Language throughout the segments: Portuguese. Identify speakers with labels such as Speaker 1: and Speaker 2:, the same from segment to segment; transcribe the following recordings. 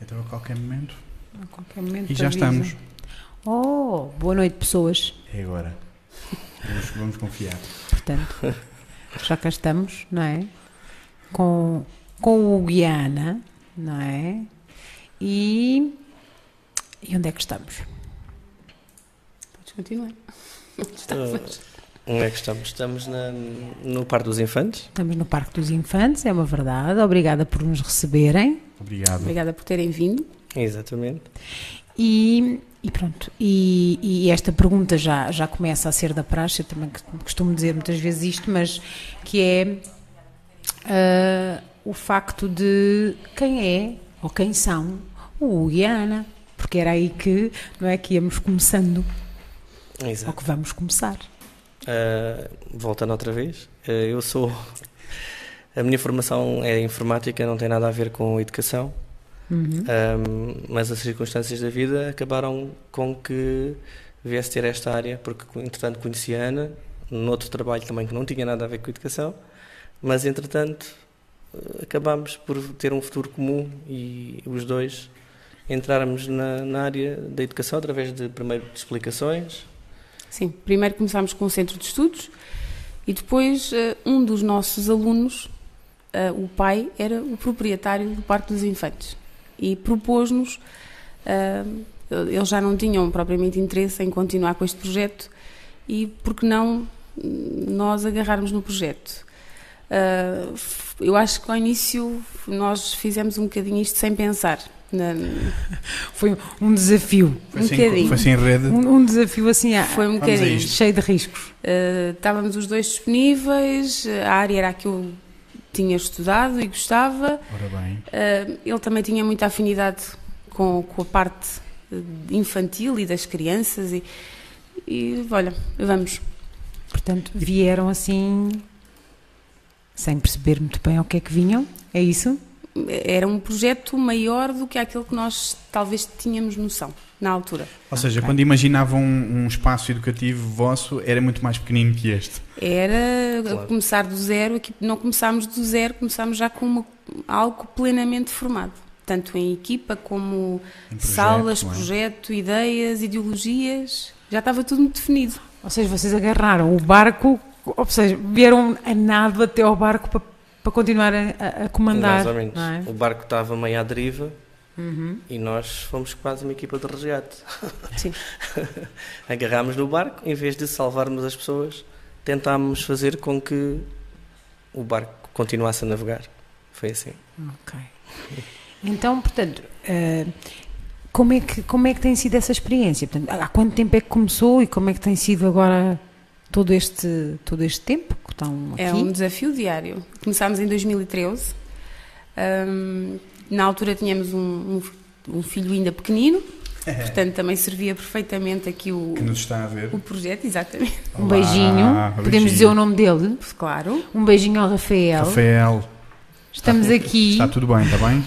Speaker 1: Então a qualquer momento.
Speaker 2: A qualquer momento
Speaker 1: E já
Speaker 2: avisa.
Speaker 1: estamos.
Speaker 2: Oh, boa noite, pessoas.
Speaker 1: É agora. Vamos, vamos confiar.
Speaker 2: Portanto, já cá estamos, não é? Com, com o Guiana, não é? E. E onde é que estamos?
Speaker 3: Podes continuar.
Speaker 4: Onde é que estamos? Estamos na- no Par dos Infantes.
Speaker 2: Estamos no Parque dos Infantes, é uma verdade. Obrigada por nos receberem.
Speaker 1: Obrigado.
Speaker 3: Obrigada por terem vindo.
Speaker 4: Exatamente.
Speaker 2: E, e pronto, e, e esta pergunta já, já começa a ser da praxe, eu também c- costumo dizer muitas vezes isto, mas que é ah, o facto de quem é ou quem são o Hugo e a Ana, porque era aí que, não é, que íamos começando, ou
Speaker 4: Exato.
Speaker 2: que vamos começar.
Speaker 4: Ah, voltando outra vez, ah, eu sou. A minha formação é informática, não tem nada a ver com educação,
Speaker 3: Uhum.
Speaker 4: Ahm, mas as circunstâncias da vida acabaram com que viesse ter esta área, porque entretanto conheci a Ana, noutro trabalho também que não tinha nada a ver com educação, mas entretanto eh, acabámos por ter um futuro comum e os dois entrarmos na, na área da educação através de primeiro de explicações.
Speaker 3: Sim, primeiro começámos com o centro de estudos e depois eh, um dos nossos alunos, eh, o pai, era o proprietário do Parque dos Infantes e propôs-nos, eh, eles já não tinham propriamente interesse em continuar com este projeto e por que não hum, nós agarrarmos no projeto. Eh, f- eu acho que ao início nós fizemos um bocadinho isto sem pensar. na-
Speaker 2: Foi um desafio,
Speaker 1: Foi
Speaker 3: um
Speaker 1: sem-
Speaker 3: bocadinho.
Speaker 1: Foi sem rede.
Speaker 2: um, um desafio assim, ah,
Speaker 3: foi um
Speaker 1: Vamos a
Speaker 3: bocadinho.
Speaker 1: isto.
Speaker 2: cheio de riscos.
Speaker 3: Uh, estávamos os dois disponíveis, uh, a área era a que eu tinha estudado e gostava.
Speaker 1: Ora bem.
Speaker 3: Uh, ele também tinha muita afinidade com, com a parte uh, infantil e das crianças. E, e olha, vamos.
Speaker 2: Portanto, vieram assim, sem perceber muito bem ao que é que vinham, é isso?
Speaker 3: Era um projeto maior do que aquele que nós talvez tínhamos noção na altura.
Speaker 1: Ou seja,
Speaker 2: Ok.
Speaker 1: quando imaginavam um, um espaço educativo vosso, era muito mais pequenino que este.
Speaker 3: Era
Speaker 4: Claro.
Speaker 3: começar do zero, aqui não começámos do zero, começámos já com uma- algo plenamente formado, tanto em equipa como
Speaker 1: Em projeto,
Speaker 3: salas,
Speaker 1: não é?
Speaker 3: projeto, ideias, ideologias, já estava tudo muito definido.
Speaker 2: Ou seja, vocês agarraram o barco, ou seja, vieram a nada até ao barco para, para continuar a- a, a comandar. Uhum.
Speaker 4: Mais ou menos.
Speaker 2: não é?
Speaker 4: O barco estava meio à deriva e nós fomos quase uma equipa de resgate.
Speaker 3: Sim.
Speaker 4: Agarrámos no barco, em vez de salvarmos as pessoas, tentámos fazer com que o barco continuasse a navegar. Foi assim.
Speaker 2: Ok. Então, portanto, eh, como, é que, como é que tem sido essa experiência? Portanto, há quanto tempo é que começou e como é que tem sido agora todo este, todo este tempo que estão aqui?
Speaker 3: É um desafio diário. Começámos em 2013. Hum, na altura tínhamos um, um- um filho ainda pequenino, portanto também servia perfeitamente aqui o,
Speaker 1: Que nos está a ver.
Speaker 3: o projeto, exatamente.
Speaker 2: Um beijinho.
Speaker 1: Olá,
Speaker 2: Podemos
Speaker 1: beijinho.
Speaker 2: dizer o nome dele?
Speaker 3: Claro.
Speaker 2: Um beijinho ao Rafael.
Speaker 1: Rafael.
Speaker 2: Estamos aqui.
Speaker 1: Está tudo bem, está bem?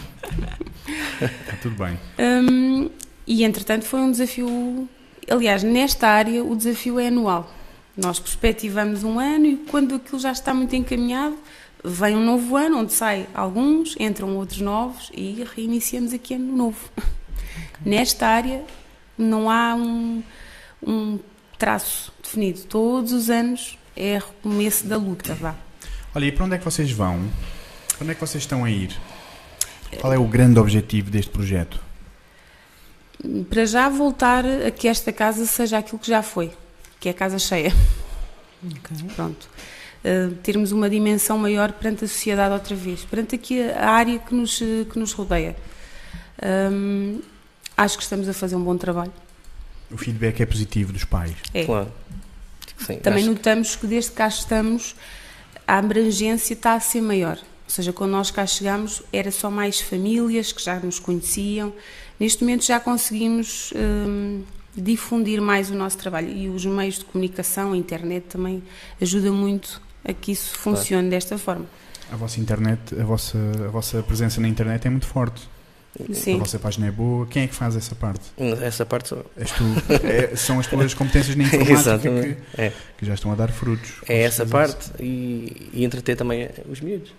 Speaker 1: está tudo bem.
Speaker 3: Hum, e entretanto foi um desafio. Aliás, nesta área o desafio é anual. Nós perspectivamos um ano e quando aquilo já está muito encaminhado, vem um novo ano onde saem alguns, entram outros novos e reiniciamos aqui ano novo. Nesta área não há um, um traço definido. Todos os anos é recomeço da luta, vá.
Speaker 1: Olha, e para onde é que vocês vão? Para onde é que vocês estão a ir? Qual é o grande objetivo deste projeto?
Speaker 3: Para já voltar a que esta casa seja aquilo que já foi, que é a casa cheia.
Speaker 2: Ok.
Speaker 3: pronto, eh, termos uma dimensão maior perante a sociedade outra vez, perante aqui a a área que nos, eh, que nos rodeia. Hum, acho que estamos a fazer um bom trabalho.
Speaker 1: O feedback é positivo dos pais.
Speaker 3: É.
Speaker 4: Claro. Sim,
Speaker 3: Também
Speaker 4: acho
Speaker 3: notamos que desde que cá estamos, a abrangência está a ser maior. Ou seja, quando nós cá chegámos, era só mais famílias que já nos conheciam. Neste momento já conseguimos hum, difundir mais o nosso trabalho e os meios de comunicação, a internet também ajuda muito a que isso funcione desta forma.
Speaker 1: A vossa internet, a vossa, a vossa presença na internet é muito forte.
Speaker 3: Sim.
Speaker 1: A vossa página é boa. Quem é que faz essa parte?
Speaker 4: Essa parte só.
Speaker 1: És tu. É, são as tuas competências na informática que,
Speaker 4: Exatamente. É.
Speaker 1: que já estão a dar frutos.
Speaker 4: É essa parte e, e entreter também os miúdos.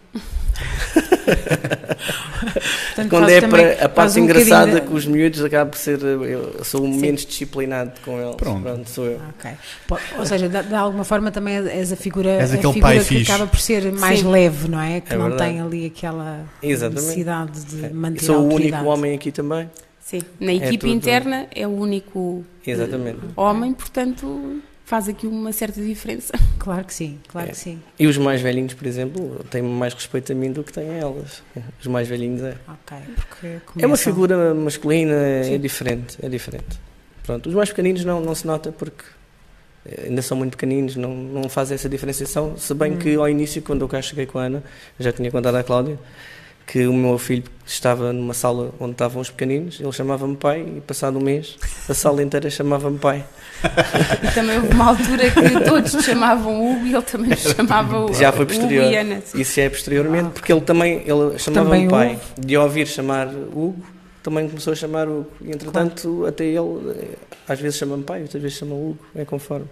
Speaker 2: Portanto,
Speaker 4: Quando
Speaker 2: fazes
Speaker 4: é
Speaker 2: também-
Speaker 4: para a
Speaker 2: fazes
Speaker 4: parte
Speaker 2: um
Speaker 4: engraçada
Speaker 2: bocadinho
Speaker 4: com os miúdos acaba por ser. Eu sou o
Speaker 2: Sim. Ah,
Speaker 4: menos disciplinado com eles.
Speaker 1: Pronto.
Speaker 4: sou eu.
Speaker 2: de- Ok. Po- Ou seja, de, de alguma forma também és a figura,
Speaker 1: És
Speaker 2: a
Speaker 1: aquele
Speaker 2: figura
Speaker 1: pai
Speaker 2: que
Speaker 1: fixe.
Speaker 2: acaba por ser mais
Speaker 3: Sim.
Speaker 2: leve, não é? Que
Speaker 4: É
Speaker 2: não tem
Speaker 4: verdade.
Speaker 2: ali aquela
Speaker 4: Exatamente.
Speaker 2: necessidade de
Speaker 4: É.
Speaker 2: manter
Speaker 4: Sou
Speaker 2: a
Speaker 4: o único
Speaker 2: autoridade.
Speaker 4: homem aqui também.
Speaker 3: Sim. Na
Speaker 4: É
Speaker 3: equipa
Speaker 4: tudo-
Speaker 3: interna é o único
Speaker 4: Exatamente.
Speaker 3: homem, portanto faz aqui uma certa diferença.
Speaker 2: Claro que sim, claro
Speaker 4: É.
Speaker 2: que sim.
Speaker 4: E os mais velhinhos, por exemplo, têm mais respeito a mim do que têm a elas. Os mais velhinhos é.
Speaker 2: Ok, porque
Speaker 4: É uma
Speaker 2: começam-
Speaker 4: figura masculina,
Speaker 3: Sim.
Speaker 4: é diferente, é diferente. Pronto, os mais pequeninos não, não se nota porque eh, ainda são muito pequeninos, não, não fazem essa diferenciação, se bem
Speaker 2: Hum.
Speaker 4: que ao início, quando eu cá cheguei com a Ana, já tinha contado à Cláudia, que o meu filho estava numa sala onde estavam os pequeninos, ele chamava-me pai e passado um mês a sala inteira chamava-me pai.
Speaker 3: E também houve uma altura que todos te chamavam Hugo e ele também nos chamava Hugo.
Speaker 4: Já foi posterior.
Speaker 3: Hugo e Ana. sim.
Speaker 4: Isso é posteriormente,
Speaker 2: Ah,
Speaker 4: porque ele também ele
Speaker 2: Também
Speaker 4: chamava-me pai. De ouvir chamar Hugo, também começou a chamar Hugo. E entretanto, até ele, eh, às vezes chama-me pai, outras vezes chama Hugo, é conforme.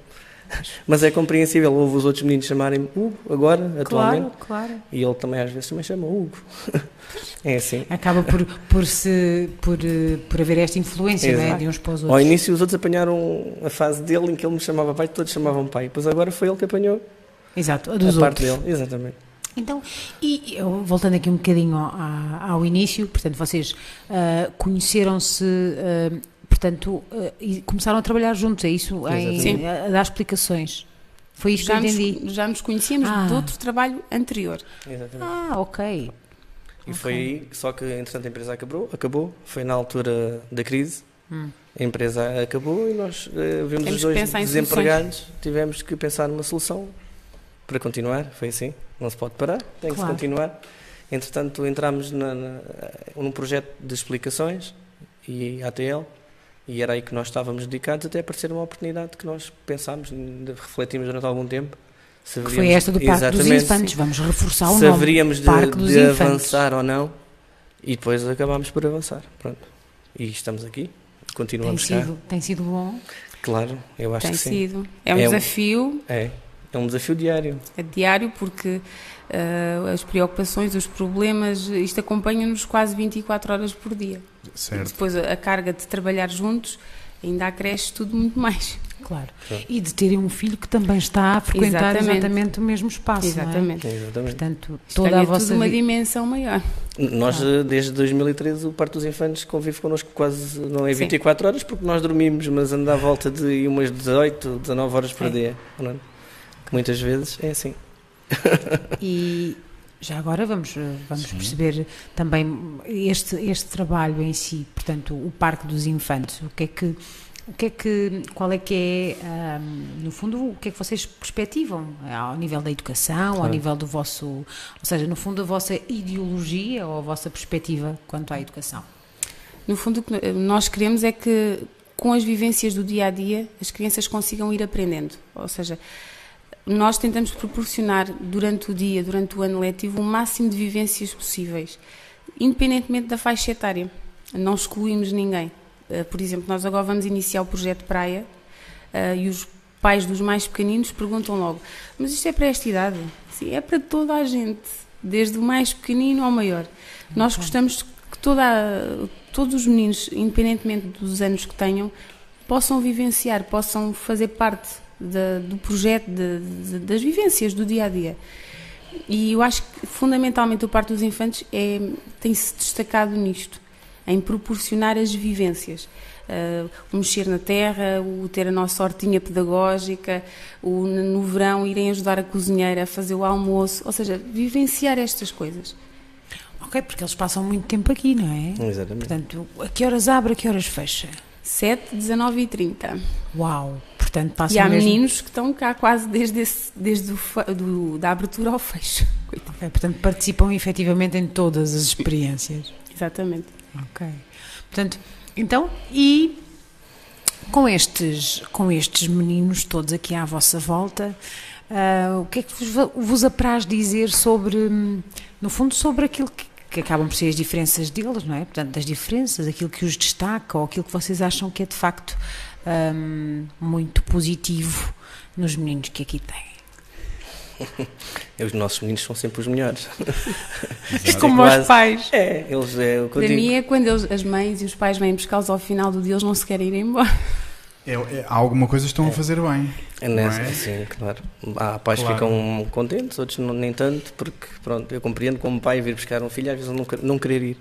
Speaker 4: Mas é compreensível, ouve os outros meninos chamarem Hugo agora,
Speaker 2: Claro,
Speaker 4: atualmente,
Speaker 2: claro.
Speaker 4: e ele também às vezes também chama Hugo. é assim.
Speaker 2: Acaba por, por, se, por, eh, por haver esta influência não é?
Speaker 4: Exato.
Speaker 2: de uns para os
Speaker 4: Ao
Speaker 2: outros.
Speaker 4: início os outros apanharam a fase dele em que ele me chamava pai, todos chamavam pai. Pois agora foi ele que apanhou
Speaker 2: Exato, a dos
Speaker 4: a parte
Speaker 2: outros.
Speaker 4: dele. Exatamente.
Speaker 2: Então, e eu, voltando aqui um bocadinho ao, à- ao início, portanto, vocês ah, conheceram-se, ah, portanto, ah, e começaram a trabalhar juntos, é isso? Em,
Speaker 4: Exatamente.
Speaker 3: Sim.
Speaker 2: a, a dar explicações. Foi isto
Speaker 3: Já
Speaker 2: que eu entendi?
Speaker 3: nos, já nos conhecíamos
Speaker 2: Ah.
Speaker 3: de outro trabalho anterior.
Speaker 4: Exatamente.
Speaker 2: Ah, ok. Ah,
Speaker 4: E foi aí, só que entretanto a empresa acabou, acabou foi na altura da crise,
Speaker 2: Hum.
Speaker 4: a empresa acabou e nós eh, vimos
Speaker 3: Temos
Speaker 4: os
Speaker 3: que
Speaker 4: dois
Speaker 3: pensar em
Speaker 4: desempregados, tivemos que pensar numa solução para continuar, foi assim, não se pode parar, tem que se
Speaker 2: Claro.
Speaker 4: continuar. Entretanto entramos na, na, num projeto de explicações e ATL e era aí que nós estávamos dedicados até aparecer uma oportunidade que nós pensámos, n- refletimos durante algum tempo.
Speaker 2: Que
Speaker 4: se
Speaker 2: foi
Speaker 4: haveríamos-
Speaker 2: esta do Parque dos
Speaker 4: Exatamente, sim
Speaker 2: Infantes, vamos reforçar o
Speaker 4: se
Speaker 2: nome.
Speaker 4: haveríamos de,
Speaker 2: Parque dos
Speaker 4: de
Speaker 2: Infantes.
Speaker 4: avançar ou não. E depois acabámos por avançar. Pronto. E estamos aqui.
Speaker 2: Tem
Speaker 4: Continuamos cá.
Speaker 2: sido, tem sido bom.
Speaker 4: Claro, eu acho
Speaker 3: Tem
Speaker 4: que sim.
Speaker 3: sido. É um
Speaker 4: É um-
Speaker 3: desafio
Speaker 4: É. É um desafio diário.
Speaker 3: é diário porque ah, as preocupações, os problemas, isto acompanha-nos quase 24 horas por dia. E
Speaker 1: é Certo.
Speaker 3: depois a a carga de trabalhar juntos ainda acresce tudo muito mais.
Speaker 2: Claro.
Speaker 4: Sim.
Speaker 2: E de terem um filho que também está a frequentar exatamente,
Speaker 3: Exatamente.
Speaker 2: o mesmo espaço. Não é?
Speaker 3: Exatamente.
Speaker 4: Exatamente.
Speaker 2: Portanto,
Speaker 3: Isto
Speaker 2: toda a
Speaker 3: ganha
Speaker 2: vossa
Speaker 3: tudo uma
Speaker 2: vida.
Speaker 3: dimensão maior.
Speaker 4: Nós, eh, desde 2013, o Parque dos Infantes convive connosco quase, não é
Speaker 3: Sim.
Speaker 4: 24 horas, porque nós dormimos, mas anda à volta de aí umas 18, 19 horas por
Speaker 3: Sim.
Speaker 4: dia. Pronto. Muitas vezes é assim.
Speaker 2: E já agora vamos, eh, vamos
Speaker 1: Sim.
Speaker 2: perceber também este, este trabalho em si, portanto, o Parque dos Infantes, o que é que. O que é que, qual é que é, ahm, no fundo, o que é que vocês perspectivam eh, ao nível da educação, ao
Speaker 4: Claro.
Speaker 2: nível do vosso, ou seja, no fundo a vossa ideologia ou a vossa perspectiva quanto à educação?
Speaker 3: No fundo, o que no- nós queremos é que, com as vivências do dia a dia, as crianças consigam ir aprendendo. Ou seja, nós tentamos proporcionar durante o dia, durante o ano letivo, o máximo de vivências possíveis, independentemente da faixa etária. Não excluímos ninguém. Eh, Por exemplo, nós agora vamos iniciar o projeto Praia eh, e os pais dos mais pequeninos perguntam logo: Mas isto é para esta idade? Sim, é para toda a gente, desde o mais pequenino ao maior. Nós gostamos que toda a- todos os meninos, independentemente dos anos que tenham, possam vivenciar, possam fazer parte da- do projeto, de- de- das vivências do dia a dia. E eu acho que fundamentalmente o Parque dos Infantes é, tem-se destacado nisto, em proporcionar as vivências. Ah, o mexer na terra, o ter a nossa hortinha pedagógica, o n- no verão irem ajudar a cozinheira a fazer o almoço, ou seja, vivenciar estas coisas.
Speaker 2: Ok, porque eles passam muito tempo aqui, não é?
Speaker 4: Exatamente.
Speaker 2: Portanto, a que horas abre, a que horas fecha?
Speaker 3: 7, 19 e 30.
Speaker 2: Uau! Portanto, passam
Speaker 3: e há
Speaker 2: mesmo...
Speaker 3: meninos que estão cá quase desde, esse- desde o fa- do- da abertura ao fecho. Coitado.
Speaker 2: Ok, portanto, participam efetivamente em todas as experiências.
Speaker 3: Exatamente.
Speaker 2: Ok. Portanto, então, e com estes, com estes meninos todos aqui à vossa volta, ah, o que é que vos, vos apraz dizer sobre, hum, no fundo, sobre aquilo que, que acabam por ser as diferenças deles, não é? Portanto, das diferenças, aquilo que os destaca ou aquilo que vocês acham que é de facto hum, muito positivo nos meninos que aqui têm.
Speaker 4: Os nossos meninos são sempre os melhores.
Speaker 2: É como
Speaker 4: quase-
Speaker 2: aos pais.
Speaker 4: É, eles é o que eu
Speaker 3: Para mim
Speaker 4: digo.
Speaker 3: é quando eles- as mães e os pais vêm buscá-los ao final do dia, eles não se querem ir embora.
Speaker 1: É, é, alguma coisa estão a fazer bem.
Speaker 4: É nessa-
Speaker 1: não é?
Speaker 4: Sim, claro. Há pais que
Speaker 1: Claro.
Speaker 4: ficam contentes, outros não, nem tanto, porque pronto, eu compreendo como pai vir buscar um filho às vezes não, quer- não querer ir.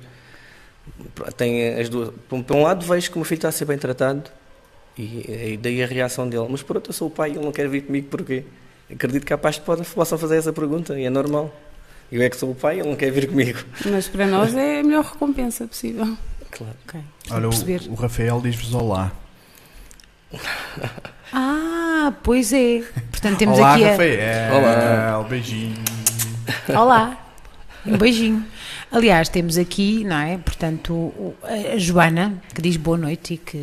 Speaker 4: Tem as duas. Por por um lado vejo que o meu filho está a ser bem tratado e, e daí a reação dele. Mas por outro eu sou o pai e ele não quer vir comigo porquê? Acredito que há pais que podem- possam fazer essa pergunta e é normal. Eu é que sou o pai e ele não quer vir comigo.
Speaker 3: Mas para nós é a melhor recompensa possível.
Speaker 4: Claro.
Speaker 2: Ok.
Speaker 1: Olha,
Speaker 2: perceber.
Speaker 1: o, o Rafael diz-vos olá.
Speaker 2: Ah, pois é. Portanto, temos
Speaker 1: olá,
Speaker 2: aqui a-
Speaker 1: Rafael.
Speaker 4: Olá.
Speaker 1: Beijinho.
Speaker 2: Olá. Um beijinho. Aliás, temos aqui, não é? Portanto, o- a a Joana, que diz boa noite e que.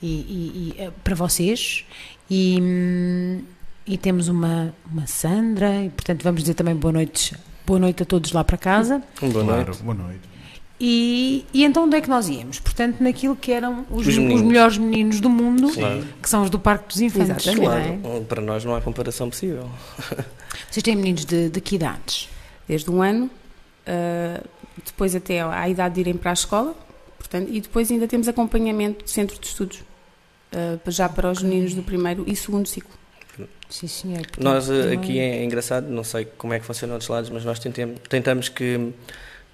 Speaker 2: E, e- e, eh, para vocês. E, hum, e temos uma, uma Sandra, e portanto vamos dizer também boa noite, boa noite a todos lá para casa.
Speaker 4: Boa
Speaker 1: Claro,
Speaker 4: noite.
Speaker 1: boa noite.
Speaker 2: E, e então onde é que nós íamos? Portanto, naquilo que eram os,
Speaker 4: Os
Speaker 2: os
Speaker 4: meninos.
Speaker 2: melhores meninos do mundo,
Speaker 4: Claro.
Speaker 2: que são os do Parque dos Infantes.
Speaker 3: Exatamente.
Speaker 2: não é?
Speaker 4: Claro, para nós não há comparação possível.
Speaker 2: Vocês têm meninos de, de que idades?
Speaker 3: Desde um ano, ah, depois até à idade de irem para a escola, portanto, e depois ainda temos acompanhamento do centro de estudos, ah, já para os meninos do primeiro e segundo ciclo.
Speaker 2: Sim, senhor. Portanto,
Speaker 4: Nós eh,
Speaker 2: primeiro-
Speaker 4: aqui é engraçado, não sei como é que funciona outros lados, mas nós tentamos, tentamos que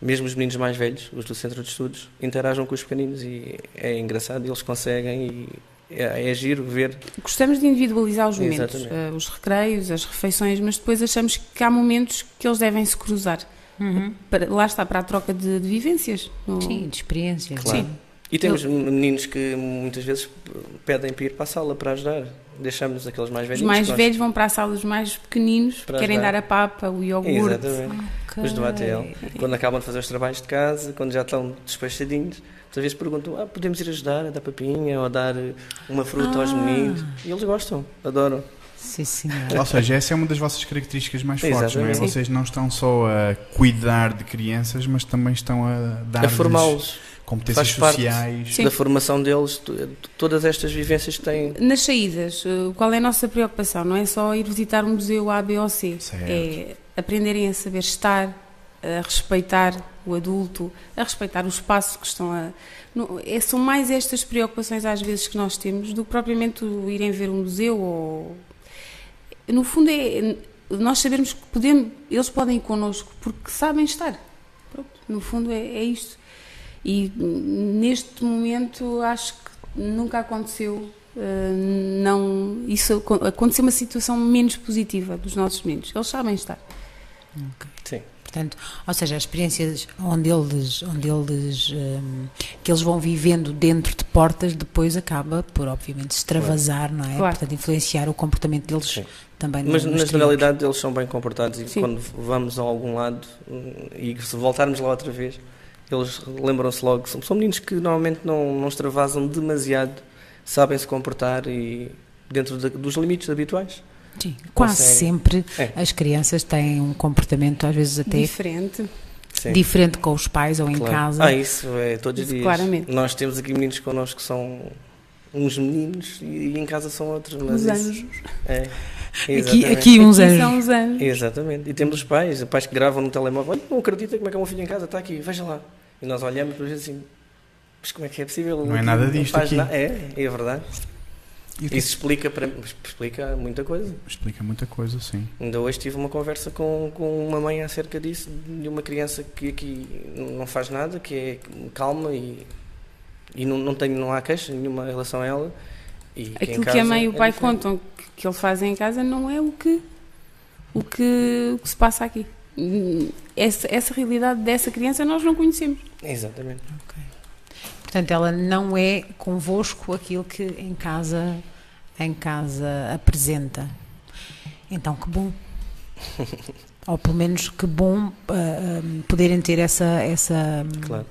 Speaker 4: mesmo os meninos mais velhos, os do centro de estudos, interajam com os pequeninos e é engraçado, eles conseguem e é, é giro ver.
Speaker 3: Gostamos de individualizar os momentos,
Speaker 4: Exatamente.
Speaker 3: ah, os recreios, as refeições, mas depois achamos que há momentos que eles devem se cruzar.
Speaker 2: Uhum.
Speaker 3: Para- lá está, para a troca de, de vivências. no-
Speaker 2: Sim, de experiências. né?
Speaker 4: Claro.
Speaker 2: não
Speaker 4: E temos meninos que muitas vezes pedem para ir para a sala para ajudar. Deixamos aqueles mais
Speaker 3: Os
Speaker 4: velhos.
Speaker 3: mais
Speaker 4: nós-
Speaker 3: velhos vão para a sala, os mais pequeninos
Speaker 4: Para
Speaker 3: querem
Speaker 4: ajudar.
Speaker 3: dar a papa, o iogurte.
Speaker 4: Exatamente.
Speaker 2: é?
Speaker 4: Os do ATL.
Speaker 2: Ok.
Speaker 4: Quando acabam de fazer os trabalhos de casa, quando já estão despachadinhos, muitas vezes perguntam: ah, podemos ir ajudar a dar papinha ou a dar uma fruta aos
Speaker 2: Ah.
Speaker 4: meninos? E eles gostam, adoram.
Speaker 2: Sim, senhora.
Speaker 1: Ou seja, essa é uma das vossas características mais fortes, não é?
Speaker 4: Exatamente. Sim.
Speaker 1: Vocês não estão só a cuidar de crianças, mas também estão a
Speaker 4: A
Speaker 1: dar-lhes
Speaker 4: É formá-los.
Speaker 1: competências
Speaker 4: Faz parte.
Speaker 1: sociais.
Speaker 3: Sim.
Speaker 4: da formação deles, tu- todas estas vivências que têm.
Speaker 3: Nas saídas, eh, qual é a nossa preocupação? Não é só ir visitar um museu A, B ou C.
Speaker 1: Certo.
Speaker 3: É aprenderem a saber estar, a respeitar o adulto, a respeitar o espaço que estão a. Não, é- são mais estas preocupações às vezes que nós temos do que propriamente o irem ver um museu ou. No fundo, é nós sabermos que podemos, eles podem ir connosco porque sabem estar. Pronto, no fundo, é, é isto. E hum, neste momento acho que nunca aconteceu eh, não isso acon- aconteceu uma situação menos positiva dos nossos meninos. Eles sabem estar.
Speaker 4: Sim.
Speaker 2: Portanto, ou seja, as experiências onde eles, onde eles hum, que eles vão vivendo dentro de portas, depois acaba por, obviamente, extravasar, não é?
Speaker 3: Claro.
Speaker 2: Portanto, influenciar o comportamento deles
Speaker 4: Sim.
Speaker 2: também.
Speaker 4: Mas
Speaker 2: no- no
Speaker 4: na
Speaker 2: exterior.
Speaker 4: realidade eles são bem comportados e
Speaker 3: Sim.
Speaker 4: quando vamos a algum lado hum, e se voltarmos lá outra vez, eles lembram-se logo. São, são meninos que normalmente não, não extravasam demasiado, sabem se comportar e dentro da- dos limites habituais.
Speaker 2: Sim, quase
Speaker 4: consegue.
Speaker 2: sempre
Speaker 4: É.
Speaker 2: as crianças têm um comportamento, às vezes até
Speaker 3: Diferente.
Speaker 4: Sim.
Speaker 2: diferente com os pais ou em
Speaker 4: Claro.
Speaker 2: casa.
Speaker 4: Ah, isso é todos os
Speaker 3: Isso,
Speaker 4: dias.
Speaker 3: claramente.
Speaker 4: Nós temos aqui meninos connosco que são uns meninos e, e em casa são outros. Mas
Speaker 3: Os
Speaker 4: isso-
Speaker 3: anjos.
Speaker 4: É.
Speaker 2: aqui,
Speaker 4: Exatamente.
Speaker 2: aqui uns é
Speaker 3: Aqui
Speaker 2: anos.
Speaker 3: são os
Speaker 4: É,
Speaker 3: anjos.
Speaker 4: Exatamente. E temos os pais, pais que gravam no telemóvel, olha, não acredita como é que é um filho em casa, está aqui, veja lá. E nós olhamos para vezes assim, mas como é que é possível?
Speaker 1: Não é
Speaker 4: Aqui
Speaker 1: nada disto
Speaker 4: faz
Speaker 1: aqui."
Speaker 4: na- É, é verdade.
Speaker 1: E o que-
Speaker 4: Isso explica, para, explica muita coisa.
Speaker 1: Explica muita coisa, sim.
Speaker 4: Ainda hoje tive uma conversa com, com uma mãe acerca disso, de uma criança que aqui não faz nada, que é calma e, e não, não, tem, não há queixa nenhuma em relação a ela. E em
Speaker 3: Aquilo que
Speaker 4: casa
Speaker 3: a mãe e o
Speaker 4: é
Speaker 3: pai
Speaker 4: diferente.
Speaker 3: contam que, que eles fazem em casa não é o que o que, o que se passa aqui. Hum, Essa, essa realidade dessa criança nós não conhecemos.
Speaker 4: Exatamente.
Speaker 2: Portanto, ela não é convosco aquilo que em casa, em casa apresenta. Então, que bom. Ou pelo menos que bom ah, ah, poderem ter essa, essa,
Speaker 4: Claro.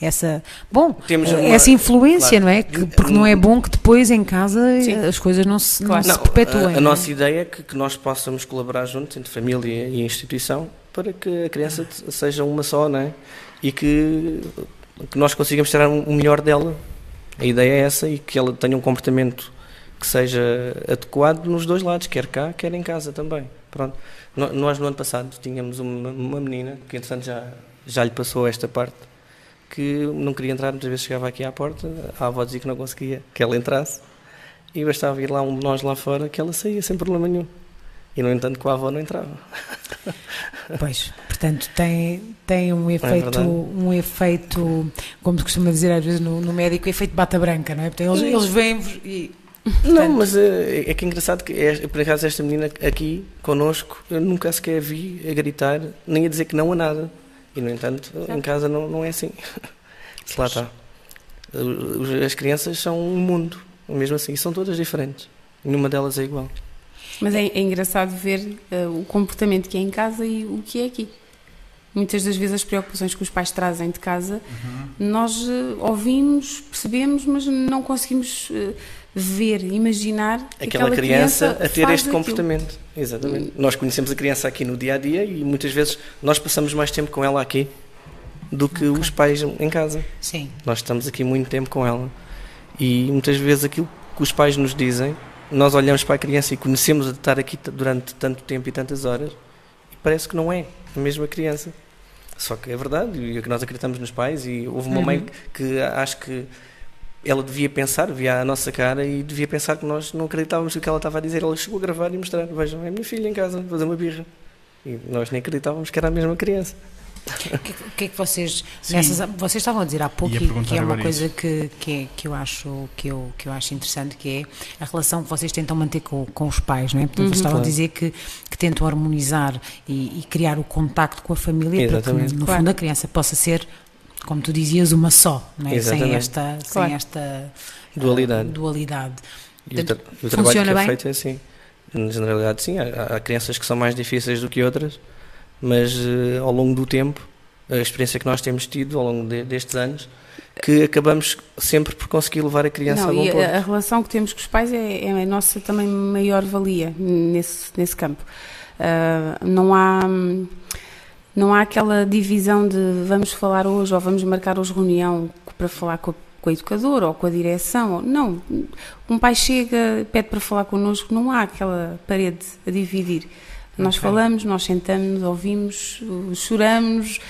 Speaker 2: essa bom,
Speaker 4: Temos
Speaker 2: ah,
Speaker 4: uma-
Speaker 2: essa influência,
Speaker 4: claro.
Speaker 2: não é? Que- porque não é bom que depois em casa eh,
Speaker 3: Sim.
Speaker 2: as coisas não se, não
Speaker 3: Claro.
Speaker 2: se perpetuem.
Speaker 4: a- A,
Speaker 2: não é?
Speaker 4: nossa ideia é que, que nós possamos colaborar juntos, entre família e instituição, para que a criança te- seja uma só, não é? E que, que nós consigamos tirar o melhor dela. A ideia é essa e que ela tenha um comportamento que seja adequado nos dois lados, quer cá, quer em casa também. Pronto. No- Nós no ano passado tínhamos uma, uma menina que entretanto já, já lhe passou esta parte que não queria entrar, muitas vezes chegava aqui à porta, a avó dizia que não conseguia que ela entrasse e bastava ir lá um de nós lá fora que ela saía sem problema nenhum. E no entanto com a avó não entrava.
Speaker 2: Pois, portanto, tem, tem um efeito,
Speaker 4: É verdade.
Speaker 2: um efeito, como se costuma dizer às vezes no, no médico, efeito bata branca, não é? Portanto, eles, eles veem-vos e.
Speaker 4: Não,
Speaker 2: Portanto-
Speaker 4: mas eh, é, que é engraçado que, é, por acaso, esta menina aqui connosco, eu nunca sequer a vi a gritar, nem a dizer que não a nada. E, no entanto, em casa não, não é assim. Se lá está. Os- As crianças são um mundo, mesmo assim, e são todas diferentes. Nenhuma delas é igual.
Speaker 3: Mas é, é engraçado ver eh, o comportamento que é em casa e o que é aqui. Muitas das vezes as preocupações que os pais trazem de casa,
Speaker 4: Uhum.
Speaker 3: nós eh, ouvimos, percebemos, mas não conseguimos eh, ver, imaginar que
Speaker 4: Aquela, criança, a ter
Speaker 3: faz
Speaker 4: este
Speaker 3: aquilo.
Speaker 4: comportamento. Exatamente. Nós conhecemos a criança aqui no dia a dia e muitas vezes nós passamos mais tempo com ela aqui do que os pais em casa.
Speaker 2: Sim.
Speaker 4: Nós estamos aqui muito tempo com ela e muitas vezes aquilo que os pais nos dizem, nós olhamos para a criança e conhecemos a de estar aqui t- durante tanto tempo e tantas horas e parece que não é a mesma criança. Só que é verdade e é que nós acreditamos nos pais e houve uma mãe que, que acho que ela devia pensar, via a nossa cara e devia pensar que nós não acreditávamos no que ela estava a dizer. Ela chegou a gravar e mostrar, vejam, é a minha filha em casa, fazer uma birra. E nós nem acreditávamos que era a mesma criança.
Speaker 2: O que, o que é que vocês.
Speaker 1: Sim.
Speaker 2: Nessas, vocês estavam a dizer há pouco
Speaker 1: Ia
Speaker 2: e
Speaker 1: perguntar
Speaker 2: que é uma
Speaker 1: agora
Speaker 2: coisa que, que, é, que, eu acho, que, eu, que eu acho interessante, que é a relação que vocês tentam manter com, com os pais, não é? Portanto, vocês estavam a
Speaker 4: Claro.
Speaker 2: dizer que, que tentam harmonizar e, e criar o contacto com a família para
Speaker 4: Exatamente.
Speaker 2: que, no
Speaker 3: Claro.
Speaker 2: fundo, a criança possa ser, como tu dizias, uma só, não é? Sem
Speaker 4: Exatamente.
Speaker 2: esta,
Speaker 3: Claro.
Speaker 2: sem esta
Speaker 4: Dualidade.
Speaker 2: ah, dualidade.
Speaker 4: E o, tra-
Speaker 2: Portanto,
Speaker 4: o trabalho que
Speaker 2: funciona
Speaker 4: é
Speaker 2: bem?
Speaker 4: feito é assim. Na generalidade, sim. Há, há crianças que são mais difíceis do que outras, mas eh, ao longo do tempo, a experiência que nós temos tido ao longo de- destes anos, que acabamos sempre por conseguir levar a criança
Speaker 3: Não,
Speaker 4: a bom
Speaker 3: e
Speaker 4: ponto.
Speaker 3: a, a relação que temos com os pais é, é a nossa também maior valia nesse, nesse campo. Ah, não há hum, não há aquela divisão de vamos falar hoje ou vamos marcar hoje reunião para falar com a, com a educadora ou com a direção. ou- Não, um pai chega, pede para falar connosco, não há aquela parede a dividir. Nós
Speaker 2: Ok.
Speaker 3: falamos, nós sentamos, ouvimos, uh, choramos.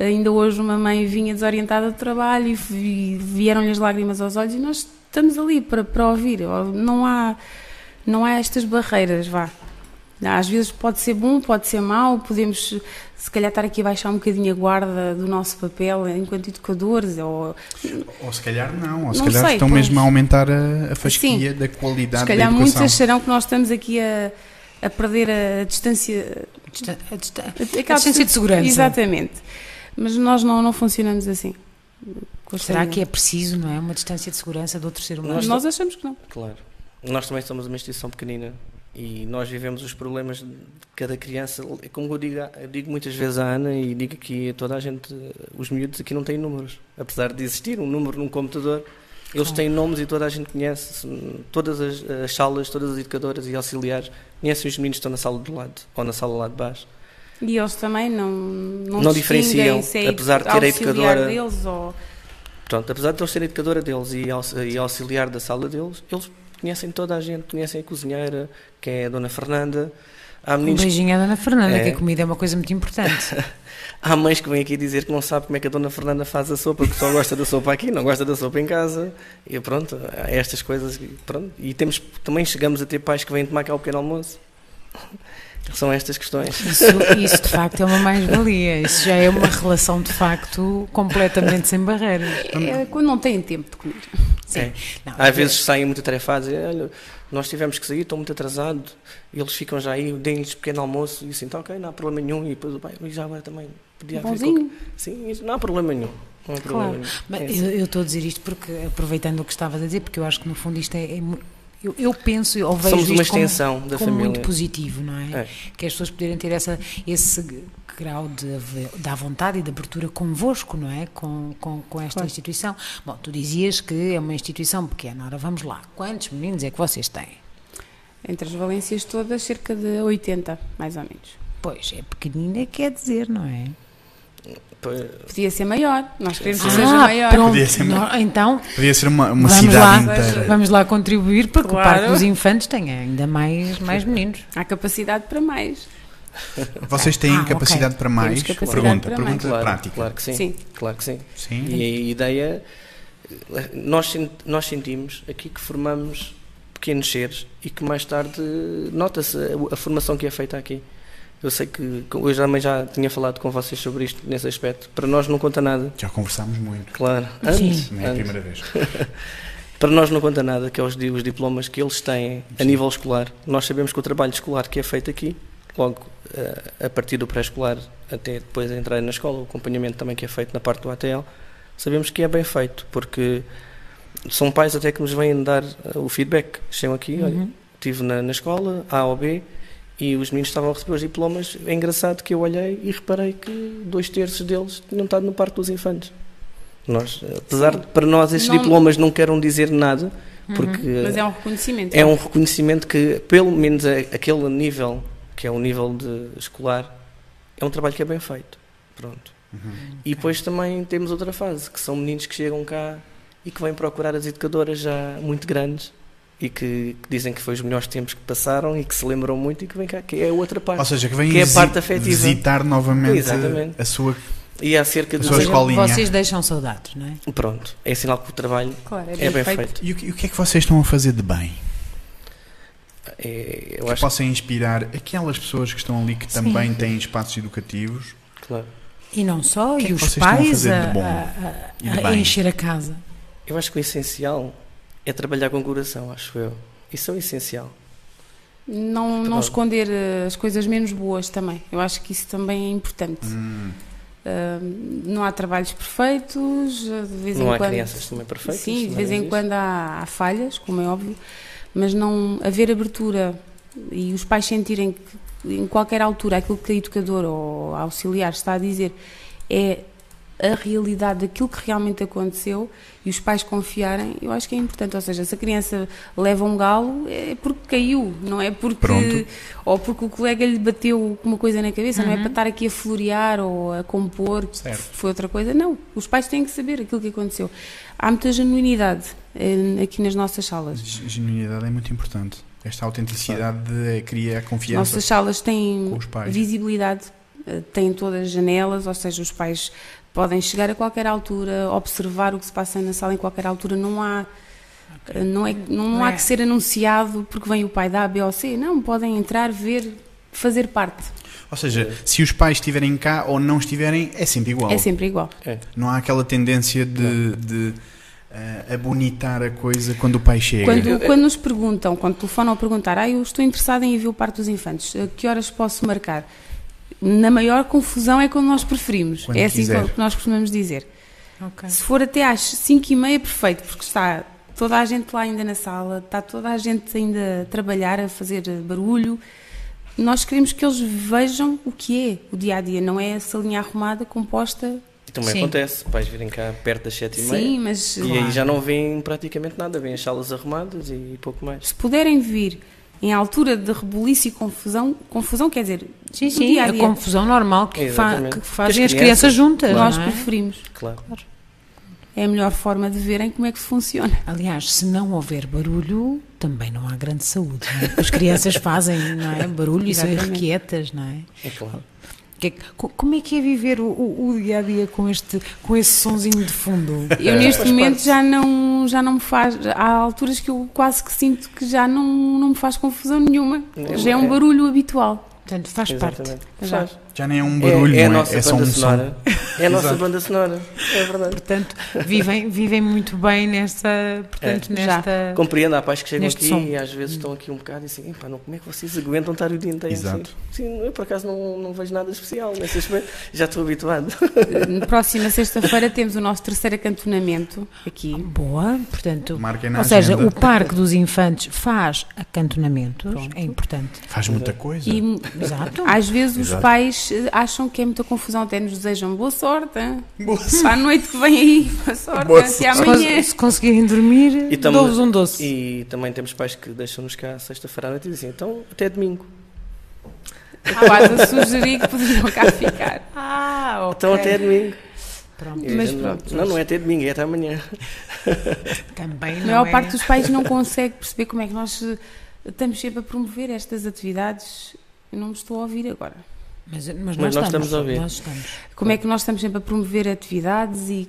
Speaker 3: Ainda hoje uma mãe vinha desorientada do trabalho e vi- vieram-lhe as lágrimas aos olhos e nós estamos ali para, para ouvir. Ó, Não há, não há estas barreiras, vá. Às vezes pode ser bom, pode ser mau, podemos se calhar estar aqui a baixar um bocadinho a guarda do nosso papel enquanto educadores ou
Speaker 1: Ou se calhar não, ou se
Speaker 3: Não
Speaker 1: calhar
Speaker 3: sei,
Speaker 1: estão
Speaker 3: pois.
Speaker 1: mesmo a aumentar a, a fasquia da
Speaker 3: se
Speaker 1: qualidade da
Speaker 3: calhar muitos
Speaker 1: educação.
Speaker 3: acharão que nós estamos aqui a, a perder a distância
Speaker 2: Dista- a dista-
Speaker 3: aquela
Speaker 2: distância de segurança.
Speaker 3: Exatamente. Mas nós não, não funcionamos assim.
Speaker 2: Será que é preciso, não é? Uma distância de segurança de outro ser humano?
Speaker 3: Nós, nós achamos que não.
Speaker 4: Claro. Nós também somos uma instituição pequenina e nós vivemos os problemas de cada criança. Como eu digo, eu digo muitas vezes à Ana e digo aqui a toda a gente, os miúdos aqui não têm números. Apesar de existir um número num computador, eles
Speaker 2: Claro.
Speaker 4: têm nomes e toda a gente conhece. Se- Todas as, as salas, todas as educadoras e auxiliares conhecem os meninos que estão na sala do lado ou na sala lá de baixo.
Speaker 3: E eles também não Não,
Speaker 4: Não
Speaker 3: distinguem
Speaker 4: diferenciam,
Speaker 3: se é
Speaker 4: apesar de ter a
Speaker 3: auxiliar
Speaker 4: educadora-
Speaker 3: deles ou-
Speaker 4: Portanto, apesar de eles serem educadora deles e, aux- e auxiliar da sala deles, eles conhecem toda a gente, conhecem a cozinheira, quem é a Dona Fernanda. Há
Speaker 2: Um
Speaker 4: meninos que
Speaker 2: beijinho à Dona Fernanda,
Speaker 4: É.
Speaker 2: que a comida é uma coisa muito importante.
Speaker 4: Há mães que vêm aqui dizer que não sabe como é que a Dona Fernanda faz a sopa, que só gosta da sopa aqui, não gosta da sopa em casa. E pronto, há estas coisas. que- Pronto. E temos, também chegamos a ter pais que vêm tomar cá o pequeno almoço. São estas questões.
Speaker 2: Isso, isso de facto é uma mais-valia. Isso já é uma relação de facto completamente sem barreiras.
Speaker 3: É quando não têm tempo de comer.
Speaker 2: Sim.
Speaker 4: É.
Speaker 2: Não,
Speaker 4: Às vezes saem muito atarefados e olha, nós tivemos que sair, estou muito atrasado. E eles ficam já aí, deem-lhes pequeno almoço e assim, tá ok, não há problema nenhum. E depois o pai, "E já agora também podia haver
Speaker 3: Bonzinho.
Speaker 4: qualquer-" Sim, isso não há problema nenhum. Não há problema
Speaker 2: Claro.
Speaker 4: nenhum.
Speaker 2: Mas
Speaker 4: É assim.
Speaker 2: eu, eu estou a dizer isto porque, aproveitando o que estavas a dizer, porque eu acho que no fundo isto é. é mu- eu, eu penso ou vejo
Speaker 4: Somos
Speaker 2: isto
Speaker 4: uma
Speaker 2: como-
Speaker 4: extensão da
Speaker 2: como
Speaker 4: família.
Speaker 2: muito positivo, não é?
Speaker 4: É.
Speaker 2: Que as pessoas poderem ter essa, esse grau de, ave- da vontade e de abertura convosco, não é? Com, com, com esta instituição. Bom, tu dizias que é uma instituição pequena. Ora, vamos lá. Quantos meninos é que vocês têm?
Speaker 3: Entre as valências todas, cerca de 80, mais ou menos.
Speaker 5: Pois, é pequenina quer dizer, não é?
Speaker 4: Pois,
Speaker 3: Podia ser maior, nós queremos que
Speaker 5: Ah,
Speaker 3: seja maior.
Speaker 5: pronto.
Speaker 1: Podia ser
Speaker 5: Não, então,
Speaker 1: Podia ser uma, uma
Speaker 5: Vamos
Speaker 1: cidade
Speaker 5: lá.
Speaker 1: inteira.
Speaker 5: vamos lá contribuir para que o
Speaker 3: Claro.
Speaker 5: Parque dos Infantes tenha ainda mais, mais meninos.
Speaker 3: Há capacidade para mais.
Speaker 1: Vocês têm
Speaker 5: Ah, ok.
Speaker 1: capacidade para mais?
Speaker 3: Temos capacidade
Speaker 1: pergunta,
Speaker 3: para
Speaker 1: pergunta
Speaker 4: claro,
Speaker 1: prática.
Speaker 4: claro que sim,
Speaker 3: Sim.
Speaker 4: Claro que sim.
Speaker 1: Sim.
Speaker 4: E a ideia, nós, sen- nós sentimos aqui que formamos pequenos seres e que mais tarde nota-se a, a formação que é feita aqui. Eu sei que que eu já, também já tinha falado com vocês sobre isto nesse aspecto. Para nós não conta nada,
Speaker 1: Já conversámos muito.
Speaker 4: claro. Antes,
Speaker 1: Não é a
Speaker 4: antes.
Speaker 1: primeira vez.
Speaker 4: Para nós não conta nada que é os, di- os diplomas que eles têm a nível escolar. Nós sabemos que o trabalho escolar que é feito aqui, logo eh, a partir do pré-escolar até depois de entrar na escola, o acompanhamento também que é feito na parte do ATL, sabemos que é bem feito, porque são pais até que nos vêm dar eh, o feedback. Chegam aqui, olha,
Speaker 5: Uhum.
Speaker 4: estive na, na escola, A ou B, e os meninos estavam a receber os diplomas. É engraçado que eu olhei e reparei que dois terços deles tinham estado no Parque dos Infantes. Nós, apesar de para nós esses
Speaker 3: Não- Uhum.
Speaker 4: diplomas não queiram dizer nada, porque
Speaker 3: Mas é um reconhecimento.
Speaker 4: é um reconhecimento que, pelo menos a- aquele nível, que é o nível de escolar, é um trabalho que é bem feito. Pronto.
Speaker 1: Uhum.
Speaker 4: E depois também temos outra fase, que são meninos que chegam cá e que vêm procurar as educadoras já muito grandes e que, que dizem que foi os melhores tempos que passaram e que se lembram muito e que vêm cá, que é a outra
Speaker 1: Ou
Speaker 4: parte.
Speaker 1: seja, que vêm
Speaker 4: Que é a
Speaker 1: visi-
Speaker 4: parte afetiva.
Speaker 1: visitar novamente
Speaker 4: Exatamente.
Speaker 1: a sua.
Speaker 4: E há cerca
Speaker 1: As
Speaker 4: de...
Speaker 1: pessoas
Speaker 4: dois-
Speaker 1: qual linha?
Speaker 5: Vocês deixam saudades, não é?
Speaker 4: Pronto, é sinal que o trabalho
Speaker 3: Claro,
Speaker 4: é bem feito.
Speaker 1: E o, que, e o que é que vocês estão a fazer de bem?
Speaker 4: É, eu
Speaker 1: Que
Speaker 4: acho
Speaker 1: possam inspirar aquelas pessoas que estão ali que
Speaker 5: Sim.
Speaker 1: também têm espaços educativos.
Speaker 4: que, claro,
Speaker 5: E não só,
Speaker 1: que é
Speaker 5: e
Speaker 1: que
Speaker 5: os
Speaker 1: vocês estão a
Speaker 5: pais
Speaker 1: fazer
Speaker 5: a,
Speaker 1: de bom
Speaker 5: a-
Speaker 1: e
Speaker 5: a-
Speaker 1: de
Speaker 5: a
Speaker 1: bem?
Speaker 5: encher a casa.
Speaker 4: Eu acho que o essencial é trabalhar com coração, acho eu. Isso é o essencial.
Speaker 3: Não, não
Speaker 4: Verdade.
Speaker 3: esconder eh, as coisas menos boas também. Eu acho que isso também é importante.
Speaker 1: Hum,
Speaker 3: Ah, não há trabalhos perfeitos, eh, de vez
Speaker 4: Não
Speaker 3: em
Speaker 4: há
Speaker 3: quando.
Speaker 4: crianças também perfeitas.
Speaker 3: Sim, de
Speaker 4: também
Speaker 3: vez em
Speaker 4: existe.
Speaker 3: quando há, há falhas, como é óbvio, mas não haver abertura e os pais sentirem que em qualquer altura aquilo que a educadora ou a auxiliar está a dizer é a realidade daquilo que realmente aconteceu e os pais confiarem, eu acho que é importante. Ou seja, se a criança leva um galo é porque caiu, não é porque
Speaker 1: Pronto.
Speaker 3: ou porque o colega lhe bateu com uma coisa na cabeça, não é
Speaker 5: Uhum.
Speaker 3: para estar aqui a florear ou a compor, que
Speaker 1: Certo.
Speaker 3: foi outra coisa. Não, os pais têm que saber aquilo que aconteceu. Há muita genuinidade eh, aqui nas nossas
Speaker 1: a
Speaker 3: salas.
Speaker 1: genuinidade é muito importante. Esta autenticidade de- cria a confiança
Speaker 3: Nossas salas
Speaker 1: com
Speaker 3: têm
Speaker 1: os pais.
Speaker 3: visibilidade, eh, têm todas as janelas, ou seja, os pais podem chegar a qualquer altura, observar o que se passa na sala em qualquer altura, não há eh, não, é, não,
Speaker 5: Não
Speaker 3: há
Speaker 5: é.
Speaker 3: que ser anunciado porque vem o pai da A, B ou C. Não, podem entrar, ver, fazer parte.
Speaker 1: Ou seja, se os pais estiverem cá ou não estiverem, é sempre igual.
Speaker 3: É sempre igual.
Speaker 1: Não há aquela tendência de, de ah, abonitar a coisa quando o pai chega.
Speaker 3: Quando, quando nos perguntam, quando telefonam a perguntar, ah, eu estou interessada em ir ver o Parque dos Infantes, a que horas posso marcar? Na maior confusão é quando nós preferimos.
Speaker 1: Quando
Speaker 3: é assim
Speaker 1: quiser.
Speaker 3: que nós costumamos dizer.
Speaker 2: Ah.
Speaker 3: Se for até às 5 e meia, perfeito, porque está toda a gente lá ainda na sala, está toda a gente ainda a trabalhar, a fazer eh, barulho. Nós queremos que eles vejam o que é o dia a dia, não é essa linha arrumada, composta.
Speaker 4: E também
Speaker 5: Sim.
Speaker 4: acontece, pais virem cá perto das sete e
Speaker 3: Sim,
Speaker 4: meia
Speaker 3: mas.
Speaker 4: e aí já não vêm praticamente nada, vêm as salas arrumadas e pouco mais.
Speaker 3: Se puderem vir em altura de rebuliço e confusão, confusão quer dizer,
Speaker 5: Sim,
Speaker 3: do
Speaker 5: sim,
Speaker 3: dia a
Speaker 5: a
Speaker 3: dia.
Speaker 5: confusão normal que, fa-
Speaker 4: Exatamente.
Speaker 5: que fazem as
Speaker 4: As
Speaker 5: crianças
Speaker 4: crianças,
Speaker 5: juntas,
Speaker 3: nós
Speaker 5: não é?
Speaker 3: preferimos.
Speaker 4: Claro.
Speaker 3: É a melhor forma de verem como é que funciona.
Speaker 5: Aliás, se não houver barulho, também não há grande saúde. não é? As crianças fazem não é? barulho e são
Speaker 3: Exatamente.
Speaker 5: irrequietas, não é?
Speaker 4: É claro.
Speaker 5: Que é que- co- como é que é viver o, o- o dia a dia com, este, com esse sonzinho de fundo?
Speaker 3: Eu neste momento já não, já não me faz. Há alturas que eu quase que sinto que já não, não me faz confusão nenhuma.
Speaker 4: Não,
Speaker 3: já é um
Speaker 4: é.
Speaker 3: barulho habitual.
Speaker 5: Portanto, faz parte.
Speaker 4: Exatamente.
Speaker 3: Já.
Speaker 4: Faz.
Speaker 1: Já nem é um barulho,
Speaker 4: é, é a
Speaker 1: não é?
Speaker 4: nossa
Speaker 1: é só
Speaker 4: banda
Speaker 1: um som.
Speaker 4: sonora. É a nossa
Speaker 1: Exato.
Speaker 4: banda sonora. É verdade.
Speaker 5: Portanto, vivem, vivem muito bem nesta. Portanto,
Speaker 3: É. Já.
Speaker 5: nesta
Speaker 4: Compreendo, há pais que chegam
Speaker 5: Neste
Speaker 4: aqui
Speaker 5: som.
Speaker 4: e às vezes estão aqui um bocado e dizem, "Epá, não, como é que vocês aguentam estar o dia inteiro
Speaker 1: Exato.
Speaker 4: assim? Sim, eu por acaso não, não vejo nada especial nesse aspecto. Já estou habituado.
Speaker 3: Na próxima sexta-feira temos o nosso terceiro acantonamento aqui.
Speaker 5: Boa, portanto.
Speaker 1: Marquem na
Speaker 5: Ou seja,
Speaker 1: agenda.
Speaker 5: o Parque dos Infantes faz acantonamentos,
Speaker 3: Pronto.
Speaker 5: é importante.
Speaker 1: Faz muita coisa.
Speaker 3: E
Speaker 5: Exato.
Speaker 3: às vezes os
Speaker 1: Exato.
Speaker 3: pais eh, acham que é muita confusão, até nos desejam boa sorte. hein?
Speaker 1: Boa
Speaker 3: Para a noite que vem aí, boa sorte.
Speaker 1: Boa
Speaker 3: Até
Speaker 1: sorte.
Speaker 5: Se cons-
Speaker 3: amanhã.
Speaker 5: Se conseguirem dormir,
Speaker 4: E tamo-
Speaker 5: dou-vos um doce.
Speaker 4: E também temos pais que deixam-nos cá sexta-feira à noite e dizem, então até domingo.
Speaker 3: quase a sugerir que poderiam cá ficar.
Speaker 2: Ah, ok.
Speaker 4: Então até domingo.
Speaker 2: Pronto.
Speaker 4: E
Speaker 3: Mas
Speaker 4: a gente,
Speaker 3: pronto,
Speaker 4: Não, não é até domingo, é até amanhã.
Speaker 2: Também
Speaker 3: A
Speaker 2: não
Speaker 3: maior
Speaker 2: é...
Speaker 3: parte dos pais não consegue perceber como é que nós eh, estamos sempre a promover estas atividades. Eu não me estou a ouvir agora.
Speaker 2: Mas, mas nós,
Speaker 4: nós estamos a ouvir.
Speaker 2: Nós estamos.
Speaker 3: Como é que nós estamos sempre a promover atividades e,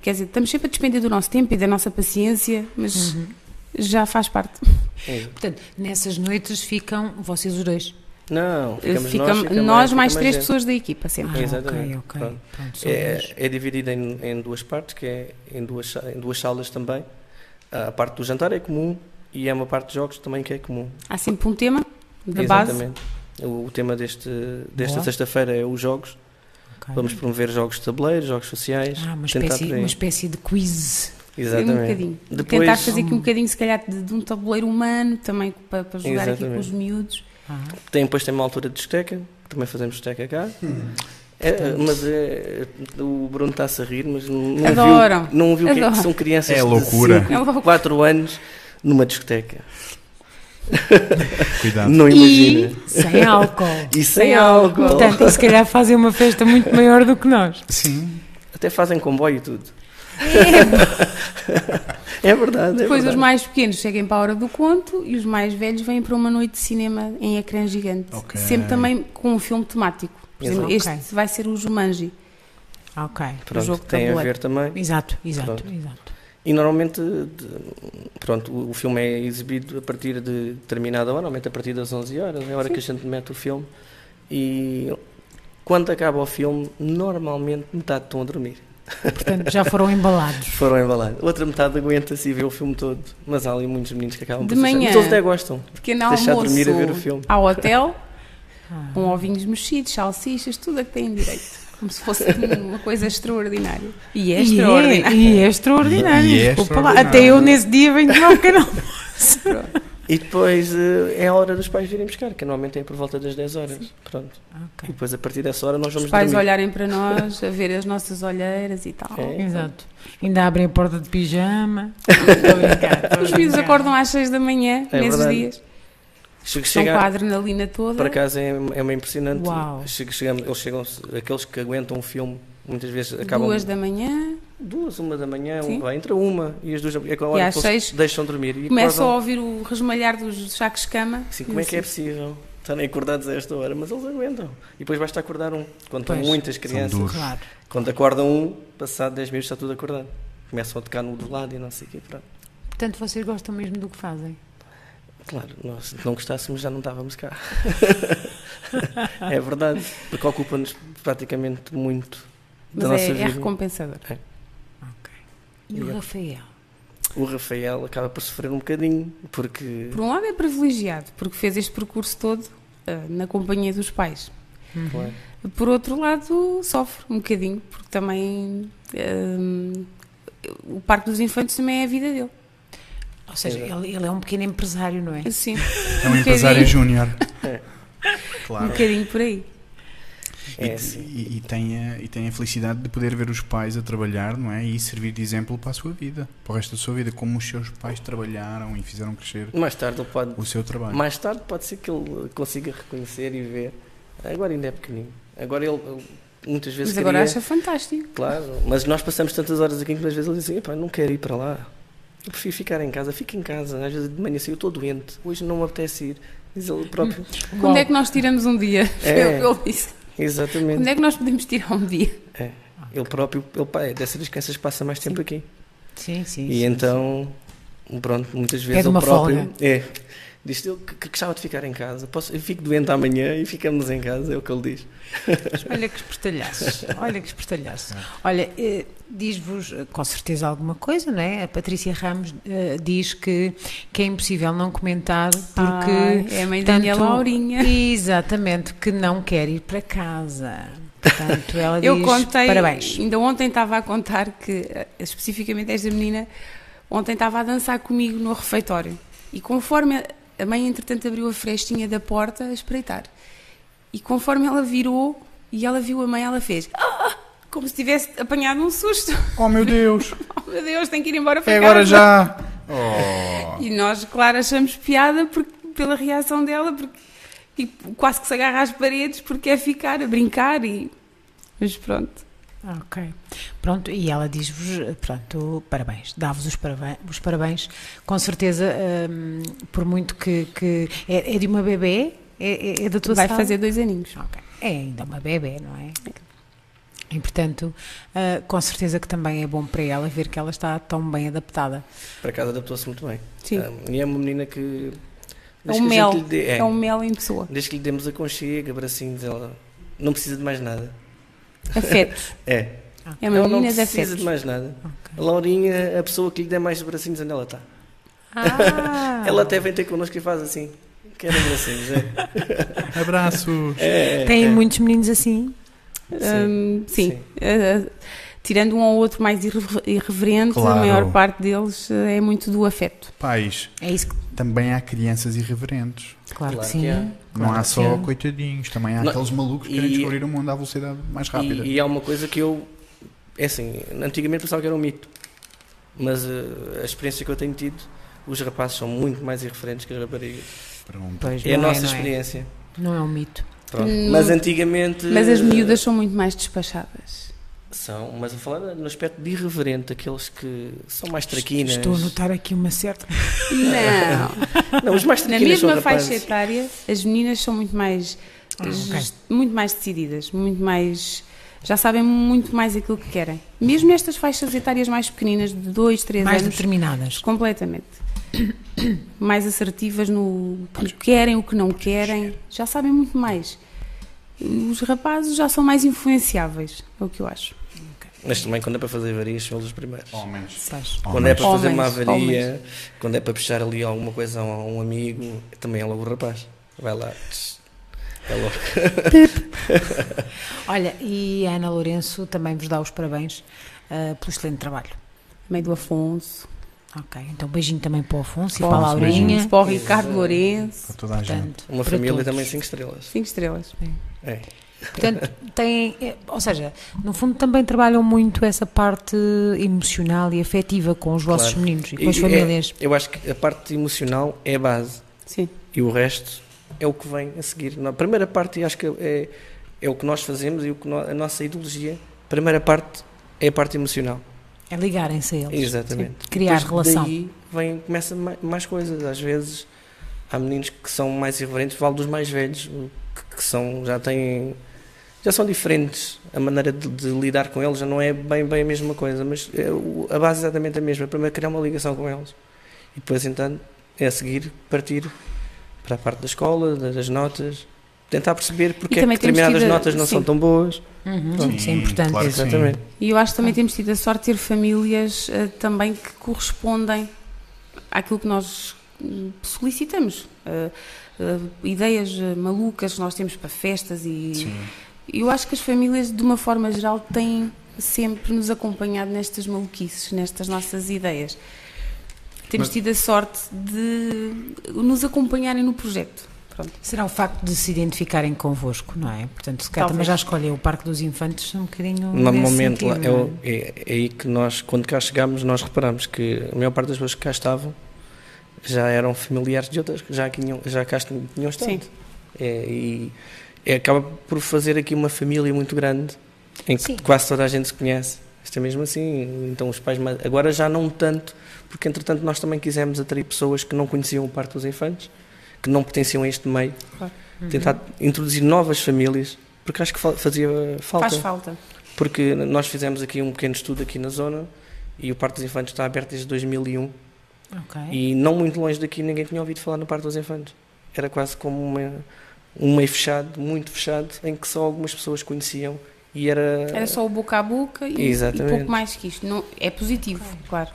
Speaker 3: quer dizer, estamos sempre a despender do nosso tempo e da nossa paciência, mas
Speaker 4: Uhum.
Speaker 5: Uhum.
Speaker 3: já faz parte.
Speaker 4: É.
Speaker 2: Portanto, nessas noites ficam vocês os dois.
Speaker 4: Não, ficamos
Speaker 3: Fica-
Speaker 4: nós, ficamos-
Speaker 3: Eh, nós
Speaker 4: fica
Speaker 3: mais três
Speaker 4: gente.
Speaker 3: pessoas da equipa sempre.
Speaker 2: Ah, ok,
Speaker 4: Exatamente.
Speaker 2: ok.
Speaker 4: Pronto.
Speaker 2: Pronto, são dois.
Speaker 4: É, é dividida em, em duas partes, que é em duas, sa- em duas salas também. A parte do jantar é comum e é uma parte de jogos também que é comum.
Speaker 3: Há sempre um tema da base. um
Speaker 4: Exatamente. O, o tema deste, desta
Speaker 2: Boa.
Speaker 4: sexta-feira é os jogos.
Speaker 2: Ok.
Speaker 4: Vamos promover jogos de tabuleiro, jogos sociais.
Speaker 2: Ah, uma
Speaker 4: tentar
Speaker 2: espécie,
Speaker 4: por aí.
Speaker 2: uma espécie de quiz.
Speaker 3: Um
Speaker 4: Exatamente.
Speaker 3: bocadinho.
Speaker 4: Depois-
Speaker 3: Tentar fazer aqui um bocadinho, se calhar, de, de um tabuleiro humano também para, para jogar aqui com
Speaker 4: Exatamente.
Speaker 3: os miúdos.
Speaker 2: Ah,
Speaker 4: Tem, depois tem uma altura de discoteca, também fazemos discoteca cá. É, mas é, o Bruno está-se a rir, mas não, não
Speaker 3: Adoram.
Speaker 4: viu, não viu o que é que
Speaker 3: Adoram.
Speaker 4: são crianças
Speaker 1: É loucura.
Speaker 4: de
Speaker 3: É
Speaker 4: 5,
Speaker 3: loucura.
Speaker 4: 4 anos numa discoteca.
Speaker 1: Cuidado.
Speaker 4: Não
Speaker 2: E
Speaker 4: imagina.
Speaker 2: sem álcool.
Speaker 4: E, sem álcool.
Speaker 2: Portanto, e se calhar fazem uma festa muito maior do que nós.
Speaker 1: Sim.
Speaker 4: Até fazem comboio e tudo. É verdade. é
Speaker 3: Depois os
Speaker 4: verdade.
Speaker 3: mais pequenos seguem para a hora do conto e os mais velhos vêm para uma noite de cinema em ecrã gigante.
Speaker 1: Ok.
Speaker 3: Sempre também com um filme temático. Por exemplo,
Speaker 2: Exato.
Speaker 3: este vai ser o Jumanji.
Speaker 2: Ah, ok.
Speaker 4: Pronto,
Speaker 3: jogo de
Speaker 4: tem a
Speaker 3: tabuleiro.
Speaker 4: ver também.
Speaker 2: Exato, exato,
Speaker 4: Pronto.
Speaker 2: exato.
Speaker 4: E normalmente, de- pronto, o o filme é exibido a partir de determinada hora, normalmente a partir das 11 horas, é a hora que a gente mete o filme. E quando acaba o filme, normalmente metade estão a dormir.
Speaker 2: Portanto, já foram embalados.
Speaker 4: Foram embalados. Outra metade aguenta-se e vê o filme todo. Mas há ali muitos meninos que acabam
Speaker 3: De
Speaker 4: por se deixar.
Speaker 3: manhã.
Speaker 4: Mas eles até gostam.
Speaker 3: Pequeno
Speaker 4: Deixar
Speaker 3: almoço
Speaker 4: dormir a ver o filme.
Speaker 3: ao hotel,
Speaker 2: Ah.
Speaker 3: com ovinhos mexidos, salsichas, tudo a que têm direito. Como se fosse uma coisa extraordinária. E é extraordinário.
Speaker 2: E é extraordinário.
Speaker 1: E é
Speaker 2: Desculpa lá.
Speaker 1: extraordinário.
Speaker 2: Até eu nesse dia venho tomar um canal.
Speaker 4: E depois eh, é a hora dos pais virem buscar, que normalmente é por volta das 10 horas. Pronto. E depois a partir dessa hora nós vamos
Speaker 3: Os pais
Speaker 4: dormir.
Speaker 3: olharem para nós, a ver as nossas olheiras e tal.
Speaker 4: É.
Speaker 2: Exato. Ainda abrem a porta de pijama. Estou a brincar, estou a
Speaker 3: Os miúdos
Speaker 2: brincar.
Speaker 3: acordam às 6 da manhã,
Speaker 4: É
Speaker 3: nesses
Speaker 4: verdade.
Speaker 3: dias.
Speaker 4: Che-
Speaker 3: Estão né? com
Speaker 4: Chega,
Speaker 3: a adrenalina toda.
Speaker 4: para casa é, é uma impressionante.
Speaker 2: Uau.
Speaker 4: Che- chegamos- eles chegam, aqueles que aguentam o filme, muitas vezes acabam
Speaker 3: Duas da manhã,
Speaker 4: Duas, uma da manhã, um-
Speaker 3: Sim.
Speaker 4: vai, entra uma e as duas da- é com a
Speaker 3: E
Speaker 4: hora
Speaker 3: às
Speaker 4: que
Speaker 3: seis
Speaker 4: eles deixam dormir. E
Speaker 3: começam a
Speaker 4: acordam.
Speaker 3: ouvir o resmalhar dos sacos de cama.
Speaker 4: Assim, como é que é possível? Estarem acordados a esta hora, mas eles aguentam. E depois basta acordar um. Quando tem
Speaker 2: Pois.
Speaker 4: muitas
Speaker 1: duros.
Speaker 4: crianças,
Speaker 2: Claro.
Speaker 4: quando acordam um, passado 10 minutos está tudo acordado. Começam a tocar no do lado e não sei o quê. Pronto.
Speaker 2: Portanto, vocês gostam mesmo do que fazem.
Speaker 4: Claro, nós se não gostássemos já não estávamos cá. é verdade, porque ocupa-nos praticamente muito da
Speaker 3: Mas
Speaker 4: nossa
Speaker 3: é, é
Speaker 4: vida.
Speaker 3: recompensador.
Speaker 2: E o
Speaker 4: Obrigado.
Speaker 2: Rafael?
Speaker 4: O Rafael acaba por sofrer um bocadinho, porque
Speaker 3: Por um lado é privilegiado, porque fez este percurso todo ah, na companhia dos pais. um
Speaker 4: claro,
Speaker 3: Por outro lado, sofre um bocadinho, porque também ah, o Parque dos Infantes também é a vida dele.
Speaker 2: Ou seja,
Speaker 4: Exato.
Speaker 2: ele, ele é um pequeno empresário, não é?
Speaker 3: Sim,
Speaker 1: É um empresário
Speaker 3: bocadinho.
Speaker 1: júnior.
Speaker 4: É.
Speaker 3: um
Speaker 1: Claro.
Speaker 3: bocadinho por aí.
Speaker 4: é
Speaker 1: E,
Speaker 4: assim.
Speaker 1: e- e tem a, e tem a felicidade de poder ver os pais a trabalhar, não é? E servir de exemplo para a sua vida, para o resto da sua vida, como os seus pais trabalharam e fizeram crescer
Speaker 4: Mais tarde ele pode,
Speaker 1: o seu trabalho.
Speaker 4: mais tarde pode ser que ele consiga reconhecer e ver. Agora ainda é pequenino. Agora ele, ele muitas vezes
Speaker 3: Mas agora
Speaker 4: queria-
Speaker 3: acha fantástico.
Speaker 4: Claro, mas nós passamos tantas horas aqui que às vezes ele diz assim, "Epá, não quero ir para lá. Eu prefiro ficar em casa, fica em casa. Às vezes de manhã assim, eu estou doente, hoje não me apetece ir. Diz ele próprio.
Speaker 3: Quando é que nós tiramos um dia?
Speaker 4: É.
Speaker 3: Foi o que ele disse. Quando
Speaker 4: Exatamente.
Speaker 3: é que nós podemos tirar um dia?
Speaker 4: Ele próprio, ele, pá, é dessas das crianças que passa mais tempo aqui.
Speaker 2: Sim, sim.
Speaker 4: E
Speaker 2: sim,
Speaker 4: então, pronto, muitas vezes
Speaker 2: Pede
Speaker 4: ele
Speaker 2: uma
Speaker 4: próprio.
Speaker 2: folga.
Speaker 4: É. Diz eu que que gostava de ficar em casa. Posso, eu fico doente amanhã e ficamos em casa, é o que ele diz.
Speaker 2: sim. Olha que espertalhaços. Olha que espertalhaços. Olha, eh, diz-vos eh, com certeza alguma coisa, não é? A Patrícia Ramos eh, diz que, que é impossível não comentar porque.
Speaker 3: Ai, é a mãe da
Speaker 2: tanto-
Speaker 3: minha Laurinha.
Speaker 2: Exatamente, que não quer ir para casa. Portanto, ela
Speaker 3: Eu
Speaker 2: diz
Speaker 3: contei,
Speaker 2: parabéns.
Speaker 3: ainda ontem estava a contar que, eh, especificamente esta menina, ontem estava a dançar comigo no refeitório. E conforme a- a mãe, entretanto, abriu a frestinha da porta a espreitar. E conforme ela virou e ela viu a mãe, ela fez. "Ah!", Como se tivesse apanhado um susto.
Speaker 1: Oh meu Deus!
Speaker 3: Oh meu Deus, tenho que ir embora para
Speaker 1: É agora
Speaker 3: casa.
Speaker 1: já! Oh.
Speaker 3: E nós, claro, achamos piada porque- pela reação dela, porque e quase que se agarra às paredes porque é ficar a brincar e. Mas pronto.
Speaker 2: Ah, Ok. Pronto, e ela diz-vos, pronto, parabéns, dá-vos os parabéns, os parabéns. Com certeza, hum, por muito que. que- é, é de uma bebê? É, é- é da tua
Speaker 3: Vai
Speaker 2: sala?
Speaker 3: fazer dois aninhos.
Speaker 2: Ok. É ainda uma bebê, não é? E portanto, ah, com certeza que também é bom para ela ver que ela está tão bem adaptada.
Speaker 4: Para casa adaptou-se muito bem.
Speaker 3: Sim.
Speaker 4: Ah, e é uma menina que.
Speaker 3: É
Speaker 4: desde
Speaker 3: um
Speaker 4: que a
Speaker 3: mel.
Speaker 4: gente lhe dê- é,
Speaker 3: É um mel em pessoa.
Speaker 4: Desde que lhe demos aconchego, abracinhos, ela não precisa de mais nada.
Speaker 3: Afetos.
Speaker 4: É.
Speaker 3: É uma
Speaker 4: ela não
Speaker 3: menina de
Speaker 4: precisa
Speaker 3: afetos.
Speaker 4: de mais nada.
Speaker 2: Ok.
Speaker 4: A Laurinha, é a pessoa que lhe dá mais abracinhos onde ela está.
Speaker 2: Ah,
Speaker 4: tá. Ela até vem ter connosco e faz assim. Quero abracinhos, é.
Speaker 1: Abraços!
Speaker 4: é, é,
Speaker 2: Tem
Speaker 4: é.
Speaker 2: muitos meninos assim.
Speaker 3: Hum, sim.
Speaker 4: Sim.
Speaker 3: Eh, tirando um ou outro mais irrever- irreverente,
Speaker 1: Claro.
Speaker 3: a maior parte deles eh, é muito do afeto.
Speaker 1: Pais,
Speaker 2: É isso que.
Speaker 1: também há crianças irreverentes.
Speaker 2: Claro,
Speaker 4: Claro
Speaker 2: que
Speaker 4: que é.
Speaker 2: sim.
Speaker 4: há.
Speaker 1: Não há
Speaker 2: que
Speaker 1: só
Speaker 2: há.
Speaker 1: coitadinhos, também há
Speaker 4: Não,
Speaker 1: aqueles malucos que querem
Speaker 4: e-
Speaker 1: descobrir o mundo à velocidade mais rápida.
Speaker 4: E, um e há uma coisa que eu. É assim, antigamente pensava que era um mito, mas eh, a experiência que eu tenho tido, os rapazes são muito mais irreferentes que as raparigas.
Speaker 1: Pronto.
Speaker 2: Pois,
Speaker 4: É a
Speaker 2: não
Speaker 4: nossa
Speaker 2: não
Speaker 4: experiência.
Speaker 2: Não é um mito.
Speaker 4: Pronto.
Speaker 3: Hum,
Speaker 4: Mas antigamente.
Speaker 3: Mas as miúdas são muito mais despachadas.
Speaker 4: São, mas a falar no aspecto de irreverente, aqueles que são mais traquinas.
Speaker 2: Estou a notar aqui uma certa.
Speaker 3: Não.
Speaker 4: Não, os mais
Speaker 3: Na
Speaker 4: traquinas são
Speaker 3: mesma
Speaker 4: rapazes.
Speaker 3: faixa etária, as meninas são muito mais
Speaker 2: Ah, ok.
Speaker 3: muito mais decididas, muito mais já sabem muito mais aquilo que querem. Mesmo estas faixas etárias mais pequeninas de 2, 3
Speaker 2: Mais
Speaker 3: anos,
Speaker 2: determinadas.
Speaker 3: completamente. mais assertivas no que querem, o que não querem, já sabem muito mais. Os rapazes já são mais influenciáveis, é o que eu acho.
Speaker 4: Mas também quando é para fazer avarias são eles os primeiros.
Speaker 1: Homens.
Speaker 2: Pois.
Speaker 4: Quando é para fazer uma
Speaker 3: Homens,
Speaker 4: avaria, quando é para puxar ali alguma coisa a um amigo, também é logo o rapaz. Vai lá. tch, É logo.
Speaker 2: Olha, e a Ana Lourenço também vos dá os parabéns ah, pelo excelente trabalho.
Speaker 3: Meio do Afonso,
Speaker 2: Ok, então beijinho também para o Afonso e
Speaker 3: Afonso,
Speaker 2: para a Laurinha.
Speaker 1: beijinho.
Speaker 3: para o Ricardo Lourenço,
Speaker 1: Para toda a gente.
Speaker 2: Portanto,
Speaker 4: Uma
Speaker 2: para
Speaker 4: família
Speaker 2: todos.
Speaker 4: também 5 estrelas.
Speaker 3: 5 estrelas.
Speaker 4: É.
Speaker 2: Portanto, têm, eh, ou seja, no fundo também trabalham muito essa parte emocional e afetiva com os vossos
Speaker 4: Claro.
Speaker 2: meninos e com as
Speaker 4: E- é
Speaker 2: famílias.
Speaker 4: Eu acho que a parte emocional é a base
Speaker 3: Sim.
Speaker 4: e o resto é o que vem a seguir. Na primeira parte, eu acho que é, é o que nós fazemos e o que no- a nossa ideologia. A primeira parte é a parte emocional.
Speaker 2: É, ligarem-se a eles.
Speaker 4: Exatamente.
Speaker 2: Criar
Speaker 4: Depois
Speaker 2: relação.
Speaker 4: Daí vem, começa ma- mais coisas. Às vezes há meninos que são mais irreverentes, falo dos mais velhos, que, que são, já têm. Já são diferentes. A maneira de, de lidar com eles já não é bem, bem a mesma coisa, mas é o- a base é exatamente a mesma. Primeiro criar uma ligação com eles. E depois então é a seguir partir para a parte da escola, da- das notas, tentar perceber porque é que
Speaker 3: também temos
Speaker 4: determinadas
Speaker 3: tido a-
Speaker 4: notas não são
Speaker 3: sim.
Speaker 4: tão boas.
Speaker 2: Uhum,
Speaker 1: Sim,
Speaker 2: isso é importante.
Speaker 1: claro que sim.
Speaker 4: Exatamente.
Speaker 3: E eu acho que também temos tido a sorte de ter famílias eh, também que correspondem àquilo que nós hum, solicitamos. Eh, eh, ideias eh, malucas que nós temos para festas e
Speaker 1: Sim.
Speaker 3: Eu acho que as famílias, de uma forma geral, têm sempre nos acompanhado nestas maluquices, nestas nossas ideias. Temos
Speaker 1: Mas-
Speaker 3: tido a sorte de nos acompanharem no projeto. Pronto.
Speaker 2: Será o facto de se identificarem convosco, não é? Portanto, se calhar também
Speaker 3: Talvez.
Speaker 2: já escolhem o Parque dos Infantes um bocadinho. nesse
Speaker 4: Normalmente lá-
Speaker 2: sentido,
Speaker 4: é,
Speaker 2: não
Speaker 4: o- é- é aí que nós, quando cá chegámos, nós reparamos que a maior parte das pessoas que cá estavam já eram familiares de outras que já, aqui tinham, já cá tinham tinham estado.
Speaker 3: Sim.
Speaker 4: É, e é- acaba por fazer aqui uma família muito grande em que
Speaker 2: Sim.
Speaker 4: quase toda a gente se conhece. Isto é mesmo assim. Então os pais, mas agora já não tanto, porque entretanto nós também quisemos atrair pessoas que não conheciam o Parque dos Infantes, que não pertenciam a este meio,
Speaker 3: Claro.
Speaker 2: é? Uhum.
Speaker 4: tentar introduzir novas famílias, porque acho que fa- fazia falta
Speaker 3: Faz falta.
Speaker 4: porque nós fizemos aqui um pequeno estudo aqui na zona e o Parque dos Infantes está aberto desde 2001
Speaker 2: Ok.
Speaker 3: É?
Speaker 4: e não muito longe daqui ninguém tinha ouvido falar no Parque dos Infantes. Era quase como uma, um meio fechado, muito fechado, em que só algumas pessoas conheciam e era...
Speaker 3: Era só o boca a boca e, e
Speaker 4: Exatamente.
Speaker 3: pouco mais que isto. Não, é positivo, claro.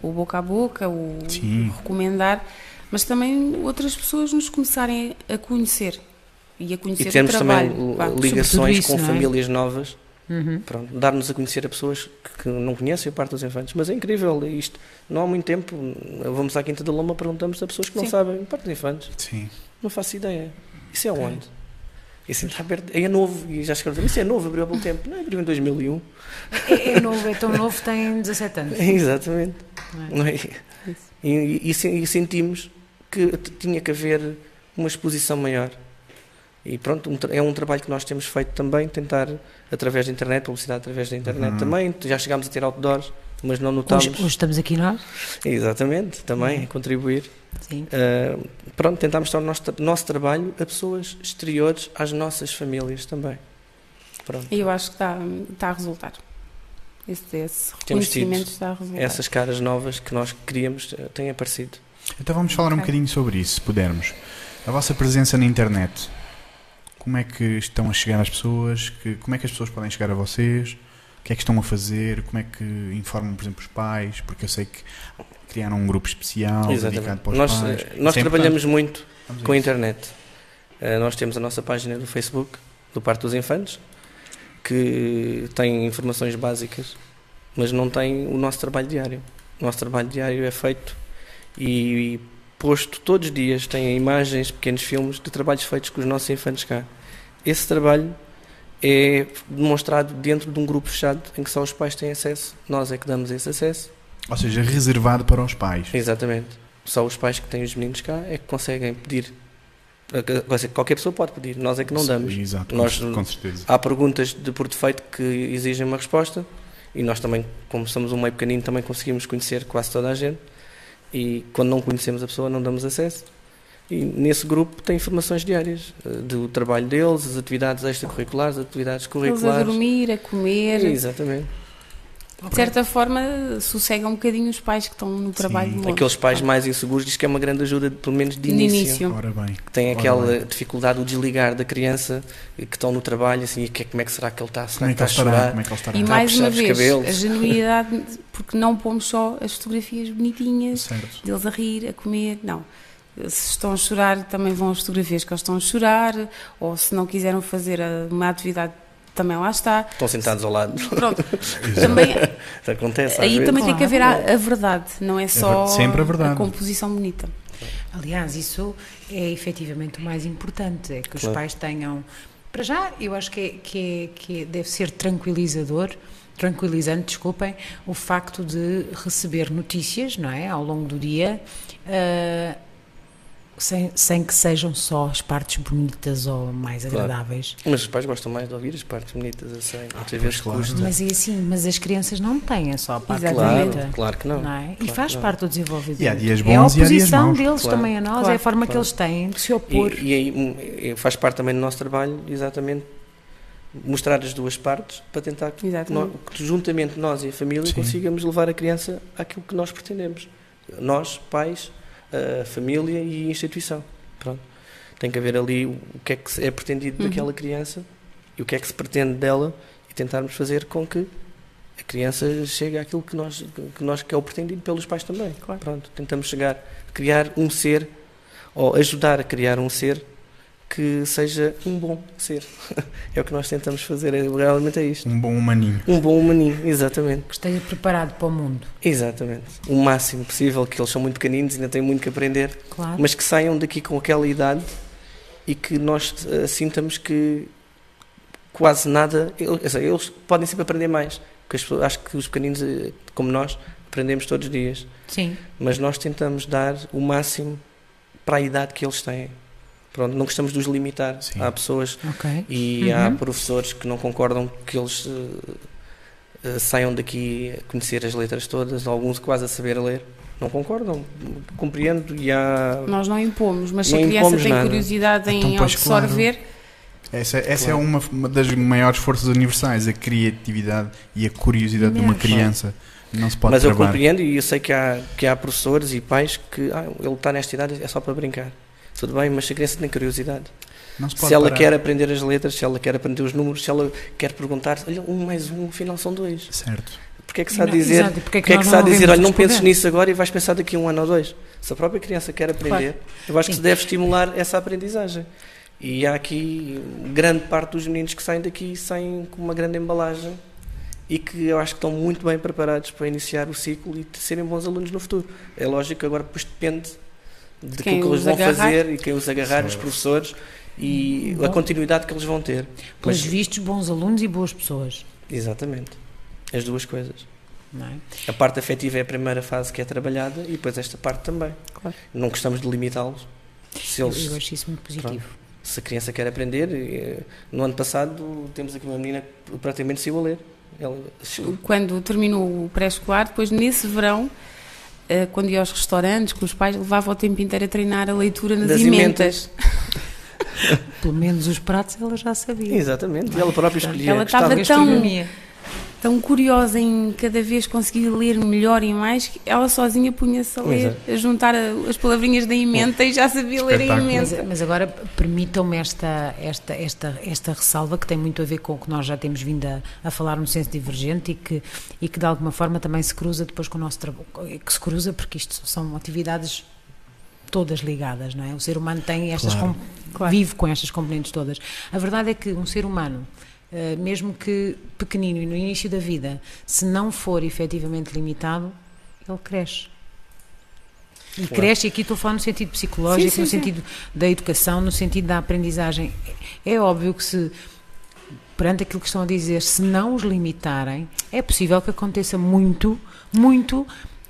Speaker 3: O boca a boca, o
Speaker 1: Sim.
Speaker 3: recomendar, mas também outras pessoas nos começarem a conhecer e a
Speaker 4: E
Speaker 3: conhecer o
Speaker 4: temos
Speaker 3: trabalho.
Speaker 4: também
Speaker 3: vá.
Speaker 4: eh, ligações
Speaker 2: isso,
Speaker 4: com
Speaker 2: não é?
Speaker 4: famílias novas,
Speaker 2: Uhum.
Speaker 4: pronto, dar-nos a conhecer a pessoas que, que não conhecem o Parque dos Infantes. Mas é incrível isto. Não há muito tempo, vamos à Quinta da Loma, perguntamos a pessoas que não
Speaker 3: Sim.
Speaker 4: sabem o Parque dos Infantes.
Speaker 1: Sim.
Speaker 4: Não faço ideia. Isso é onde? Isso está aberto. É novo. E já escrevemos. Isso é novo. Abriu há pouco tempo. Não, abriu em 2001.
Speaker 2: É, é novo, é tão novo, tem 17 anos.
Speaker 4: Exatamente.
Speaker 2: não é?
Speaker 4: Não é? E, e- e sen- e sentimos que t- tinha que haver uma exposição maior. E pronto, um tra- é um trabalho que nós temos feito também, tentar através da internet, publicidade através da internet
Speaker 1: Uhum.
Speaker 4: também. Já chegámos a ter outdoors, mas não notámos.
Speaker 2: Hoje, hoje estamos aqui nós.
Speaker 4: Exatamente, também, a contribuir.
Speaker 2: Sim.
Speaker 4: Ah, pronto, tentámos dar o nosso, tra- nosso trabalho a pessoas exteriores às nossas famílias também. Pronto.
Speaker 3: E eu acho que está, está a resultar. Esse, esse
Speaker 4: Temos tido
Speaker 3: reconhecimento está a resultar.
Speaker 4: Essas caras novas que nós queríamos eh, têm aparecido.
Speaker 1: Então vamos falar um
Speaker 3: Ok.
Speaker 1: bocadinho sobre isso, se pudermos. A vossa presença na internet. Como é que estão a chegar às pessoas? Que, como é que as pessoas podem chegar a vocês? O que é que estão a fazer? Como é que informam, por exemplo, os pais? Porque eu sei que criaram um grupo especial dedicado para os
Speaker 4: Nós,
Speaker 1: pais.
Speaker 4: eh, nós
Speaker 1: Isso é
Speaker 4: trabalhamos muito
Speaker 1: importante. Vamos a
Speaker 4: com a
Speaker 1: isso.
Speaker 4: internet. Eh, nós temos a nossa página do Facebook, do Parque dos Infantes, que tem informações básicas, mas não tem o nosso trabalho diário. O nosso trabalho diário é feito e, e posto todos os dias, tem imagens, pequenos filmes de trabalhos feitos com os nossos infantes cá. Esse trabalho é demonstrado dentro de um grupo fechado em que só os pais têm acesso, nós é que damos esse acesso.
Speaker 1: Ou seja, reservado para os pais.
Speaker 4: Exatamente. Só os pais que têm os meninos cá é que conseguem pedir. Quer dizer, Qualquer pessoa pode pedir, nós é que não damos.
Speaker 1: Exato,
Speaker 4: Nós-
Speaker 1: com, com certeza.
Speaker 4: Há perguntas de por defeito que exigem uma resposta e nós também, como somos um meio pequenino, também conseguimos conhecer quase toda a gente e quando não conhecemos a pessoa não damos acesso. E nesse grupo tem informações diárias eh, do trabalho deles, as atividades extracurriculares, as atividades
Speaker 3: Eles a
Speaker 4: curriculares.
Speaker 3: dormir, a comer.
Speaker 4: Exatamente.
Speaker 3: De certa forma, sossega um bocadinho os pais que estão no trabalho de longe.
Speaker 4: Aqueles pais mais inseguros diz que é uma grande ajuda, pelo menos
Speaker 3: de início.
Speaker 1: Ora bem. é
Speaker 4: que têm
Speaker 1: Ora
Speaker 4: aquela
Speaker 1: bem.
Speaker 4: dificuldade de desligar da criança e que estão no trabalho assim, e que, como é que será que ele está? Será
Speaker 1: Como é
Speaker 4: que
Speaker 1: que ele
Speaker 4: está a
Speaker 1: estará?
Speaker 4: chorar?
Speaker 1: Como é que ele estará?
Speaker 3: E
Speaker 4: Tá
Speaker 3: mais
Speaker 4: a
Speaker 3: uma
Speaker 4: puxar os
Speaker 3: vez,
Speaker 4: cabelos.
Speaker 3: a genuinidade, porque não pomos só as fotografias bonitinhas
Speaker 1: Certo.
Speaker 3: deles a rir, a comer, não. Se estão a chorar, também vão as fotografias que eles estão a chorar, ou se não quiseram fazer a- uma atividade, também lá
Speaker 1: é
Speaker 3: está.
Speaker 4: Estão sentados ao lado.
Speaker 3: Pronto, também,
Speaker 4: Acontece. às
Speaker 3: aí
Speaker 4: vezes.
Speaker 3: também tem que haver
Speaker 2: Claro.
Speaker 3: a, a verdade, não é só
Speaker 1: ver- sempre a verdade.
Speaker 3: composição bonita.
Speaker 5: Aliás, isso é efetivamente o mais importante, é que os
Speaker 4: Claro.
Speaker 5: pais tenham. Para já, eu acho que, é, que, é, que é- deve ser tranquilizador, tranquilizante, desculpem, o facto de receber notícias, não é, ao longo do dia, ah, sem, sem que sejam só as partes bonitas ou mais
Speaker 4: Claro.
Speaker 5: agradáveis.
Speaker 4: Mas os pais gostam mais de ouvir as partes bonitas, eu sei. Muitas vezes
Speaker 1: Ah, claro.
Speaker 4: custa.
Speaker 5: Mas é assim, mas as crianças não têm é só a parte
Speaker 3: Exatamente.
Speaker 5: bonita.
Speaker 4: Claro, claro que não.
Speaker 5: não é? e
Speaker 4: Claro
Speaker 5: faz
Speaker 4: que não.
Speaker 5: parte do desenvolvimento.
Speaker 1: E há dias
Speaker 5: é a
Speaker 1: bons e há dias
Speaker 5: oposição
Speaker 1: maus.
Speaker 5: deles
Speaker 4: Claro.
Speaker 5: também a nós,
Speaker 3: Claro,
Speaker 5: é a forma que
Speaker 4: claro.
Speaker 5: eles têm de se opor.
Speaker 4: E, e aí hum, eh, faz parte também do nosso trabalho, exatamente, mostrar as duas partes para tentar que,
Speaker 3: Exatamente.
Speaker 4: nó- que juntamente nós e a família
Speaker 1: Sim.
Speaker 4: consigamos levar a criança àquilo que nós pretendemos. Nós, pais, a família e a instituição. Pronto. Tem que haver ali o o que é que se- é pretendido
Speaker 3: Uhum.
Speaker 4: daquela criança e o que é que se pretende dela e tentarmos fazer com que a criança chegue àquilo que nós que, nós, que é o pretendido pelos pais também.
Speaker 3: Claro.
Speaker 4: Pronto, tentamos chegar, criar um ser ou ajudar a criar um ser que seja um bom ser. é o que nós tentamos fazer, é- realmente é isto.
Speaker 1: Um bom humaninho.
Speaker 4: Um bom humaninho, exatamente.
Speaker 5: que esteja preparado para o mundo,
Speaker 4: Exatamente. O máximo possível, que eles são muito pequeninos, ainda têm muito que aprender,
Speaker 5: claro.
Speaker 4: mas que saiam daqui com aquela idade e que nós eh, sintamos que quase nada, eu- eu sei, eles podem sempre aprender mais, porque as pessoas- acho que os pequeninos, eh, como nós, aprendemos todos os dias,
Speaker 5: Sim.
Speaker 4: mas nós tentamos dar o máximo para a idade que eles têm. Pronto, não gostamos de os limitar.
Speaker 1: Sim.
Speaker 4: Há pessoas
Speaker 5: Ok.
Speaker 4: e há
Speaker 5: Uhum.
Speaker 4: professores que não concordam que eles eh, eh, saiam daqui a conhecer as letras todas, alguns quase a saber ler. Não concordam, compreendo, e há
Speaker 3: Nós não impomos, mas se
Speaker 4: Não
Speaker 3: a criança
Speaker 4: impomos
Speaker 3: tem
Speaker 4: nada.
Speaker 3: curiosidade em
Speaker 1: Então, pois, claro.
Speaker 3: absorver,
Speaker 1: Essa, essa
Speaker 4: Claro.
Speaker 1: é uma, uma das maiores forças universais, a criatividade e a curiosidade de uma
Speaker 5: Mesmo.
Speaker 1: criança. Não se pode
Speaker 4: Mas eu
Speaker 1: travar.
Speaker 4: compreendo e eu sei que há, que há professores e pais que ah, ele está nesta idade, é só para brincar. Tudo bem, mas se a criança tem curiosidade.
Speaker 1: Não se pode
Speaker 4: Se ela
Speaker 1: parar.
Speaker 4: quer aprender as letras, se ela quer aprender os números, se ela quer perguntar, olha, um mais um, afinal são dois.
Speaker 1: Certo.
Speaker 4: Porque é que se há a
Speaker 5: Não,
Speaker 4: dizer,
Speaker 5: exato, e porque
Speaker 4: porque é que
Speaker 5: nós
Speaker 4: se há a dizer, olha,
Speaker 5: devemos
Speaker 4: não penses
Speaker 5: responder?
Speaker 4: nisso agora e vais pensar daqui a um ano ou dois. Se a própria criança quer aprender, eu acho que
Speaker 5: Sim.
Speaker 4: se deve estimular essa aprendizagem. E há aqui grande parte dos meninos que saem daqui saem com uma grande embalagem e que eu acho que estão muito bem preparados para iniciar o ciclo e de serem bons alunos no futuro. É lógico que agora depois depende de
Speaker 3: quem
Speaker 4: quem que eles
Speaker 3: os
Speaker 4: vão
Speaker 3: agarrar.
Speaker 4: fazer e quem os agarrar, os
Speaker 1: Certo.
Speaker 4: professores e a
Speaker 5: Bom.
Speaker 4: continuidade que eles vão ter.
Speaker 5: Pelos
Speaker 4: Mas-
Speaker 5: vistos, bons alunos e boas pessoas,
Speaker 4: Exatamente. As duas coisas.
Speaker 5: não é?
Speaker 4: A parte afetiva é a primeira fase que é trabalhada e depois esta parte também.
Speaker 3: Claro.
Speaker 4: Não gostamos de limitá-los. Se
Speaker 5: Eu,
Speaker 4: eles
Speaker 5: eu acho isso muito positivo.
Speaker 4: se a criança quer aprender, eh, no ano passado temos aqui uma menina que praticamente se a ler. Ela,
Speaker 3: Quando terminou o pré-escolar, depois nesse verão, eh, quando ia aos restaurantes com os pais, levava o tempo inteiro a treinar a leitura nas
Speaker 4: Das
Speaker 3: ementas.
Speaker 2: Pelo menos os pratos ela já sabia.
Speaker 4: exatamente, ela própria escolhia.
Speaker 3: Ela
Speaker 4: gostava.
Speaker 3: estava tão-
Speaker 2: Gastronomia.
Speaker 3: Tão curiosa em cada vez conseguir ler melhor e mais, que ela sozinha punha-se a
Speaker 4: Pois é.
Speaker 3: ler, a juntar a- as palavrinhas da emenda e já sabia ler a
Speaker 1: Espetáculo.
Speaker 2: Mas,
Speaker 3: emenda.
Speaker 2: mas agora permitam-me esta, esta, esta, esta ressalva que tem muito a ver com o que nós já temos vindo a, a falar no senso divergente e que, e que de alguma forma também se cruza depois com o nosso trabalho, que se cruza porque isto são atividades todas ligadas, não é? O ser humano tem estas
Speaker 1: Claro.
Speaker 2: com- vive com estas componentes todas. A verdade é que um ser humano eh, mesmo que pequenino e no início da vida, se não for efetivamente limitado, ele cresce. E
Speaker 4: Claro.
Speaker 2: cresce, e aqui estou a falar no sentido psicológico,
Speaker 3: Sim, sim,
Speaker 2: no
Speaker 3: sim.
Speaker 2: sentido da educação, no sentido da aprendizagem. É óbvio que se, perante aquilo que estão a dizer, se não os limitarem, é possível que aconteça muito, muito,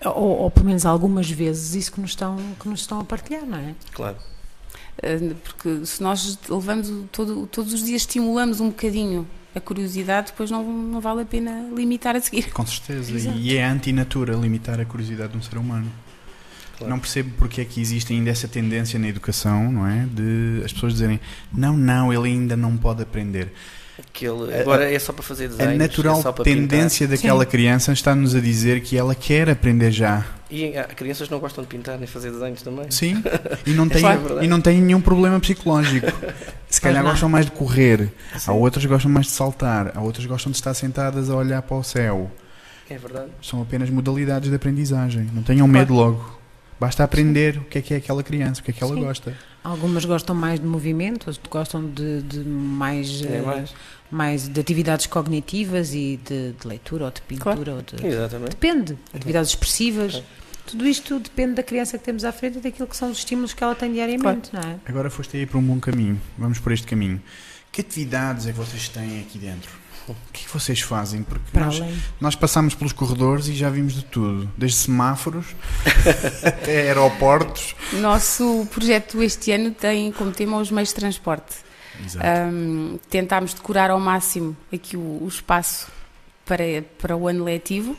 Speaker 2: ou, ou pelo menos algumas vezes, isso que nos estão, que nos estão a partilhar, não é?
Speaker 4: Claro,
Speaker 3: Uh, Porque se nós levamos o- todo- todos os dias estimulamos um bocadinho a curiosidade, depois não, não vale a pena limitar a seguir.
Speaker 1: Com certeza.
Speaker 3: Exato.
Speaker 1: E é antinatura limitar a curiosidade de um ser humano.
Speaker 4: Claro.
Speaker 1: Não percebo porque é que existe ainda essa tendência na educação, não é? De as pessoas dizerem não, não, ele ainda não pode aprender.
Speaker 4: que ele,
Speaker 1: A-
Speaker 4: agora é só para fazer
Speaker 1: A
Speaker 4: desenhos, é
Speaker 1: natural
Speaker 4: só para
Speaker 1: tendência daquela
Speaker 2: Sim.
Speaker 1: criança está-nos a dizer que ela quer aprender já.
Speaker 4: pintar. E há crianças que não gostam de pintar nem fazer desenhos também.
Speaker 1: Sim, e
Speaker 2: É
Speaker 1: não tem,
Speaker 4: Claro.
Speaker 1: e não tem nenhum problema psicológico. Se calhar
Speaker 2: não.
Speaker 1: gostam mais de correr,
Speaker 4: Sim,
Speaker 1: há outras que gostam mais de saltar, há outras que gostam de estar sentadas a olhar para o céu.
Speaker 4: É verdade.
Speaker 1: São apenas modalidades de aprendizagem. Não tenham medo logo. Basta aprender o que é que é aquela criança, o que é que ela
Speaker 2: Sim.
Speaker 1: gosta.
Speaker 2: Algumas gostam mais de movimento, outras gostam de, de mais,
Speaker 4: Nem
Speaker 3: É,
Speaker 2: eh,
Speaker 4: mais.
Speaker 2: mais de atividades cognitivas e de, de leitura ou de pintura ou de...
Speaker 4: Exatamente.
Speaker 2: Depende, atividades expressivas.
Speaker 4: Claro.
Speaker 2: Tudo isto depende da criança que temos à frente e daquilo que são os estímulos que ela tem diariamente, não é?
Speaker 1: Agora foste aí para um bom caminho. Vamos por este caminho. Que atividades é que vocês têm aqui dentro? O que é que vocês fazem? Porque
Speaker 2: Para
Speaker 1: nós,
Speaker 2: além.
Speaker 1: nós passámos pelos corredores e já vimos de tudo. Desde semáforos até aeroportos.
Speaker 3: Nosso projeto este ano tem como tema os meios de transporte.
Speaker 2: É,
Speaker 1: Exato.
Speaker 3: Um, tentámos decorar ao máximo aqui o, o espaço para, para o ano letivo,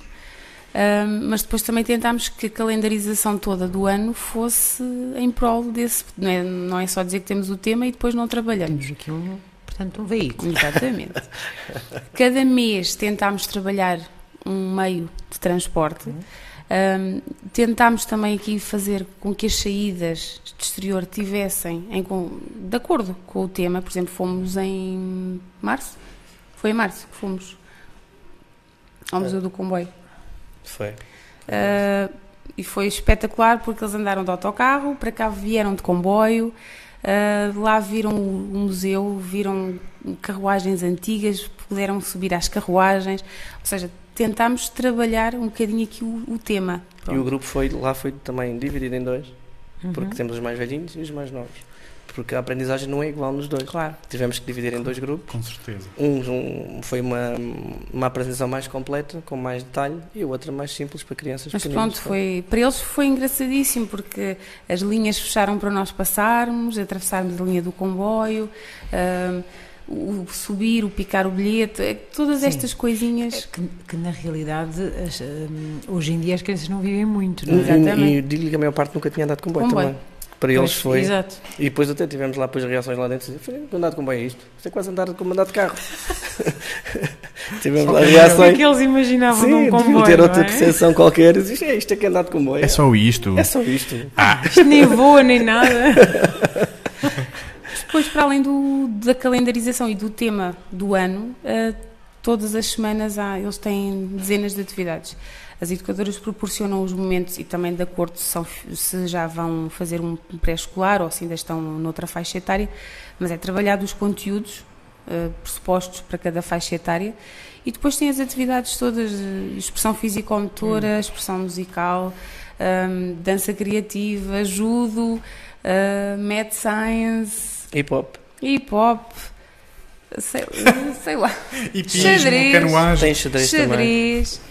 Speaker 3: um, mas depois também tentámos que a calendarização toda do ano fosse em prol desse. Não é, não é só dizer que temos o tema e depois não trabalhamos.
Speaker 2: Temos aqui um, portanto, um veículo.
Speaker 3: Exatamente. Cada mês tentámos trabalhar um meio de transporte. Ahm, tentámos também aqui fazer com que as saídas de exterior tivessem em con- de acordo com o tema. Por exemplo, fomos em março. Foi em março que fomos ao Museu do Comboio.
Speaker 4: Foi.
Speaker 3: Ah, e foi espetacular porque eles andaram de autocarro, para cá vieram de comboio, ah, lá viram o o museu, viram carruagens antigas, puderam subir às carruagens, ou seja, tentámos trabalhar um bocadinho aqui o, o tema.
Speaker 4: E o grupo foi, lá foi também dividido em dois, Uhum.
Speaker 2: Uhum.
Speaker 4: porque temos os mais velhinhos e os mais novos. Porque a aprendizagem não é igual nos dois.
Speaker 3: Claro.
Speaker 4: Tivemos que dividir em dois grupos.
Speaker 1: Com certeza.
Speaker 4: Um, um- foi uma, uma apresentação mais completa, com mais detalhe, e o outro mais simples para crianças
Speaker 3: Mas
Speaker 4: pequeninas.
Speaker 3: pronto, foi, para eles foi engraçadíssimo porque as linhas fecharam para nós passarmos, atravessarmos a linha do comboio, ah, o o subir, o picar o bilhete, eh, todas
Speaker 2: Sim.
Speaker 3: estas coisinhas.
Speaker 2: Que, que, na realidade, as, hum, hoje em dia as crianças não vivem muito, não é?
Speaker 4: E- E,
Speaker 3: Exatamente.
Speaker 4: e digo-lhe que a maior parte nunca tinha andado de comboio,
Speaker 3: Comboio.
Speaker 4: também. Para eles
Speaker 2: Pois,
Speaker 4: foi.
Speaker 2: Exato.
Speaker 4: E depois até tivemos lá depois reações lá dentro. Falei, andar de comboio é isto. Você quase andar como andar de carro. tivemos lá
Speaker 2: O que é
Speaker 4: reações.
Speaker 2: que eles imaginavam de um
Speaker 4: Sim, deviam
Speaker 2: comboio,
Speaker 4: ter
Speaker 2: não
Speaker 4: outra
Speaker 2: é?
Speaker 4: percepção qualquer. Isto é, isto é que é andar de comboio.
Speaker 1: É só isto.
Speaker 4: É só isto.
Speaker 2: Isto nem voa nem nada.
Speaker 3: Depois, para além do- da calendarização e do tema do ano, eh, todas as semanas há- eles têm dezenas de atividades. As educadoras proporcionam os momentos e também de acordo se, são- se já vão fazer um pré-escolar ou se ainda estão noutra faixa etária, mas é trabalhado os conteúdos eh, pressupostos para cada faixa etária e depois tem as atividades todas, eh, expressão fisicomotora, expressão musical, ehm, dança criativa, judo, eh, mad science,
Speaker 4: Hip hop.
Speaker 3: Hip hop, sei, sei lá,
Speaker 1: E
Speaker 3: Xadrez.
Speaker 1: canoagem,
Speaker 4: Tem xadrez, também.
Speaker 3: xadrez.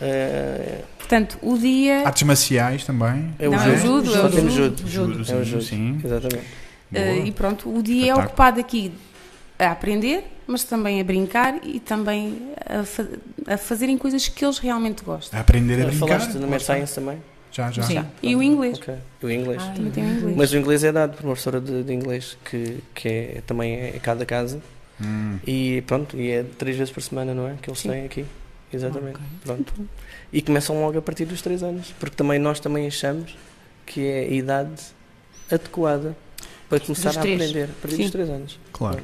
Speaker 4: Eh,
Speaker 3: Portanto, o dia.
Speaker 1: Ah, artes marciais também.
Speaker 4: é o
Speaker 3: Não,
Speaker 4: judo.
Speaker 3: é o judo, é
Speaker 4: Só
Speaker 3: o
Speaker 4: temos
Speaker 2: judo.
Speaker 4: judo.
Speaker 1: Judo,
Speaker 4: É o
Speaker 1: sim,
Speaker 4: judo.
Speaker 1: sim.
Speaker 4: Exatamente.
Speaker 3: Eh,
Speaker 1: Boa.
Speaker 3: e pronto, o dia é
Speaker 1: Espetáculo.
Speaker 3: ocupado aqui a aprender, mas também a brincar e também a, fa- a fazerem coisas que eles realmente gostam.
Speaker 1: A aprender a brincar.
Speaker 4: Falaste na
Speaker 1: lá
Speaker 4: Mad
Speaker 1: está.
Speaker 4: Science também?
Speaker 1: Já, já.
Speaker 5: Sim.
Speaker 3: E o inglês.
Speaker 4: Ok. E o inglês.
Speaker 2: Ai,
Speaker 3: Também tem o inglês.
Speaker 4: Mas o inglês é dado por uma professora de, de inglês que, que é, também é cada casa.
Speaker 1: Hum.
Speaker 4: E pronto, e é três vezes por semana, não é? Que eles
Speaker 3: Sim.
Speaker 4: têm aqui. Exatamente.
Speaker 2: Ah, Ok.
Speaker 4: Pronto. E começam logo a partir dos três anos, porque também nós também achamos que é a idade adequada para começar
Speaker 2: Dos
Speaker 4: a
Speaker 2: três.
Speaker 4: aprender a partir
Speaker 3: Sim.
Speaker 4: dos três anos.
Speaker 1: Claro.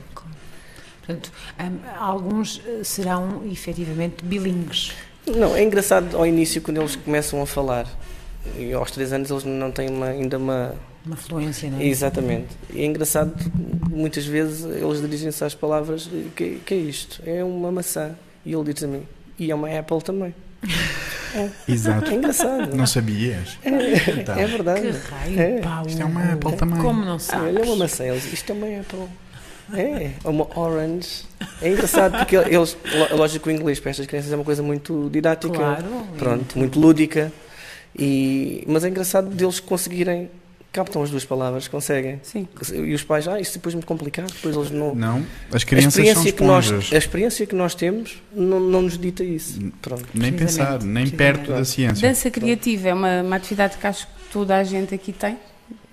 Speaker 2: Portanto, hum, alguns eh, serão efetivamente bilíngues.
Speaker 4: Não, é engraçado ao início quando eles começam a falar. E aos três anos eles não têm uma- ainda uma.
Speaker 2: Uma fluência, não é?
Speaker 4: Exatamente. E é engraçado, muitas vezes eles dirigem-se às palavras: que, que é isto? É uma maçã. E ele diz a mim: e é uma Apple também.
Speaker 1: Exato.
Speaker 4: É engraçado.
Speaker 1: Não sabias?
Speaker 4: É,
Speaker 1: Então.
Speaker 4: é
Speaker 2: Que
Speaker 4: verdade.
Speaker 2: raio,
Speaker 4: É.
Speaker 2: Paulo.
Speaker 1: Isto é uma Apple também.
Speaker 2: Como não
Speaker 4: Ah,
Speaker 2: sabes?
Speaker 4: olha uma maçã, eles, isto é uma Apple. É, é uma Orange. É engraçado porque eles, lo- lógico, que o inglês para estas crianças é uma coisa muito didática,
Speaker 2: Claro. Hum.
Speaker 4: pronto, muito lúdica. E, mas é engraçado deles conseguirem, captam as duas palavras, conseguem.
Speaker 3: Sim.
Speaker 4: E os pais, ah, isso depois é muito complicado, depois eles não.
Speaker 1: Não. As
Speaker 4: A
Speaker 1: crianças são
Speaker 4: experiência, que nós,
Speaker 1: esponjas.
Speaker 4: a experiência que nós temos não, não nos dita isso. Pronto.
Speaker 1: Nem pensar, nem
Speaker 2: Precisamente.
Speaker 1: perto da ciência.
Speaker 3: Dança criativa é uma, uma atividade que acho que toda a gente aqui tem.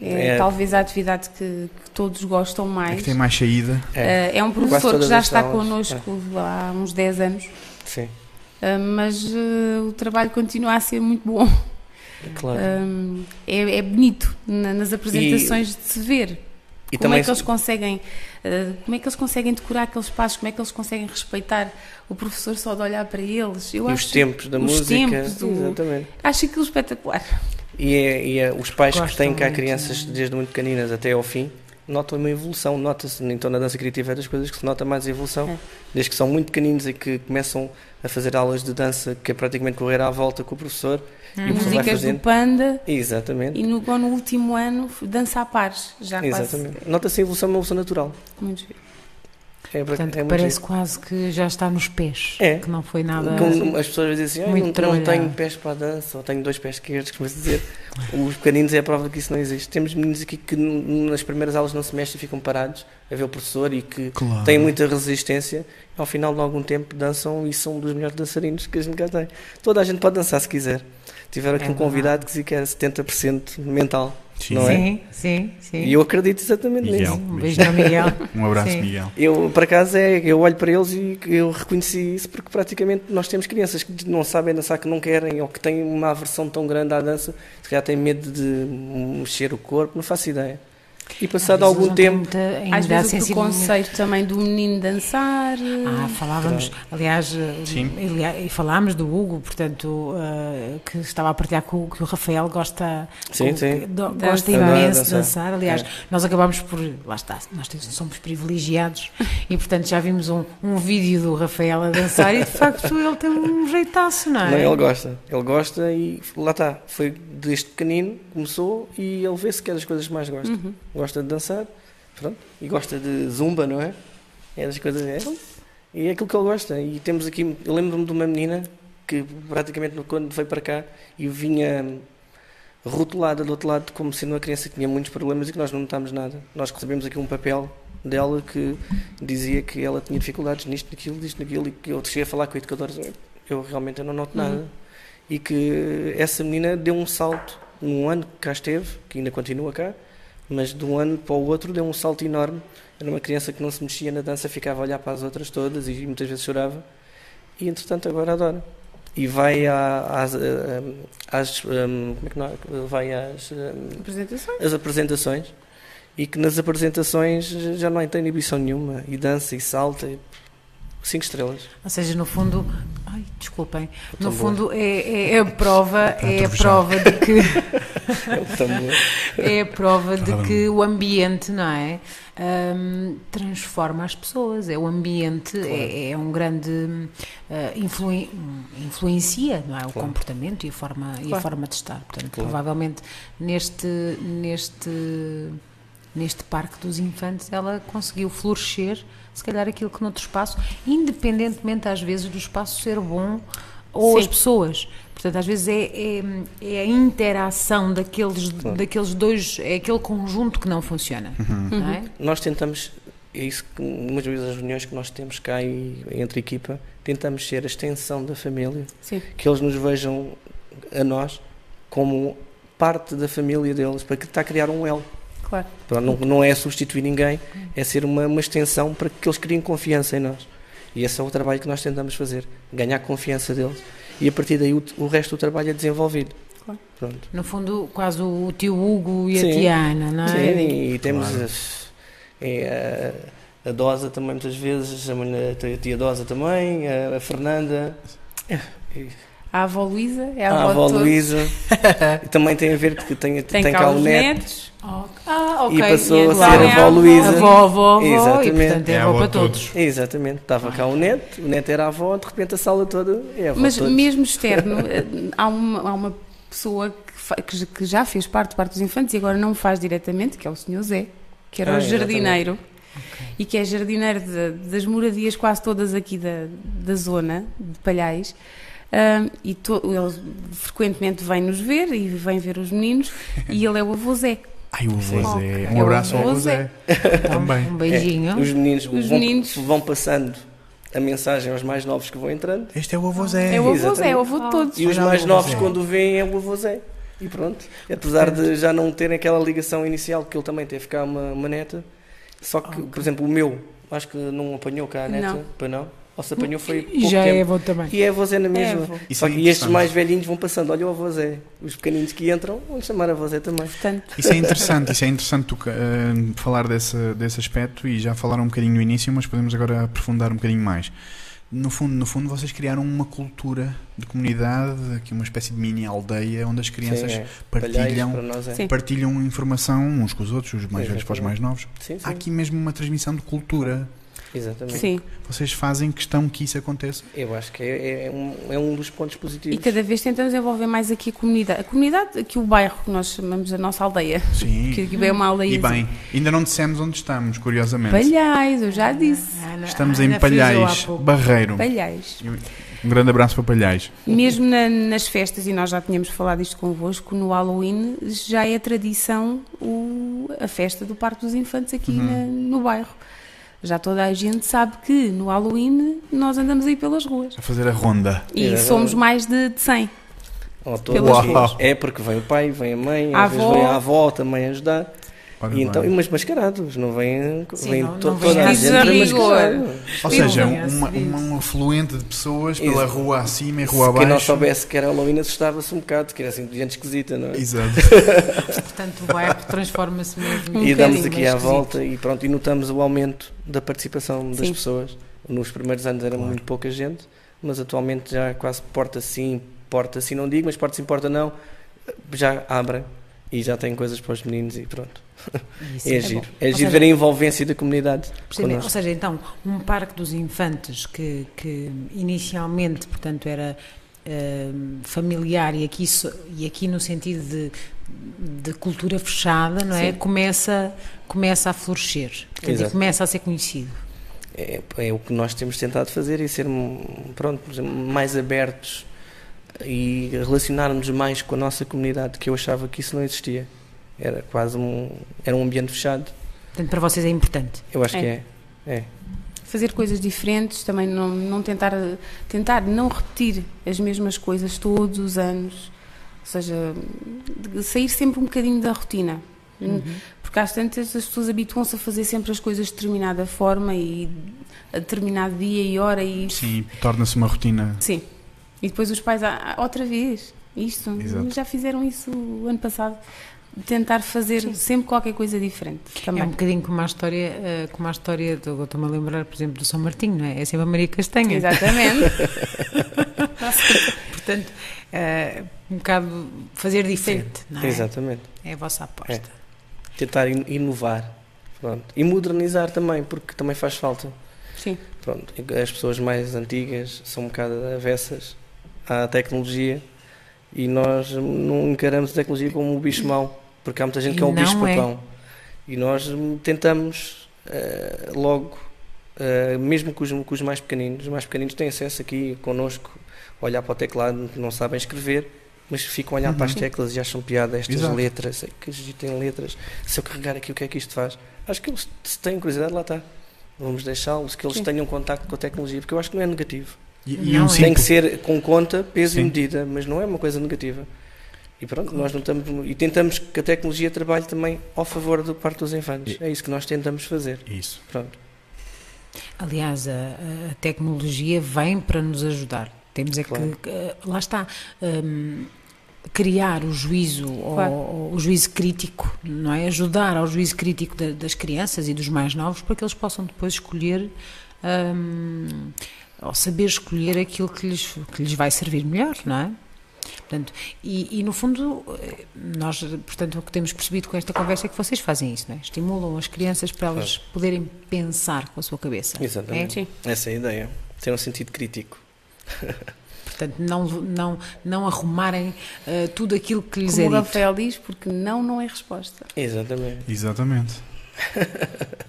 Speaker 3: É,
Speaker 4: É.
Speaker 3: talvez a atividade que, que todos gostam
Speaker 1: É
Speaker 3: mais.
Speaker 1: que tem mais saída.
Speaker 4: É,
Speaker 3: Eh, é um
Speaker 4: Quase
Speaker 3: professor que
Speaker 4: todas
Speaker 3: já
Speaker 4: as
Speaker 3: está
Speaker 4: salas, É.
Speaker 3: connosco há uns 10 anos,
Speaker 4: sim,
Speaker 3: eh, mas eh, o trabalho continua a ser muito bom.
Speaker 4: claro.
Speaker 3: Hum, é, é bonito na- nas apresentações de se ver
Speaker 4: e
Speaker 3: como é
Speaker 4: também
Speaker 3: que eles conseguem uh, como é que eles conseguem decorar aqueles passos como é que eles conseguem respeitar o professor só de olhar para eles eu
Speaker 4: e os
Speaker 3: acho
Speaker 4: tempos da
Speaker 3: os
Speaker 4: música.
Speaker 3: tempos do-
Speaker 4: Exatamente.
Speaker 3: acho aquilo espetacular
Speaker 4: E, é- e é- os pais que
Speaker 2: Gostam
Speaker 4: têm cá
Speaker 2: muito,
Speaker 4: crianças
Speaker 3: né?
Speaker 2: não é?
Speaker 4: desde muito pequeninas até ao fim notam uma evolução, nota-se, então na dança criativa é das coisas que se nota mais a evolução,
Speaker 3: É.
Speaker 4: desde que são muito pequeninos e que começam a fazer aulas de dança, que é praticamente correr à volta com o professor, e o professor vai
Speaker 3: músicas do
Speaker 4: fazendo.
Speaker 3: panda
Speaker 4: Exatamente.
Speaker 3: e no, no último ano dança a pares já quase
Speaker 4: Exatamente. Nota-se a evolução, uma evolução natural.
Speaker 3: muito giro.
Speaker 4: É, pra-
Speaker 2: Portanto,
Speaker 4: é muito
Speaker 2: parece
Speaker 4: giro.
Speaker 2: quase que já está nos pés.
Speaker 4: É.
Speaker 2: Que não foi nada.
Speaker 4: Como as pessoas dizem assim, "Ai,
Speaker 2: muito
Speaker 4: não, não
Speaker 2: trabalhado."
Speaker 4: tenho pés para a dança, ou tenho dois pés esquerdos, como se dizer. Os pequeninos é a prova que isso não existe. Temos meninos aqui que n- nas primeiras aulas não se mexem, ficam parados a ver o professor e que
Speaker 1: Claro.
Speaker 4: têm muita resistência. Ao final de algum tempo dançam e são dos melhores dançarinos que a gente cá tem. Toda a gente pode dançar se quiser. Tiveram aqui
Speaker 2: É
Speaker 4: um convidado que dizia que era 70% mental.
Speaker 1: Sim.
Speaker 4: não é?
Speaker 2: sim, sim, sim.
Speaker 4: E eu acredito exatamente
Speaker 1: Miguel.
Speaker 4: nisso.
Speaker 2: Um beijo para o Miguel.
Speaker 1: Um abraço,
Speaker 2: Sim.
Speaker 1: Miguel.
Speaker 4: Eu, por acaso, é, eu olho para eles e eu reconheci isso porque praticamente nós temos crianças que não sabem dançar, que não querem ou que têm uma aversão tão grande à dança, se calhar têm medo de mexer o corpo, não faço ideia. E passado
Speaker 2: Às vezes
Speaker 4: algum
Speaker 2: não tem
Speaker 4: tempo,
Speaker 2: muita- ainda
Speaker 3: às
Speaker 2: há
Speaker 3: vezes o
Speaker 2: sensibilidade.
Speaker 3: preconceito também do menino dançar
Speaker 2: Ah, falávamos, aliás,
Speaker 1: Sim.
Speaker 2: aliás, e falámos do Hugo, portanto, eh, que estava a partilhar com o- que o Rafael gosta,
Speaker 4: Sim,
Speaker 2: com-
Speaker 4: sim.
Speaker 2: que do-
Speaker 3: Dança.
Speaker 2: gosta
Speaker 4: Adora
Speaker 2: imenso de
Speaker 4: dançar.
Speaker 2: dançar. Aliás,
Speaker 4: É.
Speaker 2: nós acabámos por, lá está, nós te- somos privilegiados e, portanto, já vimos um, um vídeo do Rafael a dançar e, de facto, ele tem um jeitaço, não é?
Speaker 4: não, ele gosta. Ele gosta e lá está. Foi deste pequenino, começou e ele vê-se que é das coisas que mais gosta.
Speaker 3: uhum.
Speaker 4: Gosta de dançar pronto, e gosta de zumba, não é? É das coisas. É, e é aquilo que ele gosta. E temos aqui. Eu lembro-me de uma menina que praticamente quando veio para cá e vinha rotulada do outro lado como sendo uma criança que tinha muitos problemas e que nós não notámos nada. Nós recebemos aqui um papel dela que dizia que ela tinha dificuldades nisto, naquilo, disto, naquilo e que eu cheguei a falar com a educadora eu realmente eu não noto nada e que essa menina deu um salto num ano que cá esteve, que ainda continua cá, mas de um ano para o outro deu um salto enorme. Era uma criança que não se mexia na dança, ficava a olhar para as outras todas e muitas vezes chorava. E entretanto agora adora. E vai à- às, eh, às, hum, como é que não, vai às hum,
Speaker 3: apresentações
Speaker 4: as apresentações e que nas apresentações já não tem inibição nenhuma e dança e salta e cinco estrelas.
Speaker 2: Ou seja, no fundo, ai, desculpem, no
Speaker 4: tambor.
Speaker 2: fundo é, é- é a prova,
Speaker 1: Para
Speaker 2: é a
Speaker 1: atrovejar.
Speaker 2: prova de que
Speaker 4: É o tambor.
Speaker 2: É a prova de
Speaker 1: Tá bem.
Speaker 2: que o ambiente, não é? Ahm, transforma as pessoas. É o ambiente, é, é um grande. hum, ah, influi- hum, influencia, não é? O
Speaker 4: Claro.
Speaker 2: comportamento e a, forma, e a
Speaker 3: Claro.
Speaker 2: forma de estar. Portanto,
Speaker 4: Claro.
Speaker 2: provavelmente neste. neste Neste Parque dos Infantes, ela conseguiu florescer, se calhar, aquilo que noutro espaço, independentemente, às vezes, do espaço ser bom ou
Speaker 3: Sim.
Speaker 2: as pessoas. Portanto, às vezes é, é- é a interação daqueles, daqueles dois, é aquele conjunto que não funciona.
Speaker 4: Uhum.
Speaker 2: Não
Speaker 3: Uhum.
Speaker 2: é?
Speaker 4: Nós tentamos, é isso que muitas vezes as reuniões que nós temos cá e, entre equipa, tentamos ser a extensão da família,
Speaker 3: Sim.
Speaker 4: que eles nos vejam a nós como parte da família deles, para que está a criar um elo.
Speaker 3: Claro.
Speaker 4: Pronto, Não, não é substituir ninguém, é ser uma, uma extensão para que eles criem confiança em nós. E esse é o trabalho que nós tentamos fazer, ganhar confiança deles. E a partir daí o, o resto do trabalho é desenvolvido.
Speaker 3: Claro.
Speaker 4: Pronto.
Speaker 2: No fundo, quase o tio Hugo e
Speaker 4: Sim.
Speaker 2: a Tiana, não é?
Speaker 4: Sim, e, e temos
Speaker 1: Claro.
Speaker 4: as- é, a, a Dosa também, muitas vezes, a, mulher- a tia Dosa também, a, a Fernanda,
Speaker 3: A avó Luísa é a
Speaker 4: a
Speaker 3: avó,
Speaker 4: avó
Speaker 3: de todos.
Speaker 4: Luísa. E também tem a ver que tem,
Speaker 3: Tem,
Speaker 4: tem cá o
Speaker 3: Carlos
Speaker 4: neto.
Speaker 3: Netos.
Speaker 2: Ah, ok.
Speaker 4: E passou
Speaker 2: é
Speaker 4: a
Speaker 2: claro.
Speaker 4: ser a avó Luísa.
Speaker 2: Avó, avó, avó, e
Speaker 4: Exatamente.
Speaker 2: portanto é
Speaker 1: a
Speaker 2: avó
Speaker 1: avó
Speaker 2: para
Speaker 1: de
Speaker 2: todos.
Speaker 4: Exatamente, estava cá o neto, o neto era a avó, de repente a sala toda é a avó.
Speaker 3: Mas
Speaker 4: todos.
Speaker 3: mesmo externo, eh, há uma, há uma pessoa que, fa- que j- que já fez parte do Parque dos Infantes e agora não faz diretamente, que é o Sr. Zé, que era
Speaker 4: Ah,
Speaker 3: o
Speaker 4: exatamente.
Speaker 3: jardineiro. E que é jardineiro de- das moradias quase todas aqui da, da zona, de Palhais. Ahm, e to- ele frequentemente vem nos ver e vem ver os meninos. e ele é o avô Zé.
Speaker 1: Ai, o
Speaker 4: Sim.
Speaker 1: Zé.
Speaker 3: É o
Speaker 1: Um abraço ao
Speaker 3: avô
Speaker 1: Zé. Também.
Speaker 2: Um
Speaker 4: É,
Speaker 2: beijinho.
Speaker 4: os meninos,
Speaker 3: Os
Speaker 4: vão,
Speaker 3: meninos.
Speaker 4: vão passando a mensagem aos mais novos que vão entrando
Speaker 1: Este é o avô Zé.
Speaker 3: É o avô Zé,
Speaker 4: Exatamente.
Speaker 3: é o avô de todos.
Speaker 4: e os
Speaker 1: Olha lá,
Speaker 4: mais
Speaker 1: o
Speaker 4: novos
Speaker 1: Zé.
Speaker 4: quando o veem é o avô Zé. E pronto, apesar de já não terem aquela ligação inicial, porque ele também teve cá uma, uma neta, só que, por exemplo, o meu, acho que não apanhou cá a neta,
Speaker 3: Não.
Speaker 4: para não, ou se apanhou foi
Speaker 5: E
Speaker 4: pouco
Speaker 5: já é
Speaker 4: tempo.
Speaker 5: avô também.
Speaker 4: E é a avó Zé na
Speaker 3: É
Speaker 4: mesma.
Speaker 3: avô.
Speaker 1: Isso
Speaker 4: Só
Speaker 1: é
Speaker 4: que estes
Speaker 1: interessante.
Speaker 4: mais velhinhos vão passando, olha o avô Zé. Os pequeninos que entram vão chamar a avó Zé também.
Speaker 3: Portanto,
Speaker 1: Isso é interessante, isso é interessante tu, eh, falar desse, desse aspecto e já falaram um bocadinho no início, mas podemos agora aprofundar um bocadinho mais. No fundo, no fundo, vocês criaram uma cultura de comunidade, aqui uma espécie de mini aldeia onde as crianças
Speaker 4: Sim, é. Palheiros para
Speaker 1: partilham,
Speaker 4: nós é.
Speaker 3: Sim.
Speaker 1: partilham informação uns com os outros, os mais
Speaker 4: Exatamente.
Speaker 1: velhos para os mais novos.
Speaker 4: Sim, sim.
Speaker 1: Há aqui mesmo uma transmissão de cultura.
Speaker 4: Exatamente.
Speaker 3: sim.
Speaker 1: Vocês fazem questão que isso aconteça.
Speaker 4: Eu acho que é, é um, é um dos pontos positivos.
Speaker 3: E cada vez tentamos envolver mais aqui a comunidade. A comunidade, aqui o bairro que nós chamamos a nossa aldeia. Que
Speaker 1: Sim.
Speaker 3: aqui é uma aldeia.
Speaker 1: E bem, ainda não dissemos onde estamos, curiosamente.
Speaker 3: Palhais, eu já disse.
Speaker 2: Ana-
Speaker 1: Estamos
Speaker 2: Ana
Speaker 1: em Palhais,
Speaker 2: frisou há pouco.
Speaker 1: Barreiro.
Speaker 3: Palhais.
Speaker 1: Um grande abraço para Palhais.
Speaker 3: Mesmo na- nas festas, e nós já tínhamos falado isto convosco, no Halloween já é tradição o- a festa do Parque dos Infantes aqui
Speaker 1: Uhum.
Speaker 3: na- no bairro. Já toda a gente sabe que no Halloween nós andamos aí pelas ruas.
Speaker 1: A fazer a ronda.
Speaker 3: E
Speaker 4: É.
Speaker 3: somos mais de, de 100.
Speaker 4: Ou todos.
Speaker 3: Pelas
Speaker 1: ruas.
Speaker 4: É porque vem o pai, vem a mãe,
Speaker 3: A
Speaker 4: às vezes
Speaker 3: avó.
Speaker 4: vem a avó também ajudar.
Speaker 1: Olha
Speaker 4: E então,
Speaker 1: bem.
Speaker 4: mas mascarados, não vem,
Speaker 2: Sim,
Speaker 4: vem
Speaker 2: não- não
Speaker 4: to-
Speaker 2: vem
Speaker 4: toda a
Speaker 2: vestidos
Speaker 4: gente
Speaker 3: a
Speaker 4: vem
Speaker 3: rigor.
Speaker 4: mascarada.
Speaker 1: Ou seja,
Speaker 2: Sim, sim.
Speaker 1: uma, uma- um afluente de pessoas
Speaker 4: Isso.
Speaker 1: pela rua acima e rua
Speaker 4: Se quem não
Speaker 1: abaixo.
Speaker 4: soubesse que era Halloween assustava-se um bocado, que era assim gente esquisita, não é?
Speaker 1: Exato.
Speaker 2: Portanto, o bairro transforma-se mesmo.
Speaker 3: Um
Speaker 4: e
Speaker 3: bocadinho
Speaker 4: damos aqui
Speaker 2: mais
Speaker 4: à
Speaker 2: esquisito.
Speaker 4: volta e pronto, e notamos o aumento da participação das
Speaker 3: Sim.
Speaker 4: pessoas. Nos primeiros anos era muito pouca gente, mas atualmente já quase porta sim, porta sim não digo, mas porta sim, porta não, já abrem e já têm coisas para os meninos e pronto.
Speaker 2: Isso
Speaker 4: É,
Speaker 2: é
Speaker 4: giro.
Speaker 2: bom.
Speaker 4: É
Speaker 2: Ou
Speaker 4: giro
Speaker 2: seja,
Speaker 4: ver a envolvência da comunidade.
Speaker 2: Percebem? Ou
Speaker 4: connosco.
Speaker 2: seja, então, um parque dos infantes que, que inicialmente, portanto, era eh, familiar e aqui, so- e aqui no sentido de, de cultura fechada, não é?
Speaker 3: Sim.
Speaker 2: Começa, começa a florescer portanto, e
Speaker 4: Exato.
Speaker 2: começa a ser conhecido.
Speaker 4: É, é o que nós temos tentado fazer e ser hum, pronto, por exemplo, mais abertos e relacionarmos mais com a nossa comunidade, que eu achava que isso não existia. Era quase um, era um ambiente fechado.
Speaker 2: Portanto, para vocês é importante.
Speaker 4: Eu acho
Speaker 3: É.
Speaker 4: que é. É.
Speaker 3: fazer coisas diferentes, também não, não tentar, tentar não repetir as mesmas coisas todos os anos, ou seja, de sair sempre um bocadinho da rotina.
Speaker 2: Uhum.
Speaker 3: Porque às tantas as pessoas habituam-se a fazer sempre as coisas de determinada forma e a determinado dia e hora e
Speaker 1: Sim, torna-se uma rotina.
Speaker 3: sim. E depois os pais, "Ah, ah, outra vez, isto,
Speaker 1: Exato.
Speaker 3: já fizeram isso o ano passado. Tentar fazer sempre qualquer coisa diferente também.
Speaker 2: É um bocadinho como a história, eh, como a história do, eu estou-me a lembrar, por exemplo, do São Martinho, não é? É sempre a Maria Castanha.
Speaker 3: Exatamente.
Speaker 2: Portanto, eh, um bocado fazer diferente, não é?
Speaker 4: Exatamente.
Speaker 2: É a vossa aposta.
Speaker 4: Tentar in- inovar. Pronto. E modernizar também, porque também faz falta.
Speaker 3: Sim.
Speaker 4: Pronto, as pessoas mais antigas são um bocado avessas à tecnologia e nós não encaramos a tecnologia como um bicho mau, porque há muita gente
Speaker 2: E
Speaker 4: que é um bicho
Speaker 2: não é.
Speaker 4: papão. E nós hum, tentamos eh, logo, eh, mesmo com os, com os mais pequeninos, os mais pequeninos têm acesso aqui connosco olhar para o teclado, não sabem escrever, mas ficam a olhar para as teclas e acham piada estas
Speaker 1: Uhum. Exato.
Speaker 4: letras, é que isto tem letras, se eu carregar aqui o que é que isto faz? Acho que eles se têm curiosidade, lá está. Vamos deixá-los, que eles
Speaker 3: Sim.
Speaker 4: tenham contacto com a tecnologia, porque eu acho que não é negativo.
Speaker 1: E, e
Speaker 2: Não,
Speaker 1: um
Speaker 2: é-
Speaker 1: simples-
Speaker 4: Tem que ser com conta, peso
Speaker 1: Sim.
Speaker 4: e medida, mas não é uma coisa negativa. E pronto, nós não estamos. E tentamos que a tecnologia trabalhe também ao favor do parte dos infantes. É isso que nós tentamos fazer.
Speaker 1: Isso.
Speaker 4: Pronto.
Speaker 2: Aliás, a, a tecnologia vem para nos ajudar. Temos é
Speaker 4: Claro.
Speaker 2: que, eh, lá está, hum, criar o juízo,
Speaker 3: Claro.
Speaker 2: ou, ou o juízo crítico, não é? Ajudar ao juízo crítico da- das crianças e dos mais novos para que eles possam depois escolher. hum, ou saber escolher aquilo que lhes, que lhes vai servir melhor, não é? Portanto, e, e, no fundo, eh, nós, portanto, o que temos percebido com esta conversa é que vocês fazem isso, não é? Estimulam as crianças para elas poderem pensar com a sua cabeça. não é?
Speaker 4: Exatamente.
Speaker 3: Sim.
Speaker 4: Essa é a ideia. Ter um sentido crítico.
Speaker 2: Portanto, não, não, não arrumarem eh, tudo aquilo que lhes
Speaker 3: Como
Speaker 2: é
Speaker 3: o
Speaker 2: dito.
Speaker 3: Rafael diz, porque não, não é resposta.
Speaker 4: Exatamente.
Speaker 1: Exatamente.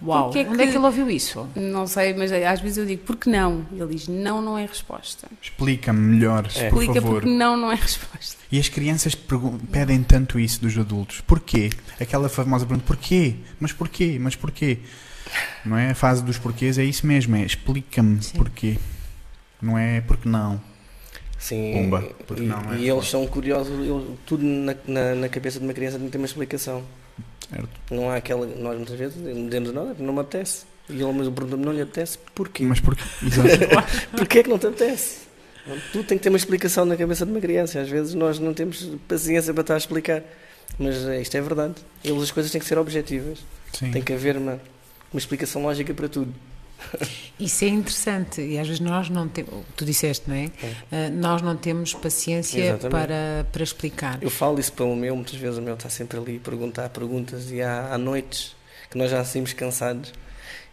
Speaker 2: Uau,
Speaker 3: Porque é
Speaker 2: onde
Speaker 3: que-
Speaker 2: é que ele ouviu isso?
Speaker 3: Não sei, mas às vezes eu digo, porque não? Ele diz, não, não é resposta.
Speaker 1: Explica-me melhor,
Speaker 4: É.
Speaker 1: por
Speaker 3: Explica
Speaker 1: favor.
Speaker 3: porque não, não é resposta.
Speaker 1: E as crianças pergun- pedem tanto isso dos adultos. Porquê? Aquela famosa pergunta, porquê? Mas porquê? Mas porquê? Não é? A fase dos porquês é isso mesmo, é explica-me
Speaker 2: Sim.
Speaker 1: porquê. Não é porque não.
Speaker 4: Sim.
Speaker 1: Pumba,
Speaker 4: e-
Speaker 1: porque
Speaker 4: e,
Speaker 1: não é
Speaker 4: e eles são curiosos. eles- tudo na, na, na cabeça de uma criança tem que ter uma explicação.
Speaker 1: Certo.
Speaker 4: Não há aquela. Nós muitas vezes não dizemos nada, não me apetece. E ele mesmo pergunta-me, não lhe apetece, porquê?
Speaker 1: Mas porquê? Exato.
Speaker 4: Porquê é que não te apetece? Tu tem que ter uma explicação na cabeça de uma criança. Às vezes nós não temos paciência para estar a explicar. Mas eh, isto é verdade. Eles, as coisas têm que ser objetivas.
Speaker 1: Sim.
Speaker 4: Tem que haver uma, uma explicação lógica para tudo.
Speaker 2: Isso é interessante e às vezes nós não temos, tu disseste, não é? Eh, nós não temos paciência
Speaker 4: Exatamente.
Speaker 2: para, para explicar.
Speaker 4: Eu falo isso pelo meu, muitas vezes o meu está sempre ali a perguntar perguntas. E há, há noites que nós já saímos cansados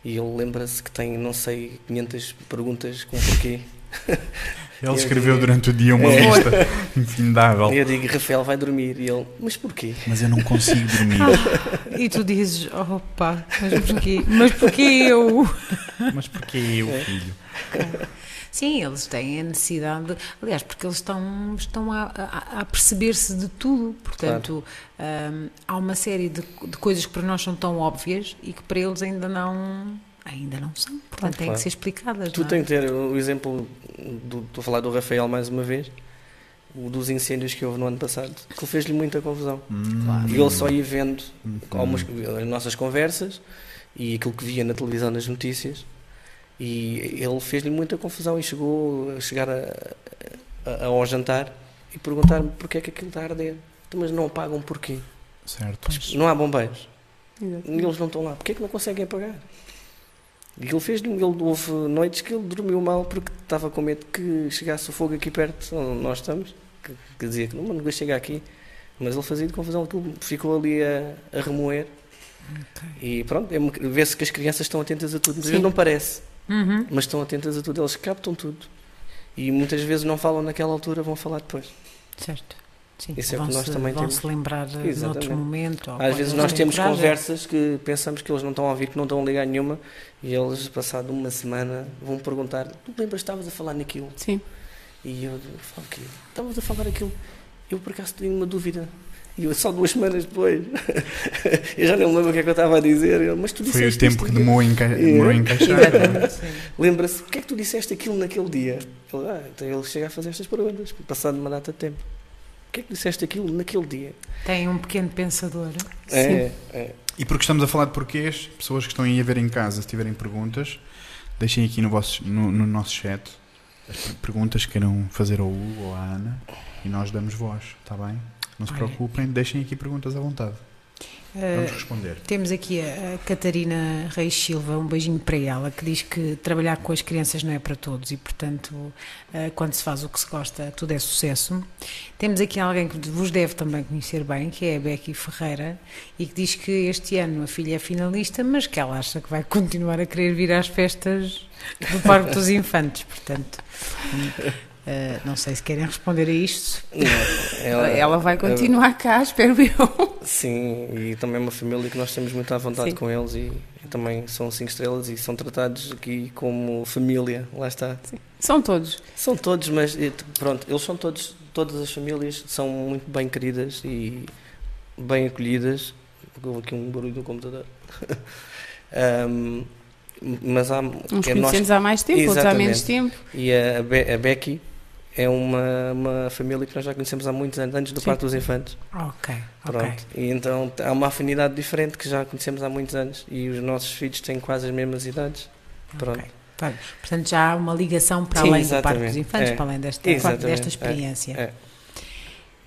Speaker 4: e ele lembra-se que tem, não sei, 500 perguntas com porquê.
Speaker 1: Ele escreveu durante o dia uma
Speaker 4: É.
Speaker 1: lista infindável.
Speaker 4: E eu digo, Rafael, vai dormir. E ele, mas porquê?
Speaker 1: Mas eu não consigo dormir.
Speaker 4: Ah,
Speaker 2: E tu dizes, opa, mas porquê? Mas porquê eu?
Speaker 1: Mas porquê eu,
Speaker 4: É.
Speaker 1: filho?
Speaker 2: Sim, eles têm a necessidade, de- aliás, porque eles estão, estão a, a- a perceber-se de tudo, portanto, hum, há uma série de, de coisas que para nós são tão óbvias e que para eles ainda não, ainda não são, portanto têm
Speaker 4: Claro.
Speaker 2: que ser explicadas.
Speaker 4: Tu
Speaker 2: não é?
Speaker 4: tens que ter o exemplo, do, estou a falar do Rafael mais uma vez, o dos incêndios que houve no ano passado, que fez-lhe muita confusão.
Speaker 1: Hum.
Speaker 4: E ele só ia vendo
Speaker 1: Uhum.
Speaker 4: algumas, as nossas conversas e aquilo que via na televisão, nas notícias, e ele fez-lhe muita confusão e chegou a chegar a, a- ao jantar e perguntar-me porque é que aquilo está a arder. Então, Mas não apagam porquê?
Speaker 1: Certo.
Speaker 4: Não há bombeiros. E eles não estão lá. Porquê é que não conseguem apagar? E ele fez, ele, houve noites que ele dormiu mal porque estava com medo que chegasse o fogo aqui perto onde nós estamos, que, que dizia que não, mas nunca chega aqui. Mas ele fazia de confusão, aquilo ficou ali a, a remoer. E pronto, é uma- vê-se que as crianças estão atentas a tudo. Às vezes não parece,
Speaker 2: Uhum.
Speaker 4: mas estão atentas a tudo, elas captam tudo. E muitas vezes não falam naquela altura, vão falar depois.
Speaker 2: Certo. Sim,
Speaker 4: Isso é o que
Speaker 2: vão-se,
Speaker 4: nós também
Speaker 2: vão-se
Speaker 4: temos.
Speaker 2: lembrar eh,
Speaker 4: Exatamente.
Speaker 2: noutro momento. ou
Speaker 4: Às
Speaker 2: quando eles
Speaker 4: vezes nós
Speaker 2: têm
Speaker 4: temos
Speaker 2: coragem.
Speaker 4: conversas que pensamos que eles não estão a ouvir, que não estão a ligar nenhuma, e eles, passado uma semana, vão perguntar: Tu lembras que estavas a falar naquilo?
Speaker 3: Sim.
Speaker 4: E eu digo, falo que estavas a falar aquilo. Eu por acaso tenho uma dúvida. E eu só duas semanas depois, eu já nem me lembro o que é que eu estava a dizer. Eu, mas tu
Speaker 1: Foi
Speaker 4: disseste
Speaker 1: o tempo
Speaker 4: isto
Speaker 1: que
Speaker 4: e eu,
Speaker 1: demorou a enca-
Speaker 4: É.
Speaker 1: demorou a encaixar. não é?
Speaker 4: Lembra-se, o que é que tu disseste aquilo naquele dia? Ele, ah, então ele chega a fazer estas perguntas, passado uma data de tempo. O que é que disseste aquilo naquele dia?
Speaker 2: Têm um pequeno pensador.
Speaker 4: É, é.
Speaker 1: E porque estamos a falar de porquês, pessoas que estão aí a ver em casa, se tiverem perguntas, deixem aqui no, vosso, no, no nosso chat as per- perguntas que queiram fazer ao Hugo ou à Ana e nós damos voz, está bem? Não se
Speaker 2: Olha.
Speaker 1: preocupem, deixem aqui perguntas à vontade.
Speaker 2: Eh,
Speaker 1: Vamos
Speaker 4: É.
Speaker 1: responder.
Speaker 2: Temos aqui a, a Catarina Reis Silva, um beijinho para ela, que diz que trabalhar com as crianças não é para todos e, portanto, eh, quando se faz o que se gosta, tudo é sucesso. Temos aqui alguém que vos deve também conhecer bem, que é a Becky Ferreira, e que diz que este ano a filha é finalista, mas que ela acha que vai continuar a querer vir às festas do Parque dos Infantes, portanto. hum, eh, não sei se querem responder a isto.
Speaker 4: Não, ah,
Speaker 3: Ela vai continuar cá, espero eu.
Speaker 4: Sim, e também é uma família que nós temos muita vontade
Speaker 3: Sim.
Speaker 4: com eles e, e também são cinco estrelas e são tratados aqui como família, lá está.
Speaker 3: São todos.
Speaker 4: São todos, mas eh, t- pronto, eles são todos, todas as famílias são muito bem queridas e bem acolhidas. Houve aqui um barulho do computador. Ahm, mas há,
Speaker 3: Uns
Speaker 4: é nós-
Speaker 3: conhecemos há mais tempo, outros há
Speaker 4: Exatamente.
Speaker 3: menos tempo.
Speaker 4: e a, a Be- a Becky é uma, uma família que nós já conhecemos há muitos anos, antes do
Speaker 3: Sim.
Speaker 4: Parque dos Infantes.
Speaker 2: Ok, ok.
Speaker 4: Pronto. E então t- há uma afinidade diferente que já conhecemos há muitos anos e os nossos filhos têm quase as mesmas idades. Pronto.
Speaker 2: Ok. Tá. Portanto, já há uma ligação para
Speaker 4: Sim,
Speaker 2: além do
Speaker 4: exatamente.
Speaker 2: Parque dos Infantes,
Speaker 4: É.
Speaker 2: para além desta,
Speaker 4: Exatamente.
Speaker 2: desta
Speaker 4: É.
Speaker 2: experiência.
Speaker 4: É.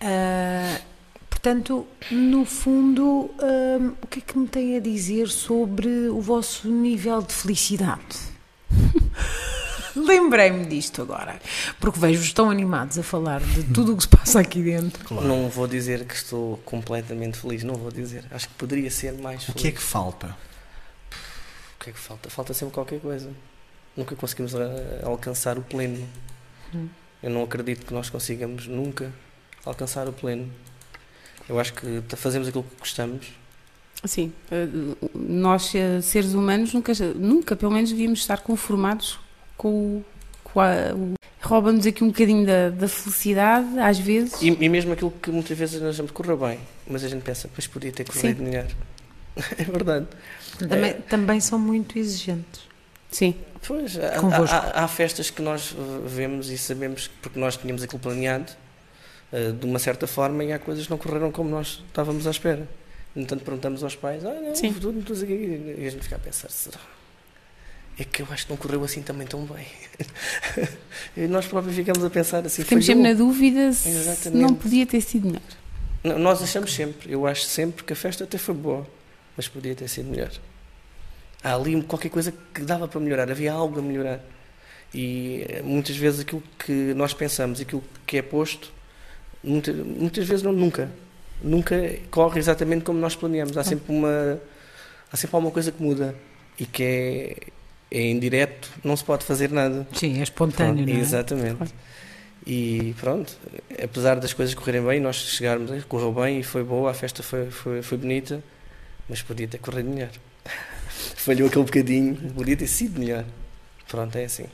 Speaker 2: Ah, portanto, no fundo, ah, o que é que me tem a dizer sobre o vosso nível de felicidade? Lembrei-me disto agora, porque vejo-vos tão animados a falar de tudo o que se passa aqui dentro.
Speaker 1: Claro.
Speaker 4: Não vou dizer que estou completamente feliz, não vou dizer. Acho que poderia ser mais
Speaker 1: O
Speaker 4: feliz.
Speaker 1: que é que falta?
Speaker 4: O que é que falta? Falta sempre qualquer coisa. Nunca conseguimos ah, alcançar o pleno.
Speaker 2: Hum.
Speaker 4: Eu não acredito que nós consigamos nunca alcançar o pleno. Eu acho que t- fazemos aquilo que gostamos.
Speaker 3: Sim, eh, nós eh, seres humanos nunca, nunca pelo menos devíamos estar conformados com o. com a- o- Rouba-nos aqui um bocadinho da, da felicidade, às vezes.
Speaker 4: E, e mesmo aquilo que muitas vezes nós achamos que correu bem, mas a gente pensa, pois podia ter corrido melhor. É verdade.
Speaker 2: Também, também são muito exigentes.
Speaker 3: Sim,
Speaker 4: Pois, há,
Speaker 2: Convosco.
Speaker 4: há- há festas que nós uh, vemos e sabemos que- porque nós tínhamos aquilo planeado uh, de uma certa forma e há coisas que não correram como nós estávamos à espera. No entanto, perguntamos aos pais: Ah, não,
Speaker 3: Sim.
Speaker 4: Sim. tudo, tudo aqui. E a gente fica a pensar: será? É que eu acho que não correu assim também tão bem. e nós próprios ficamos a pensar assim:
Speaker 3: ficamos
Speaker 4: "Falhou."
Speaker 3: sempre na dúvida se
Speaker 4: Exatamente.
Speaker 3: não podia ter sido melhor.
Speaker 4: N- Nós achamos sempre, eu acho sempre que a festa até foi boa, mas podia ter sido melhor. Há ali qualquer coisa que dava para melhorar, havia algo a melhorar. E eh, muitas vezes aquilo que nós pensamos, aquilo que é posto, muita- muitas vezes não, nunca. Nunca corre exatamente como nós planeamos. Há sempre uma. Há sempre alguma coisa que muda e que é, é indireto, não se pode fazer nada.
Speaker 2: Sim, é
Speaker 4: Pronto,
Speaker 2: espontâneo, não é?
Speaker 4: Exatamente.
Speaker 3: Claro.
Speaker 4: E pronto, apesar das coisas correrem bem, nós chegarmos, eh, correu bem e foi boa, a festa foi, foi, foi bonita, mas podia ter corrido melhor. Falhou aquele bocadinho, podia ter sido melhor. Pronto, é assim.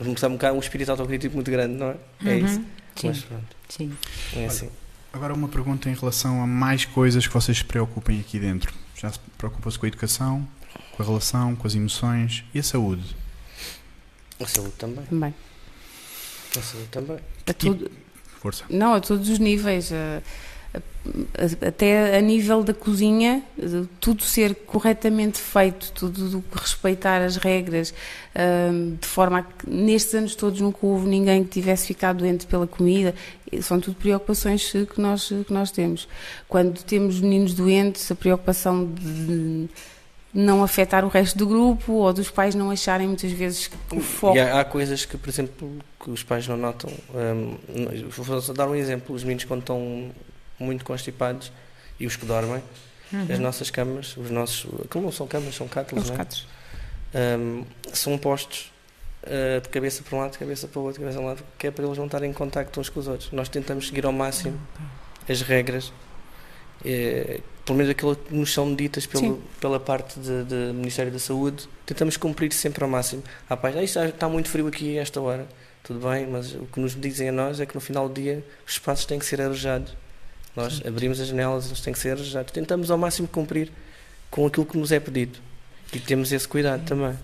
Speaker 4: Está um bocado um espírito autocrítico muito grande, não é? É
Speaker 2: Uhum.
Speaker 4: isso.
Speaker 2: Sim,
Speaker 4: Mas pronto,
Speaker 2: sim.
Speaker 4: é assim.
Speaker 1: Agora uma pergunta em relação a mais coisas que vocês se preocupem aqui dentro. Já se preocupam-se com a educação, com a relação, com as emoções e a saúde.
Speaker 4: A saúde também.
Speaker 3: Também.
Speaker 4: A saúde também.
Speaker 3: A todo-
Speaker 1: Força.
Speaker 3: Não, a todos os níveis. a- a- a- até a nível da cozinha, de tudo ser corretamente feito, tudo do- respeitar as regras, hum, de forma a que nestes anos todos nunca houve ninguém que tivesse ficado doente pela comida. E São tudo preocupações eh, que nós, que nós temos. Quando temos meninos doentes, a preocupação de não afetar o resto do grupo ou dos pais não acharem muitas vezes que o foco.
Speaker 4: E há, há coisas que, por exemplo, que os pais não notam. Hum, n- vou só dar um exemplo. Os meninos quando estão muito constipados e os que dormem, as
Speaker 2: Uhum.
Speaker 4: nossas camas, os nossos... Aquilo não são camas, são cátulos,
Speaker 3: Os
Speaker 4: não é?
Speaker 3: gatos.
Speaker 4: Hum, são postos uh, de cabeça para um lado, de cabeça para o outro, de cabeça para um lado, que é para eles não estarem em contacto uns com os outros. Nós tentamos seguir ao máximo as regras, eh, pelo menos aquelas que nos são ditas pelo, pela parte de- do Ministério da Saúde, tentamos cumprir sempre ao máximo. Há pais, ah, isto está, está muito frio aqui a esta hora, tudo bem, mas o que nos dizem a nós é que no final do dia os espaços têm que ser arejados. Nós abrimos as janelas, eles têm que ser arejados. Tentamos ao máximo cumprir com aquilo que nos é pedido e temos esse cuidado também.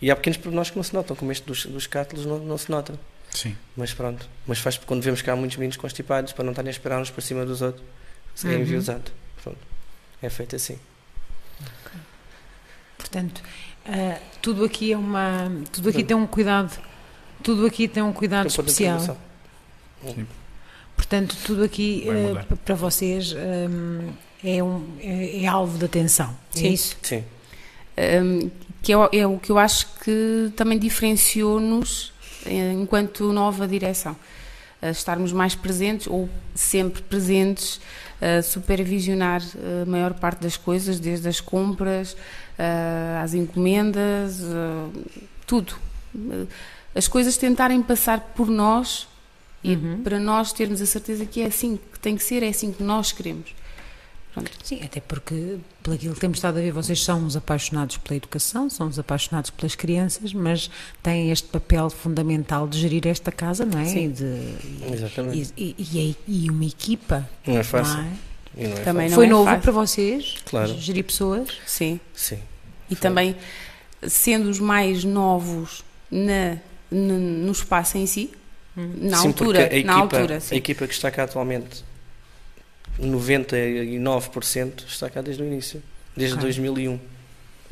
Speaker 4: E há pequenos pormenores que não se notam, como este dos, dos cátulos não, não se nota.
Speaker 1: Sim.
Speaker 4: Mas pronto, mas faz quando vemos que há muitos meninos constipados para não estarem a esperar uns para cima dos outros, se é
Speaker 2: Uhum.
Speaker 4: enviosado. Pronto. É feito assim.
Speaker 2: Portanto, ah, tudo aqui é uma. Tudo aqui tem um cuidado. Tudo aqui tem um cuidado
Speaker 4: Eu ponho a
Speaker 2: especial.
Speaker 4: observação.
Speaker 2: Portanto, tudo aqui
Speaker 1: Vai
Speaker 2: eh,
Speaker 1: mudar.
Speaker 2: p- para vocês hum, é, um- é- é alvo de atenção. É
Speaker 3: Sim.
Speaker 2: isso?
Speaker 4: Sim.
Speaker 3: Um, que é, o- é o que eu acho que também diferenciou-nos eh, enquanto nova direção. Eh, estarmos mais presentes ou sempre presentes, eh, supervisionar eh, a maior parte das coisas, desde as compras eh, às encomendas, eh, tudo. Eh, As coisas tentarem passar por nós Uhum. e para nós termos a certeza que é assim que tem que ser, é assim que nós queremos. Pronto.
Speaker 2: Sim, até porque, pelo aquilo que temos estado a ver, vocês são uns apaixonados pela educação, são uns apaixonados pelas crianças, mas têm este papel fundamental de gerir esta casa, não é?
Speaker 3: Sim.
Speaker 2: E, de, e-
Speaker 4: Exatamente.
Speaker 2: e- e- e- e uma equipa.
Speaker 4: Não é fácil.
Speaker 2: não é?
Speaker 4: E não é
Speaker 3: Ah, Também não
Speaker 2: Foi
Speaker 3: é
Speaker 2: novo
Speaker 3: fácil.
Speaker 2: para vocês
Speaker 4: Claro.
Speaker 2: gerir pessoas?
Speaker 3: Sim.
Speaker 4: Sim.
Speaker 3: E também sendo os mais novos na, no, no espaço em si, na
Speaker 4: Sim, porque
Speaker 3: altura,
Speaker 4: a equipa,
Speaker 3: na altura,
Speaker 4: a
Speaker 3: sim.
Speaker 4: equipa que está cá atualmente, 99% está cá desde o início, desde
Speaker 2: Ok.
Speaker 4: 2001.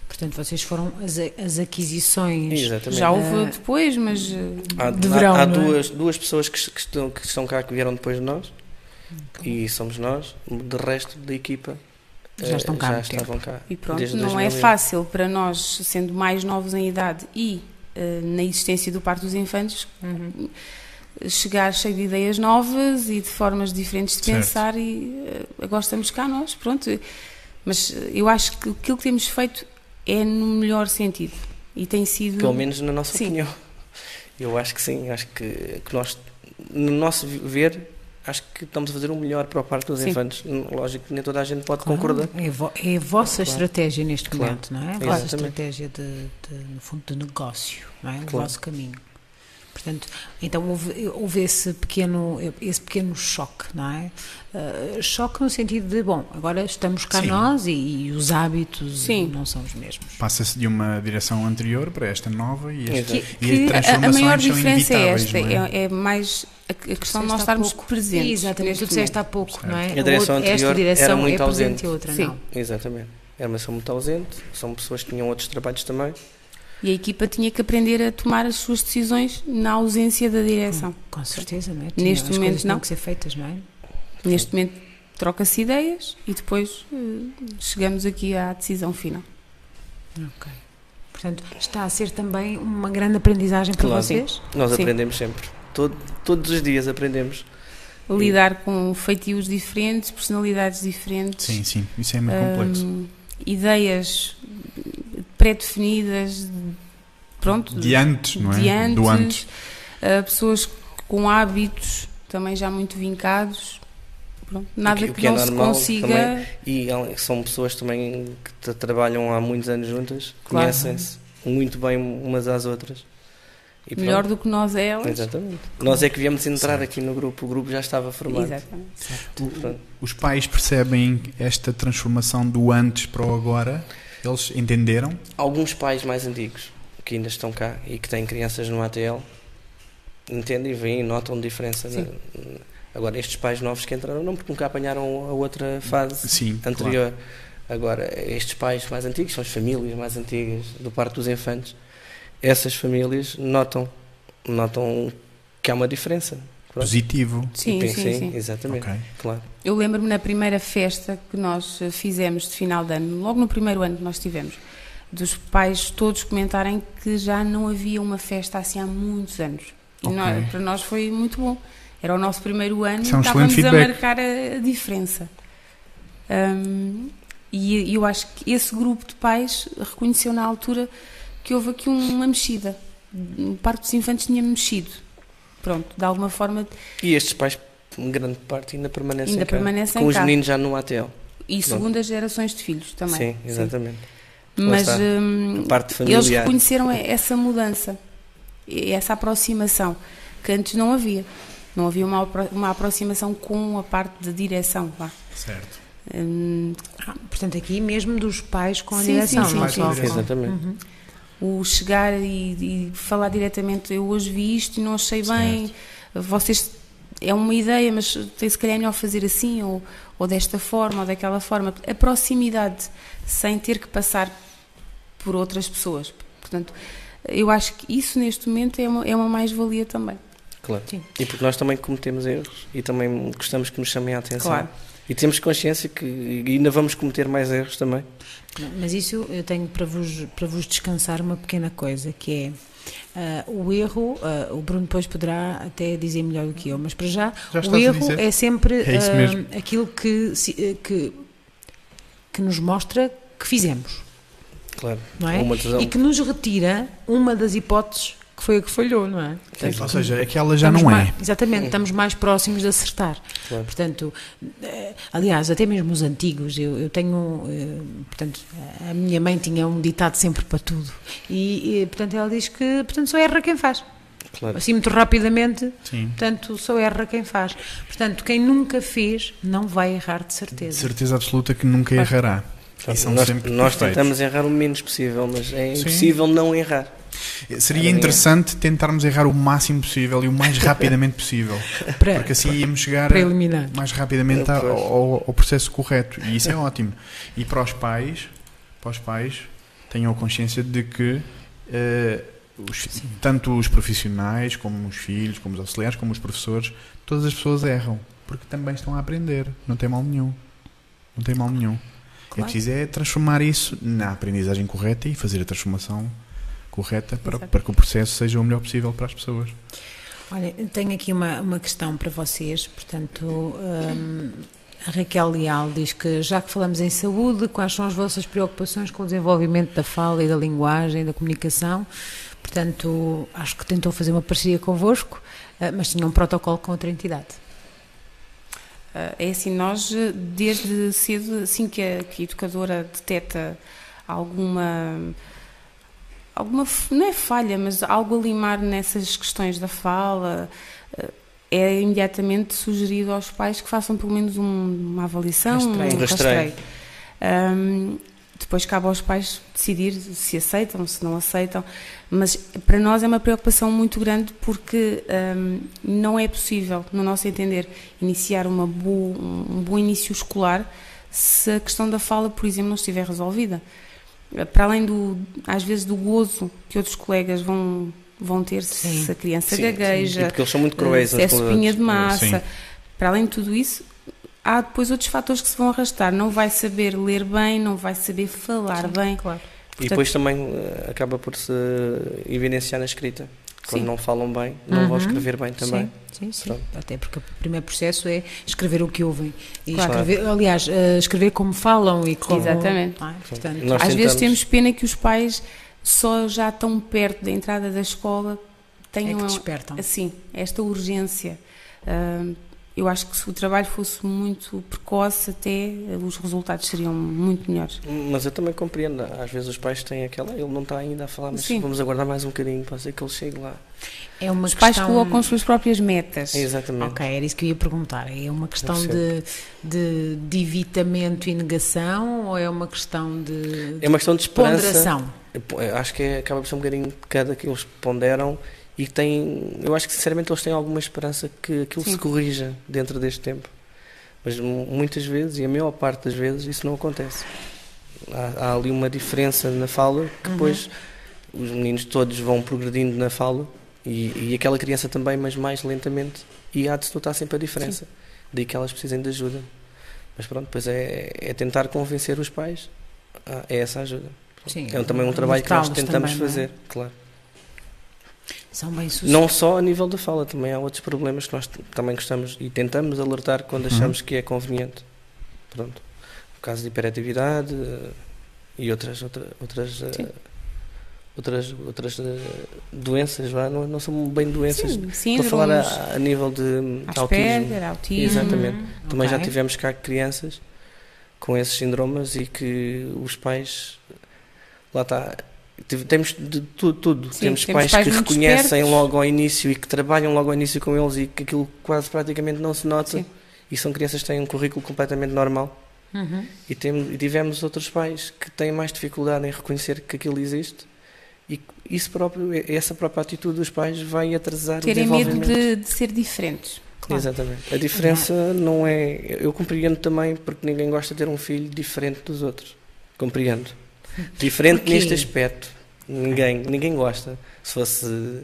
Speaker 2: Portanto, vocês foram as, as aquisições.
Speaker 4: Exatamente.
Speaker 3: Já
Speaker 2: Eh,
Speaker 3: houve depois, mas eh,
Speaker 4: Há,
Speaker 2: de
Speaker 4: há-
Speaker 2: verão,
Speaker 4: há
Speaker 2: não é?
Speaker 4: duas, duas pessoas que, que estão, que estão cá que vieram depois de nós e somos nós, de resto da equipa
Speaker 2: Já
Speaker 4: eh,
Speaker 2: estão cá há
Speaker 4: já
Speaker 2: muito tempo.
Speaker 4: estavam cá.
Speaker 3: e pronto,
Speaker 4: desde
Speaker 3: não é
Speaker 4: 2001.
Speaker 3: fácil para nós, sendo mais novos em idade e eh, na existência do Parque dos Infantes,
Speaker 2: Uhum.
Speaker 3: chegar cheio de ideias novas e de formas diferentes de
Speaker 1: Certo.
Speaker 3: pensar e eh, agora estamos cá nós, pronto. Mas eh, eu acho que aquilo que temos feito é no melhor sentido e tem sido
Speaker 4: Pelo menos na nossa
Speaker 3: Sim.
Speaker 4: opinião. Eu acho que sim, acho que, que nós, no nosso vi- ver, acho que estamos a fazer o melhor para o Parque dos
Speaker 3: Sim.
Speaker 4: Infantes. Lógico que nem toda a gente pode
Speaker 2: Claro,
Speaker 4: concordar.
Speaker 2: É, vo- é a vossa estratégia neste
Speaker 4: Claro.
Speaker 2: momento, não é? A vossa
Speaker 4: Exatamente.
Speaker 2: estratégia de, de, no fundo, de negócio, não é? O
Speaker 4: Claro.
Speaker 2: vosso caminho. Portanto, então houve, houve esse, pequeno, esse pequeno choque, não é? Ah, choque no sentido de, bom, agora estamos cá
Speaker 1: Sim.
Speaker 2: nós e, e os hábitos
Speaker 3: Sim.
Speaker 2: não são os mesmos.
Speaker 1: Passa-se de uma direção anterior para esta nova e esta.
Speaker 4: Exato.
Speaker 3: que,
Speaker 1: E
Speaker 3: que a- a,
Speaker 1: transformações
Speaker 3: maior
Speaker 1: são
Speaker 3: diferença é
Speaker 1: inevitáveis,
Speaker 3: esta,
Speaker 1: não
Speaker 3: é, é mais a, a questão de
Speaker 2: Disseste
Speaker 3: nós
Speaker 2: há
Speaker 3: estarmos
Speaker 2: pouco.
Speaker 3: presentes.
Speaker 2: Exatamente,
Speaker 3: neste
Speaker 2: tu disseste há
Speaker 3: momento.
Speaker 2: pouco, não é?
Speaker 4: A direção
Speaker 2: O outro- esta
Speaker 4: anterior
Speaker 2: direção
Speaker 4: era muito
Speaker 2: é presente
Speaker 4: ausente.
Speaker 2: e a outra
Speaker 3: Sim.
Speaker 2: não.
Speaker 4: Exatamente. Era uma pessoa muito ausente, são pessoas que tinham outros trabalhos também.
Speaker 3: E a equipa tinha que aprender a tomar as suas decisões na ausência da direção.
Speaker 2: Com certeza, não é?
Speaker 3: Neste
Speaker 2: As
Speaker 3: momento,
Speaker 2: coisas têm
Speaker 3: não.
Speaker 2: que ser feitas, não é?
Speaker 3: Neste momento troca-se ideias e depois eh, chegamos aqui à decisão final.
Speaker 2: Portanto, está a ser também uma grande aprendizagem para
Speaker 4: Claro.
Speaker 2: vocês.
Speaker 4: Nós
Speaker 3: Sim.
Speaker 4: aprendemos sempre. Todo- todos os dias aprendemos.
Speaker 3: Lidar com feitios diferentes, personalidades diferentes,
Speaker 1: Sim, sim, isso é muito complexo.
Speaker 3: hum, ideias eh, pré-definidas, pronto,
Speaker 1: De antes, não é?
Speaker 3: de antes,
Speaker 1: Do antes.
Speaker 3: ah, pessoas com hábitos também já muito vincados. Pronto, nada
Speaker 4: que-
Speaker 3: que,
Speaker 4: o que é
Speaker 3: não se
Speaker 4: normal
Speaker 3: consiga.
Speaker 4: também. E al- são pessoas também que tra- trabalham há muitos anos juntas,
Speaker 3: Claro.
Speaker 4: conhecem-se muito bem umas às outras. E pronto.
Speaker 3: Melhor do que nós é elas.
Speaker 4: Exatamente. Nós é que viemos entrar aqui no grupo, o grupo já estava formado.
Speaker 3: Exatamente.
Speaker 4: Portanto,
Speaker 1: Os pais percebem esta transformação do antes para o agora? Eles entenderam?
Speaker 4: alguns pais mais antigos que ainda estão cá e que têm crianças no ATL entendem e veem e notam diferença. na- Agora, estes pais novos que entraram, não, porque nunca apanharam a outra fase
Speaker 1: Sim. claro.
Speaker 4: anterior. Agora, estes pais mais antigos são as famílias mais antigas do Parque dos Infantes. Essas famílias notam, notam que há uma diferença.
Speaker 1: Positivo.
Speaker 3: Sim,
Speaker 4: E
Speaker 3: sim,
Speaker 4: pensem-
Speaker 3: sim.
Speaker 4: Exatamente,
Speaker 1: Ok.
Speaker 4: claro.
Speaker 3: Eu lembro-me na primeira festa que nós eh, fizemos de final de ano, logo no primeiro ano que nós tivemos, dos pais todos comentarem que já não havia uma festa assim há muitos anos. E
Speaker 1: Ok.
Speaker 3: nós- para nós foi muito bom. Era o nosso primeiro ano
Speaker 1: Isso é um
Speaker 3: e estávamos
Speaker 1: excelente
Speaker 3: a
Speaker 1: feedback.
Speaker 3: marcar a, a diferença. Hum, e eu acho que esse grupo de pais reconheceu na altura que houve aqui um, uma mexida. O Parque dos Infantes tinha mexido. Pronto, de alguma forma
Speaker 4: E estes pais, em grande parte, ainda permanecem
Speaker 3: ainda
Speaker 4: cá.
Speaker 3: permanecem
Speaker 4: com os
Speaker 3: cá.
Speaker 4: meninos já no ATL.
Speaker 3: E segundas gerações de filhos também.
Speaker 4: Sim, exatamente. Lá
Speaker 3: Mas
Speaker 4: está.
Speaker 3: hum,
Speaker 4: A parte
Speaker 3: eles
Speaker 4: familiar.
Speaker 3: reconheceram e- essa mudança, e essa aproximação, que antes não havia. Não havia uma, apro- uma aproximação com a parte de direção. Vá.
Speaker 1: Certo.
Speaker 3: Hum,
Speaker 2: Ah, portanto, aqui mesmo dos pais com a
Speaker 3: Sim,
Speaker 2: direção,
Speaker 3: sim,
Speaker 2: não
Speaker 1: sim,
Speaker 2: só
Speaker 1: sim.
Speaker 2: com-
Speaker 3: Uhum.
Speaker 4: Exatamente.
Speaker 3: o chegar e, e falar diretamente, eu hoje vi isto e não achei bem, vocês. É uma ideia, mas tem- se calhar é melhor fazer assim, ou, ou desta forma, ou daquela forma. A proximidade, sem ter que passar por outras pessoas. Portanto, eu acho que isso neste momento é uma, é uma mais-valia também.
Speaker 4: Claro.
Speaker 2: Sim.
Speaker 4: E porque nós também cometemos erros e também gostamos que nos chamem a atenção.
Speaker 3: Claro.
Speaker 4: E temos consciência que ainda vamos cometer mais erros também.
Speaker 2: Não, Mas isso eu tenho para vos, para vos descansar uma pequena coisa, que é ah, o erro, ah, o Bruno depois poderá até dizer melhor do que eu, mas para já,
Speaker 1: Já estás
Speaker 2: o
Speaker 1: a
Speaker 2: erro
Speaker 1: dizer.
Speaker 2: é sempre
Speaker 1: É isso
Speaker 2: ah,
Speaker 1: mesmo.
Speaker 2: aquilo que, se- eh, que, que nos mostra que fizemos,
Speaker 4: Claro.
Speaker 2: não é?
Speaker 4: Uma decisão.
Speaker 3: um
Speaker 2: E que nos retira uma das hipóteses que que foi a que falhou, não é?
Speaker 1: Ou seja, aquela já
Speaker 2: Estamos
Speaker 1: não
Speaker 2: mais-
Speaker 1: é.
Speaker 2: exatamente, estamos mais próximos de acertar.
Speaker 4: Claro.
Speaker 2: Portanto, eh, aliás, até mesmo os antigos, eu, eu tenho, eh, portanto, a minha mãe tinha um ditado sempre para tudo. E, eh, portanto, ela diz que, portanto, só erra quem faz.
Speaker 4: Claro.
Speaker 2: Assim, muito rapidamente,
Speaker 1: Sim.
Speaker 2: portanto, só erra quem faz. Portanto, quem nunca fez, não vai errar de
Speaker 1: De
Speaker 2: certeza.
Speaker 1: certeza absoluta que nunca errará. E são
Speaker 4: nós
Speaker 1: sempre
Speaker 4: nós
Speaker 1: perfeitos.
Speaker 4: tentamos errar o menos possível, mas é
Speaker 1: Sim.
Speaker 4: impossível não errar.
Speaker 1: Seria interessante tentarmos errar o máximo possível e o mais rapidamente possível.
Speaker 2: Para,
Speaker 1: Porque assim íamos chegar
Speaker 2: para eliminar.
Speaker 1: mais rapidamente
Speaker 4: É,
Speaker 1: a-
Speaker 4: pois.
Speaker 1: ao, ao processo correto. E isso é ótimo. E para os pais, para os pais tenham a consciência de que eh, os- tanto os profissionais, como os filhos, como os auxiliares, como os professores, todas as pessoas erram. Porque também estão a aprender. Não tem mal nenhum. Não tem mal nenhum. É
Speaker 2: Claro.
Speaker 1: preciso é transformar isso na aprendizagem correta e fazer a transformação correta para,
Speaker 3: Exato.
Speaker 1: para que o processo seja o melhor possível para as pessoas.
Speaker 2: Olha, tenho aqui uma, uma questão para vocês, portanto, hum, a Raquel Leal diz que já que falamos em saúde, quais são as vossas preocupações com o desenvolvimento da fala e da linguagem, da comunicação? Portanto, acho que tentou fazer uma parceria convosco, eh, mas tinha um protocolo com outra entidade.
Speaker 3: Ah, É assim, nós eh, desde cedo, assim que a, que a educadora detecta alguma, alguma, f- não é falha, mas algo a limar nessas questões da fala, eh, é imediatamente sugerido aos pais que façam pelo menos um- uma avaliação,
Speaker 2: Rastreio.
Speaker 3: um
Speaker 4: Um rastreio.
Speaker 3: rastreio. Ahm, depois cabe aos pais decidir se aceitam, se não aceitam, mas para nós é uma preocupação muito grande porque ahm, não é possível, no nosso entender, iniciar uma bo- um bom início escolar se a questão da fala, por exemplo, não estiver resolvida. Para além do, às vezes, do gozo que outros colegas vão, vão ter se
Speaker 2: Sim.
Speaker 3: a criança
Speaker 4: Sim, sim. E
Speaker 3: gagueja,
Speaker 4: porque eles são muito cruéis
Speaker 3: se
Speaker 4: uns
Speaker 3: é
Speaker 4: com os
Speaker 3: sopinha de
Speaker 4: outros.
Speaker 3: massa.
Speaker 1: Sim.
Speaker 3: Para além de tudo isso, há depois outros fatores que se vão arrastar. Não vai saber ler bem, não vai saber falar bem.
Speaker 2: Claro.
Speaker 4: E
Speaker 3: Portanto-
Speaker 4: depois também eh, acaba por se evidenciar na escrita. Quando
Speaker 3: Sim.
Speaker 4: não falam bem, não
Speaker 2: Uhum.
Speaker 4: vão escrever bem também.
Speaker 2: Sim, sim, sim.
Speaker 4: Pronto.
Speaker 2: Até porque o primeiro processo é escrever o que ouvem. E
Speaker 4: Claro.
Speaker 2: escrever, aliás, eh, escrever como falam e como.
Speaker 3: Exatamente.
Speaker 2: Ah, portanto,
Speaker 4: Nós
Speaker 3: Às vezes
Speaker 4: tentamos-
Speaker 3: temos pena que os pais, só já tão perto da entrada da escola,
Speaker 2: é
Speaker 3: tenham
Speaker 2: que
Speaker 3: a-
Speaker 2: despertam.
Speaker 3: assim, esta urgência. Ahm, eu acho que se o trabalho fosse muito precoce, até eh, os resultados seriam muito melhores.
Speaker 4: Mas eu também compreendo, às vezes os pais têm aquela, "Ah, ele não está ainda a falar, mas
Speaker 3: Sim.
Speaker 4: vamos aguardar mais um bocadinho, pode ser que ele chegue lá.
Speaker 2: É uma
Speaker 3: Os pais
Speaker 2: questão-
Speaker 3: colocam as suas próprias metas.
Speaker 4: É exatamente.
Speaker 2: Ok, era isso que eu ia perguntar. É uma questão
Speaker 4: Eu
Speaker 2: de, de, de evitamento e negação ou é uma questão de, de
Speaker 4: É uma questão de esperança.
Speaker 2: ponderação?
Speaker 4: Eu po- eu Acho que é- acaba por ser um bocadinho de cada que eles ponderam e têm, eu acho que sinceramente eles têm alguma esperança que aquilo
Speaker 3: Sim.
Speaker 4: se corrija dentro deste tempo. Mas mu- muitas vezes, e a maior parte das vezes, isso não acontece. Há, há ali uma diferença na fala que depois os meninos todos vão progredindo na fala e, e aquela criança também, mas mais lentamente. E há de se notar sempre a diferença. Daí que elas precisem de ajuda. Mas pronto, depois é, é tentar convencer os pais a, a essa ajuda.
Speaker 2: Sim,
Speaker 4: É um- também um trabalho que nós
Speaker 2: ajudá-los
Speaker 4: tentamos
Speaker 2: também, não é?
Speaker 4: fazer, claro.
Speaker 2: São bem sucedidos.
Speaker 4: Não só a nível da fala, também há outros problemas que nós t- também gostamos e tentamos alertar quando achamos que é conveniente. Pronto. O caso de hiperatividade eh, e outras outra, outras eh,
Speaker 3: Sim.
Speaker 4: outras outras eh, doenças, vá, não, não são bem doenças.
Speaker 3: Sim,
Speaker 4: Estou
Speaker 3: síndromes,
Speaker 4: a falar a, a nível de hum, autismo.
Speaker 3: Asperger, autismo.
Speaker 4: Exatamente.
Speaker 2: Uhum,
Speaker 4: Também já
Speaker 2: ok.
Speaker 4: tivemos cá crianças com esses síndromes e que os pais. Lá está. tive- Temos de tudo. tudo.
Speaker 3: Sim,
Speaker 4: temos,
Speaker 3: temos
Speaker 4: pais,
Speaker 3: pais
Speaker 4: que
Speaker 3: muito
Speaker 4: reconhecem
Speaker 3: espertos.
Speaker 4: logo ao início e que trabalham logo ao início com eles e que aquilo quase praticamente não se nota.
Speaker 3: Sim.
Speaker 4: E são crianças que têm um currículo completamente normal.
Speaker 2: Uhum.
Speaker 4: E, tem- e tivemos outros pais que têm mais dificuldade em reconhecer que aquilo existe. E que isso próprio, essa própria atitude dos pais vai atrasar o
Speaker 3: terem medo
Speaker 4: desenvolvimento.
Speaker 3: de, de ser diferentes.
Speaker 2: Claro.
Speaker 4: Exatamente. A diferença não é. Eu compreendo também porque ninguém gosta de ter um filho diferente dos outros. Compreendo. Diferente
Speaker 2: Porquê?
Speaker 4: neste aspecto. Ninguém, ninguém gosta. Se fosse.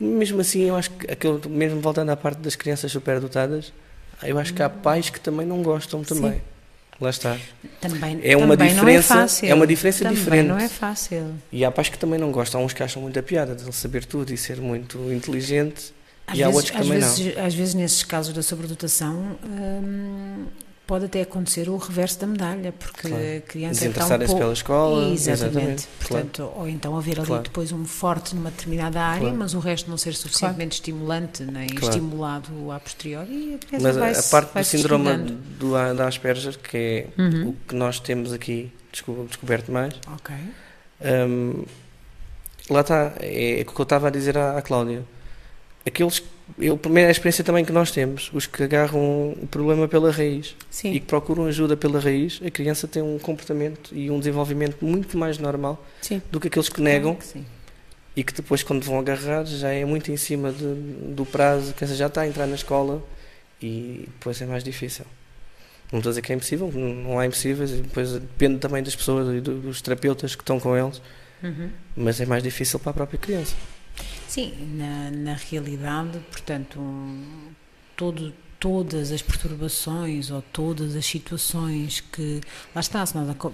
Speaker 4: Mesmo assim, eu acho que aquilo, mesmo voltando à parte das crianças superdotadas, eu acho que há
Speaker 2: Hum.
Speaker 4: pais que também não gostam também. Lá está.
Speaker 2: Também,
Speaker 4: É uma
Speaker 2: também não
Speaker 4: diferença-
Speaker 2: é, fácil.
Speaker 4: é uma diferença
Speaker 2: também
Speaker 4: diferente.
Speaker 2: não é fácil.
Speaker 4: E há pais que também não gostam. Há uns que acham muita piada de ele saber tudo e ser muito inteligente.
Speaker 2: Às
Speaker 4: E há
Speaker 2: vezes,
Speaker 4: outros que
Speaker 2: às
Speaker 4: também
Speaker 2: vezes, Às vezes, nesses casos da sobredotação, hum, pode até acontecer o reverso da medalha, porque
Speaker 4: Claro.
Speaker 2: a criança é tão
Speaker 4: Desinteressarem-se
Speaker 2: pou-
Speaker 4: pela escola.
Speaker 2: Exatamente.
Speaker 4: claro.
Speaker 2: Portanto, Ou então haver ali
Speaker 4: Claro.
Speaker 2: depois um forte numa determinada área,
Speaker 4: Claro.
Speaker 2: mas o resto não ser suficientemente estimulante nem
Speaker 4: Claro.
Speaker 2: estimulado a posteriori. E a criança
Speaker 4: Mas
Speaker 2: vai
Speaker 4: a- a parte do síndrome
Speaker 2: De...
Speaker 4: do, da Asperger, que é o que nós temos aqui desco- descoberto mais,
Speaker 2: Uhum. Ok.
Speaker 4: hum, lá está, é o que eu estava a dizer à, à Cláudia. Aqueles, eu, primeiro, a experiência também que nós temos, os que agarram o problema pela raiz
Speaker 3: Sim.
Speaker 4: e que procuram ajuda pela raiz, a criança tem um comportamento e um desenvolvimento muito mais normal
Speaker 3: Sim.
Speaker 4: do que aqueles que negam
Speaker 2: Claro que sim.
Speaker 4: e que depois quando vão agarrar já é muito em cima de- do prazo, que já está a entrar na escola e depois é mais difícil. Não estou a dizer que é impossível, não não há impossíveis, e depois depende também das pessoas e do- dos terapeutas que estão com eles,
Speaker 2: Uhum.
Speaker 4: mas é mais difícil para a própria criança.
Speaker 2: Sim, na, na realidade, portanto, um, todo, todas as perturbações ou todas as situações que. Lá está, se nós, aco-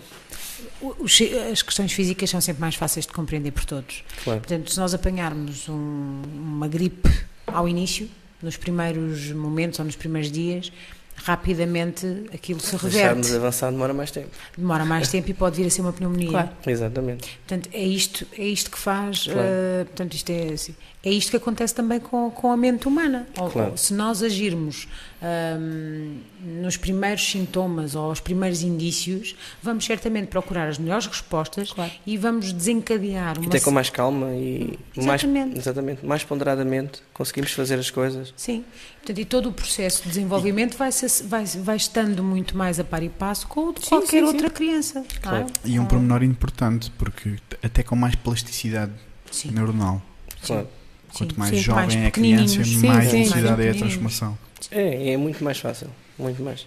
Speaker 2: o- os chi- as questões físicas são sempre mais fáceis de compreender por todos.
Speaker 4: Claro.
Speaker 2: Portanto, se nós apanharmos um- uma gripe ao início, nos primeiros momentos ou nos primeiros dias, rapidamente aquilo se
Speaker 4: Se deixarmos
Speaker 2: reverte.
Speaker 4: avançar demora mais tempo.
Speaker 2: Demora mais tempo e pode vir a ser uma pneumonia.
Speaker 3: Claro.
Speaker 4: Exatamente.
Speaker 2: Portanto, é isto, é isto que faz.
Speaker 4: Claro.
Speaker 2: eh, portanto, isto é, assim, é isto que acontece também com, com a mente humana. Ou-
Speaker 4: Claro.
Speaker 2: ou se nós agirmos ahm, nos primeiros sintomas ou aos primeiros indícios, vamos certamente procurar as melhores respostas
Speaker 3: Claro.
Speaker 2: e vamos desencadear uma.
Speaker 4: Até com mais calma e mais,
Speaker 2: Exatamente.
Speaker 4: exatamente, mais ponderadamente conseguimos fazer as coisas.
Speaker 2: Sim, portanto, e todo o processo de desenvolvimento vai, ser- vai, vai estando muito mais a par e passo com o de
Speaker 3: Sim,
Speaker 2: qualquer
Speaker 3: sim, sim.
Speaker 2: outra criança. não é?
Speaker 4: Claro.
Speaker 1: E é um pormenor importante, porque t- até com mais plasticidade
Speaker 2: Sim,
Speaker 1: neuronal.
Speaker 4: Claro.
Speaker 2: sim.
Speaker 1: Quanto mais
Speaker 3: sim,
Speaker 1: jovem
Speaker 2: mais
Speaker 1: é a criança,
Speaker 2: pequenininhos,
Speaker 3: sim,
Speaker 1: mais
Speaker 3: sim.
Speaker 1: velocidade é a
Speaker 2: Mais
Speaker 1: transformação.
Speaker 4: É, é muito mais fácil, muito mais.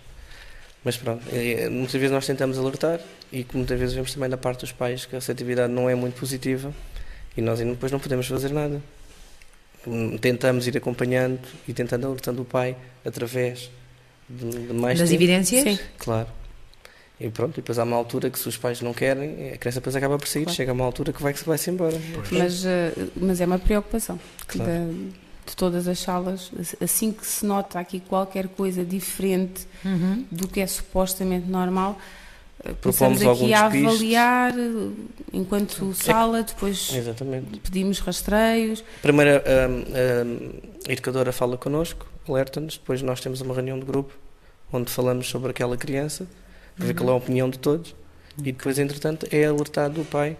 Speaker 4: Mas pronto, é, é, muitas vezes nós tentamos alertar e que muitas vezes vemos também da parte dos pais que a receptividade não é muito positiva e nós ainda depois não podemos fazer nada. Hum, Tentamos ir acompanhando e tentando alertando o pai através de, de mais
Speaker 2: Das
Speaker 4: tempo.
Speaker 2: evidências?
Speaker 3: Sim.
Speaker 4: Claro. E pronto, e depois há uma altura que se os pais não querem, a criança depois acaba por sair,
Speaker 3: Claro.
Speaker 4: chega a uma altura que vai que se vai-se embora.
Speaker 3: Mas, eh, mas é uma preocupação
Speaker 4: Claro.
Speaker 3: da- de todas as salas. Assim que se nota aqui qualquer coisa diferente
Speaker 2: Uhum.
Speaker 3: do que é supostamente normal, eh,
Speaker 4: Propomos
Speaker 3: começamos
Speaker 4: alguns
Speaker 3: aqui
Speaker 4: É
Speaker 3: a
Speaker 4: pistes.
Speaker 3: avaliar eh, enquanto sala, depois
Speaker 4: Exatamente.
Speaker 3: pedimos rastreios.
Speaker 4: Primeiro hum, hum, a educadora fala connosco, alerta-nos, depois nós temos uma reunião de grupo onde falamos sobre aquela criança, para ver qual é a opinião de todos, e depois, entretanto, é alertado o pai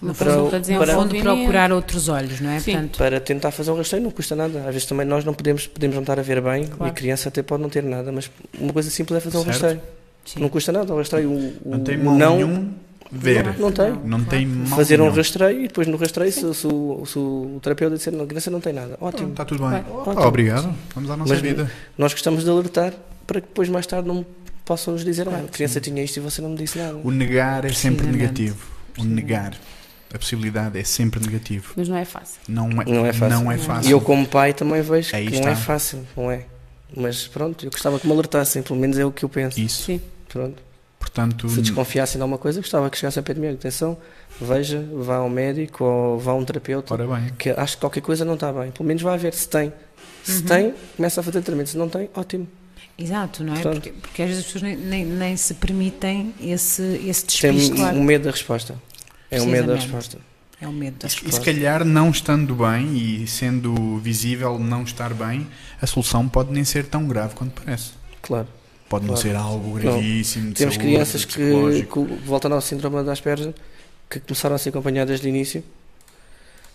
Speaker 3: Uma
Speaker 4: Para o-
Speaker 3: consulta de
Speaker 4: para-
Speaker 2: Onde
Speaker 3: desenvolvimento.
Speaker 2: um procurar outros olhos, não é?
Speaker 3: um Sim.
Speaker 2: Portanto,
Speaker 4: para tentar fazer um rastreio, não custa nada. Às vezes também nós não podemos, podemos não estar a ver bem, e a
Speaker 3: Claro.
Speaker 4: criança até pode não ter nada, mas uma coisa simples é fazer um
Speaker 1: Certo.
Speaker 4: rastreio.
Speaker 2: sim.
Speaker 4: Não custa nada, o rastreio, o, o
Speaker 1: Não tem mal
Speaker 4: não,
Speaker 1: nenhum ver.
Speaker 4: não tem.
Speaker 1: Não, tem mal
Speaker 4: Fazer um
Speaker 1: nenhum.
Speaker 4: rastreio e depois no rastreio, se, se o, se o terapeuta disser não, a criança não tem nada,
Speaker 1: Pronto,
Speaker 4: ótimo.
Speaker 1: Está Tá tudo bem.
Speaker 4: Ótimo.
Speaker 1: Opa, obrigado. Vamos à nossa
Speaker 4: Mas-
Speaker 1: vida.
Speaker 4: Nós gostamos de alertar para que depois mais tarde não possam nos dizer "Ah, a criança tinha isto e você não me disse nada.
Speaker 1: O negar é sempre
Speaker 2: Precisamente.
Speaker 1: negativo. O negar a possibilidade é sempre negativo.
Speaker 3: Mas não é fácil.
Speaker 1: Não é,
Speaker 4: Não é fácil.
Speaker 1: Não é
Speaker 4: E
Speaker 1: fácil.
Speaker 4: eu como pai também vejo
Speaker 1: Aí
Speaker 4: que
Speaker 1: está.
Speaker 4: não é fácil, não é? Mas pronto, eu gostava que me alertassem, pelo menos é o que eu penso.
Speaker 1: Isso.
Speaker 3: Sim.
Speaker 4: Pronto.
Speaker 1: Portanto,
Speaker 4: Se desconfiassem de alguma coisa, gostava que chegassem a pé de mim. Atenção, veja, vá ao médico ou vá a um terapeuta,
Speaker 1: ora bem.
Speaker 4: que acho que qualquer coisa não está bem. Pelo menos vá a ver se tem. Se tem, começa a fazer tratamento. Se não tem, ótimo.
Speaker 2: Exato, não é?
Speaker 4: Portanto-
Speaker 2: Porque, porque às vezes as pessoas nem, nem, nem se permitem esse, esse
Speaker 4: Tem
Speaker 2: despiste.
Speaker 4: um, um medo da resposta. É um medo da
Speaker 2: Precisamente.
Speaker 4: resposta.
Speaker 2: É o medo. da
Speaker 1: E se
Speaker 2: resposta.
Speaker 1: calhar não estando bem e sendo visível não estar bem, a solução pode nem ser tão grave quanto parece.
Speaker 4: Claro.
Speaker 1: Pode não
Speaker 4: Claro.
Speaker 1: ser algo
Speaker 4: Não.
Speaker 1: gravíssimo. de
Speaker 4: Temos
Speaker 1: saúde,
Speaker 4: crianças que,
Speaker 1: psicológico.
Speaker 4: que voltando ao síndrome da Asperger, que começaram a ser acompanhadas de início,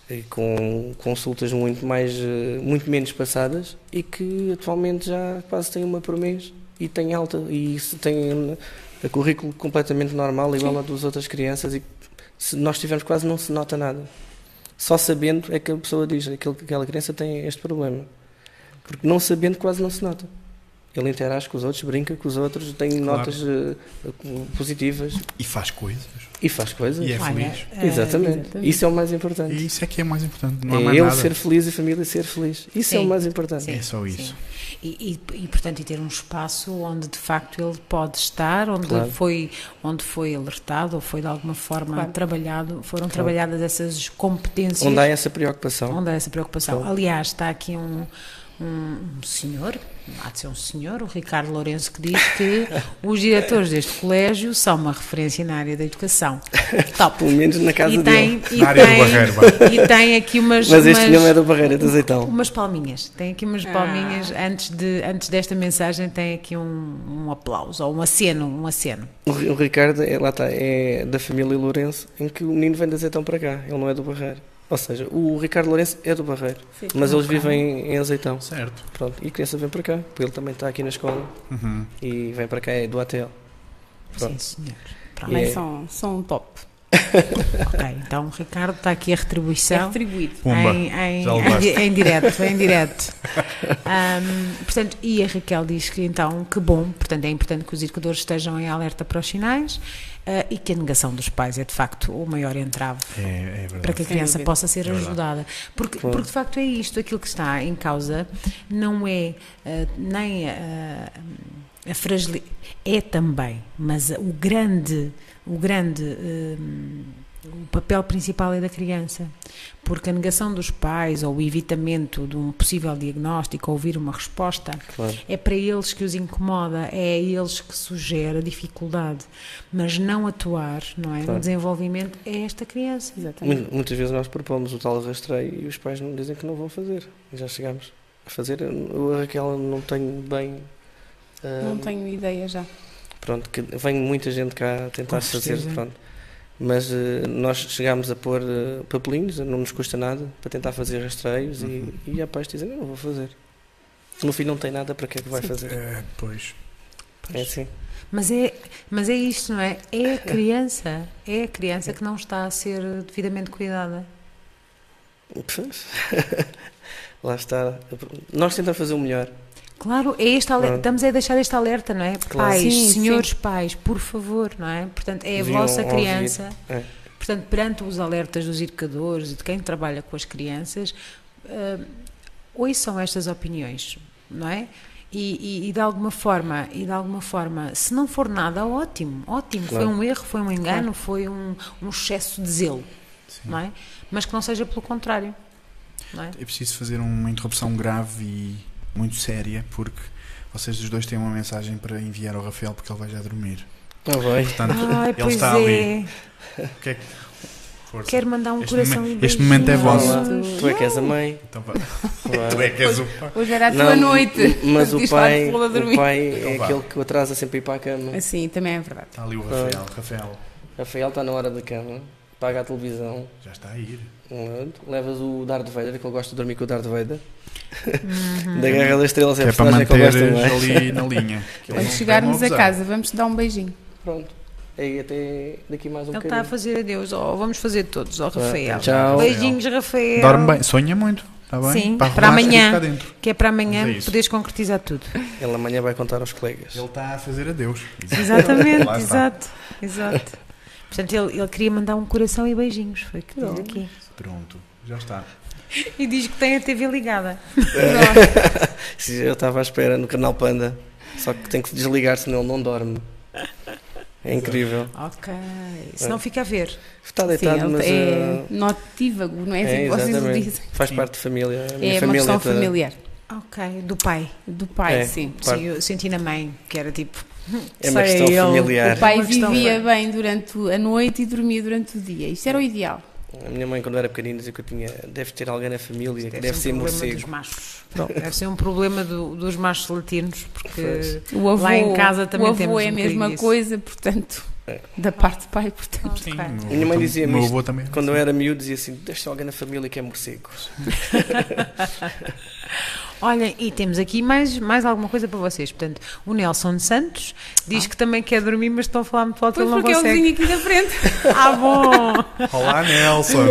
Speaker 4: e com consultas muito, mais, eh, muito menos passadas, e que atualmente já quase têm uma por mês e têm alta, e se têm eh, currículo completamente normal, igual ao das outras crianças, e se nós tivermos quase não se nota nada. Só sabendo é que a pessoa diz que aquela criança tem este problema. Porque não sabendo quase não se nota. Ele interage com os outros, brinca com os outros, tem
Speaker 1: Claro.
Speaker 4: notas eh, positivas
Speaker 1: E faz coisas.
Speaker 4: e faz coisas.
Speaker 1: E é
Speaker 2: Olha,
Speaker 1: feliz.
Speaker 2: eh,
Speaker 4: exatamente.
Speaker 3: exatamente.
Speaker 4: Isso é o mais importante.
Speaker 1: E isso é que é mais importante. Não há
Speaker 4: é
Speaker 1: mais
Speaker 4: eu
Speaker 1: nada.
Speaker 4: ser feliz e a família ser feliz. Isso é o
Speaker 2: Sim.
Speaker 4: mais importante.
Speaker 2: Sim.
Speaker 1: É só isso.
Speaker 2: E, e, e, portanto, e ter um espaço onde de facto ele pode estar, onde,
Speaker 4: Claro.
Speaker 2: foi, onde foi alertado ou foi de alguma forma
Speaker 3: Claro.
Speaker 2: trabalhado, foram trabalhadas essas competências.
Speaker 4: Onde há essa preocupação.
Speaker 2: Onde há essa preocupação.
Speaker 4: Sim.
Speaker 2: Aliás, está aqui um, um senhor, há de ser um senhor, o Ricardo Lourenço, que diz que os diretores deste colégio são uma referência na área da educação. Top.
Speaker 4: Pelo menos na casa
Speaker 2: E
Speaker 4: dele.
Speaker 2: tem, e,
Speaker 1: Na área do Barreiro, vá.
Speaker 2: tem, e tem aqui umas,
Speaker 4: Mas este
Speaker 2: umas-
Speaker 4: filme é do Barreira, de azeitão.
Speaker 2: umas palminhas. Tem aqui umas palminhas. Antes, de, antes desta mensagem, tem aqui um, um aplauso, ou um aceno, um aceno.
Speaker 4: O Ri- o Ricardo, é, lá está, é da família Lourenço, em que o menino vem de azeitão para cá, ele não é do Barreiro. Ou seja, o Ricardo Lourenço é do Barreiro,
Speaker 3: Sim.
Speaker 4: mas eles vivem em azeitão.
Speaker 1: Certo.
Speaker 4: Pronto, e a criança vem para cá, porque ele também está aqui na escola
Speaker 1: Uhum.
Speaker 4: e vem para cá, é do ATL.
Speaker 2: Sim,
Speaker 4: Pronto.
Speaker 2: senhor. Pronto.
Speaker 3: Também
Speaker 4: É.
Speaker 3: são,
Speaker 2: um
Speaker 3: são top.
Speaker 2: Ok, então, Ricardo, está aqui a
Speaker 3: É
Speaker 2: retribuição.
Speaker 3: retribuído.
Speaker 1: Pumba.
Speaker 2: Em, em,
Speaker 1: já levaste.
Speaker 2: em, em direto, em direto. Ahm, portanto, e a Raquel diz que então, que bom, portanto é importante que os educadores estejam em alerta para os sinais ah, e que a negação dos pais é de facto o maior entrave
Speaker 1: É, é verdade.
Speaker 2: para que a
Speaker 3: Sem
Speaker 2: criança
Speaker 3: dúvida.
Speaker 2: possa ser
Speaker 1: É verdade.
Speaker 2: ajudada. Porque,
Speaker 4: Claro.
Speaker 2: porque de facto é isto, aquilo que está em causa não é ah, nem ah, a fragilidade, é também, mas o grande, o grande hum, o papel principal é da criança, porque a negação dos pais ou o evitamento de um possível diagnóstico ou ouvir uma resposta
Speaker 4: Claro.
Speaker 2: é para eles que os incomoda, é a eles que sugere a dificuldade, mas não atuar não é,
Speaker 4: Claro.
Speaker 2: no desenvolvimento é esta criança.
Speaker 3: Exatamente.
Speaker 4: Mu- Muitas vezes nós propomos o tal rastreio e os pais não dizem que não vão fazer. E já chegámos a fazer. Eu, a Raquel não tenho bem. ah,
Speaker 3: Não tenho ideia já.
Speaker 4: Pronto, que vem muita gente cá tentar
Speaker 2: Com certeza.
Speaker 4: fazer. Pronto. Mas eh, nós chegámos a pôr eh, papelinhos, não nos custa nada, para tentar fazer rastreios
Speaker 1: Uhum.
Speaker 4: e, e há pais que dizem: Não, não vou fazer. O meu filho não tem nada, para que é que vai fazer?
Speaker 1: É, pois.
Speaker 4: É assim.
Speaker 2: Mas é, mas é isto, não é? É a criança, é a criança que não está a ser devidamente cuidada.
Speaker 4: Pois. Lá está. Nós tentamos fazer o melhor.
Speaker 2: Claro, é este alerta,
Speaker 4: Claro.
Speaker 2: estamos a deixar este alerta, não é?
Speaker 4: Claro.
Speaker 2: Pais,
Speaker 3: Sim,
Speaker 2: senhores pais, por favor, não é? Portanto, é a
Speaker 4: Deviam
Speaker 2: vossa
Speaker 4: ouvir.
Speaker 2: criança.
Speaker 4: É.
Speaker 2: Portanto, perante os alertas dos educadores e de quem trabalha com as crianças, ah, ouçam estas opiniões, não é? E, e- e de alguma forma, e de alguma forma, se não for nada, ótimo, ótimo.
Speaker 4: Claro.
Speaker 2: Foi um erro, foi um engano,
Speaker 3: Claro.
Speaker 2: foi um, um excesso de zelo,
Speaker 1: Sim.
Speaker 2: não é? Mas que não seja pelo contrário, não é?
Speaker 1: É preciso fazer uma interrupção grave e muito séria, porque vocês os dois têm uma mensagem para enviar ao Rafael, porque ele vai já dormir. Tá
Speaker 4: Ah, vai.
Speaker 1: Portanto,
Speaker 2: Ai,
Speaker 1: ele
Speaker 2: pois
Speaker 1: está
Speaker 2: é.
Speaker 1: ali. o que é que. Força.
Speaker 2: Quero mandar um
Speaker 1: Este
Speaker 2: coração
Speaker 1: momento-
Speaker 2: e
Speaker 1: este momento é
Speaker 2: beijinhos.
Speaker 1: vosso.
Speaker 4: Olá. Tu é que és a mãe.
Speaker 1: Então vá.
Speaker 4: Claro.
Speaker 1: Tu é que és o pai.
Speaker 3: Hoje era a tua
Speaker 4: Tá. Não,
Speaker 3: noite.
Speaker 4: m- Mas o
Speaker 3: Diz lá,
Speaker 4: pai,
Speaker 3: vou lá
Speaker 4: o
Speaker 3: dormir.
Speaker 4: pai
Speaker 1: Então
Speaker 4: é
Speaker 1: vá.
Speaker 4: aquele que o atrasa sempre a ir para a cama.
Speaker 3: Assim, também é verdade.
Speaker 1: Está Tá ali
Speaker 4: Ah.
Speaker 1: o Rafael. Rafael,
Speaker 4: Rafael está na hora da cama, paga a televisão,
Speaker 1: já está a ir.
Speaker 4: pronto, um levas o Darth Vader, que ele gosta de dormir com o Darth Vader.
Speaker 2: Uhum.
Speaker 4: Da Guerra das Estrelas é a
Speaker 1: Hum. que é para
Speaker 4: personagem que ele
Speaker 1: manteres
Speaker 4: gosta, não é?
Speaker 1: ali na linha. Que ele
Speaker 3: Quando
Speaker 1: não-
Speaker 3: chegarmos
Speaker 1: para
Speaker 3: a
Speaker 1: não
Speaker 3: casa, vamos te dar um beijinho.
Speaker 4: Pronto, aí até daqui mais um
Speaker 2: Ele está a
Speaker 4: bocadinho. Tá,
Speaker 2: fazer adeus, ó, vamos fazer todos, ó, Rafael.
Speaker 4: Tchau.
Speaker 2: Beijinhos,
Speaker 1: abusar.
Speaker 2: Rafael.
Speaker 1: Dorme bem, sonha muito. Está bem?
Speaker 2: Sim,
Speaker 1: Para
Speaker 2: para
Speaker 1: arrumar tudo
Speaker 2: amanhã.
Speaker 1: cá dentro.
Speaker 2: Que é para amanhã
Speaker 1: Mas é isso.
Speaker 2: poderes concretizar tudo.
Speaker 4: Ele amanhã vai contar aos colegas.
Speaker 1: Ele está a fazer adeus.
Speaker 2: Exatamente,
Speaker 1: Lá está.
Speaker 2: exato, exato. Portanto, ele, ele queria mandar um coração e beijinhos, foi o que diz
Speaker 3: Pronto.
Speaker 2: aqui.
Speaker 1: Pronto, já está.
Speaker 3: Ah,
Speaker 2: E diz que tem a TV ligada.
Speaker 4: Se Eu estava à espera no canal Panda, só que tem que desligar, senão ele não dorme. É incrível.
Speaker 2: Ok,
Speaker 1: É.
Speaker 2: senão fica a ver.
Speaker 4: Está Tá deitado,
Speaker 3: ele
Speaker 4: mas
Speaker 3: é
Speaker 4: eh,
Speaker 3: notívago, não é?
Speaker 4: é,
Speaker 3: assim que vocês o
Speaker 4: exatamente.
Speaker 3: dizem.
Speaker 4: faz
Speaker 1: Sim.
Speaker 4: parte de família. a minha
Speaker 3: É uma
Speaker 4: família
Speaker 3: questão
Speaker 4: toda.
Speaker 3: familiar.
Speaker 2: Ok, do pai.
Speaker 3: Do pai,
Speaker 4: É.
Speaker 3: sim.
Speaker 4: Claro.
Speaker 2: Sim, eu senti na mãe, que era tipo.
Speaker 4: É uma
Speaker 2: sei
Speaker 4: questão
Speaker 2: ele.
Speaker 4: familiar.
Speaker 3: O pai
Speaker 2: Uma questão
Speaker 3: vivia
Speaker 2: bem.
Speaker 3: bem durante a noite e dormia durante o dia. Isso era o ideal.
Speaker 4: A minha mãe, quando eu era pequenina, dizia que eu tinha. Deve ter alguém na família, que
Speaker 2: Deve,
Speaker 4: deve
Speaker 2: ser
Speaker 4: ser
Speaker 2: um problema dos
Speaker 4: morcego.
Speaker 2: machos. Deve ser um problema do- dos machos latinos, porque.
Speaker 3: O avô,
Speaker 2: Lá em casa também
Speaker 3: o avô
Speaker 2: temos
Speaker 3: é a
Speaker 2: um
Speaker 3: mesma
Speaker 2: bocadinho disso.
Speaker 3: coisa, portanto,
Speaker 4: É.
Speaker 3: da parte do pai, portanto.
Speaker 1: Sim,
Speaker 2: Ok.
Speaker 1: o
Speaker 4: Minha mãe
Speaker 1: tam-
Speaker 4: dizia-me
Speaker 1: meu
Speaker 4: isto
Speaker 1: avô também.
Speaker 4: Quando eu era miúdo, dizia assim: Deve ser alguém na família que é morcego.
Speaker 2: Olhem, e temos aqui mais, mais alguma coisa para vocês. Portanto, o Nelson Santos diz
Speaker 4: Ah.
Speaker 2: que também quer dormir, mas estão a falar muito alto,
Speaker 3: Pois
Speaker 2: ele não
Speaker 3: porque é o
Speaker 2: consegue.
Speaker 3: vizinho aqui da frente.
Speaker 2: Ah, bom!
Speaker 1: Olá, Nelson.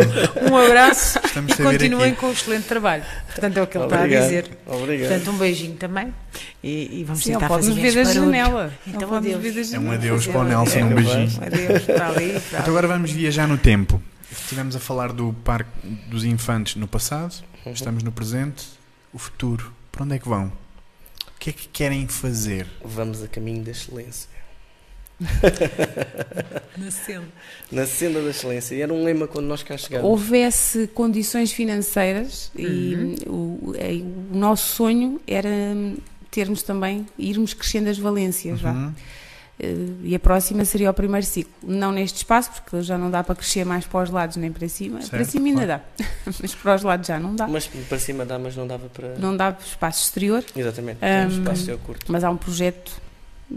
Speaker 2: Um abraço
Speaker 1: Estamos
Speaker 2: e
Speaker 1: a ver
Speaker 2: continuem
Speaker 1: aqui.
Speaker 2: com o excelente trabalho. Portanto, é o que ele está a
Speaker 4: Obrigado.
Speaker 2: dizer.
Speaker 4: Obrigado.
Speaker 2: Portanto, um beijinho também. E, e vamos
Speaker 3: Sim, ele
Speaker 2: tentar
Speaker 3: pode
Speaker 2: fazer
Speaker 3: nos ver da
Speaker 2: menos barulho.
Speaker 3: janela.
Speaker 2: Então,
Speaker 3: Ele pode nos
Speaker 2: adeus.
Speaker 3: ver da
Speaker 1: É um
Speaker 3: janela.
Speaker 1: adeus para o Nelson, um
Speaker 4: É,
Speaker 1: beijinho.
Speaker 2: Adeus, para ali, para
Speaker 1: Então agora vamos viajar no tempo. Estivemos a falar do Parque dos Infantes no passado,
Speaker 4: Uhum.
Speaker 1: estamos no presente, o futuro. Para onde é que vão? O que é que querem fazer?
Speaker 4: Vamos a caminho da excelência.
Speaker 2: Na senda.
Speaker 4: Na senda da excelência. E era um lema quando nós cá chegámos.
Speaker 3: Houvesse condições financeiras e o, é, o nosso sonho era termos também, irmos crescendo as valências, vá.
Speaker 1: Uhum.
Speaker 3: Eh, E a próxima seria o primeiro ciclo. Não neste espaço, porque já não dá para crescer mais para os lados nem para cima. para
Speaker 1: Certo,
Speaker 3: cima ainda dá, mas para os lados já não dá.
Speaker 4: Mas para cima dá, mas não dava para.
Speaker 3: Não dá espaço exterior,
Speaker 4: Exatamente.
Speaker 3: Ahm.
Speaker 4: Um espaço eu curto.
Speaker 3: mas há um projeto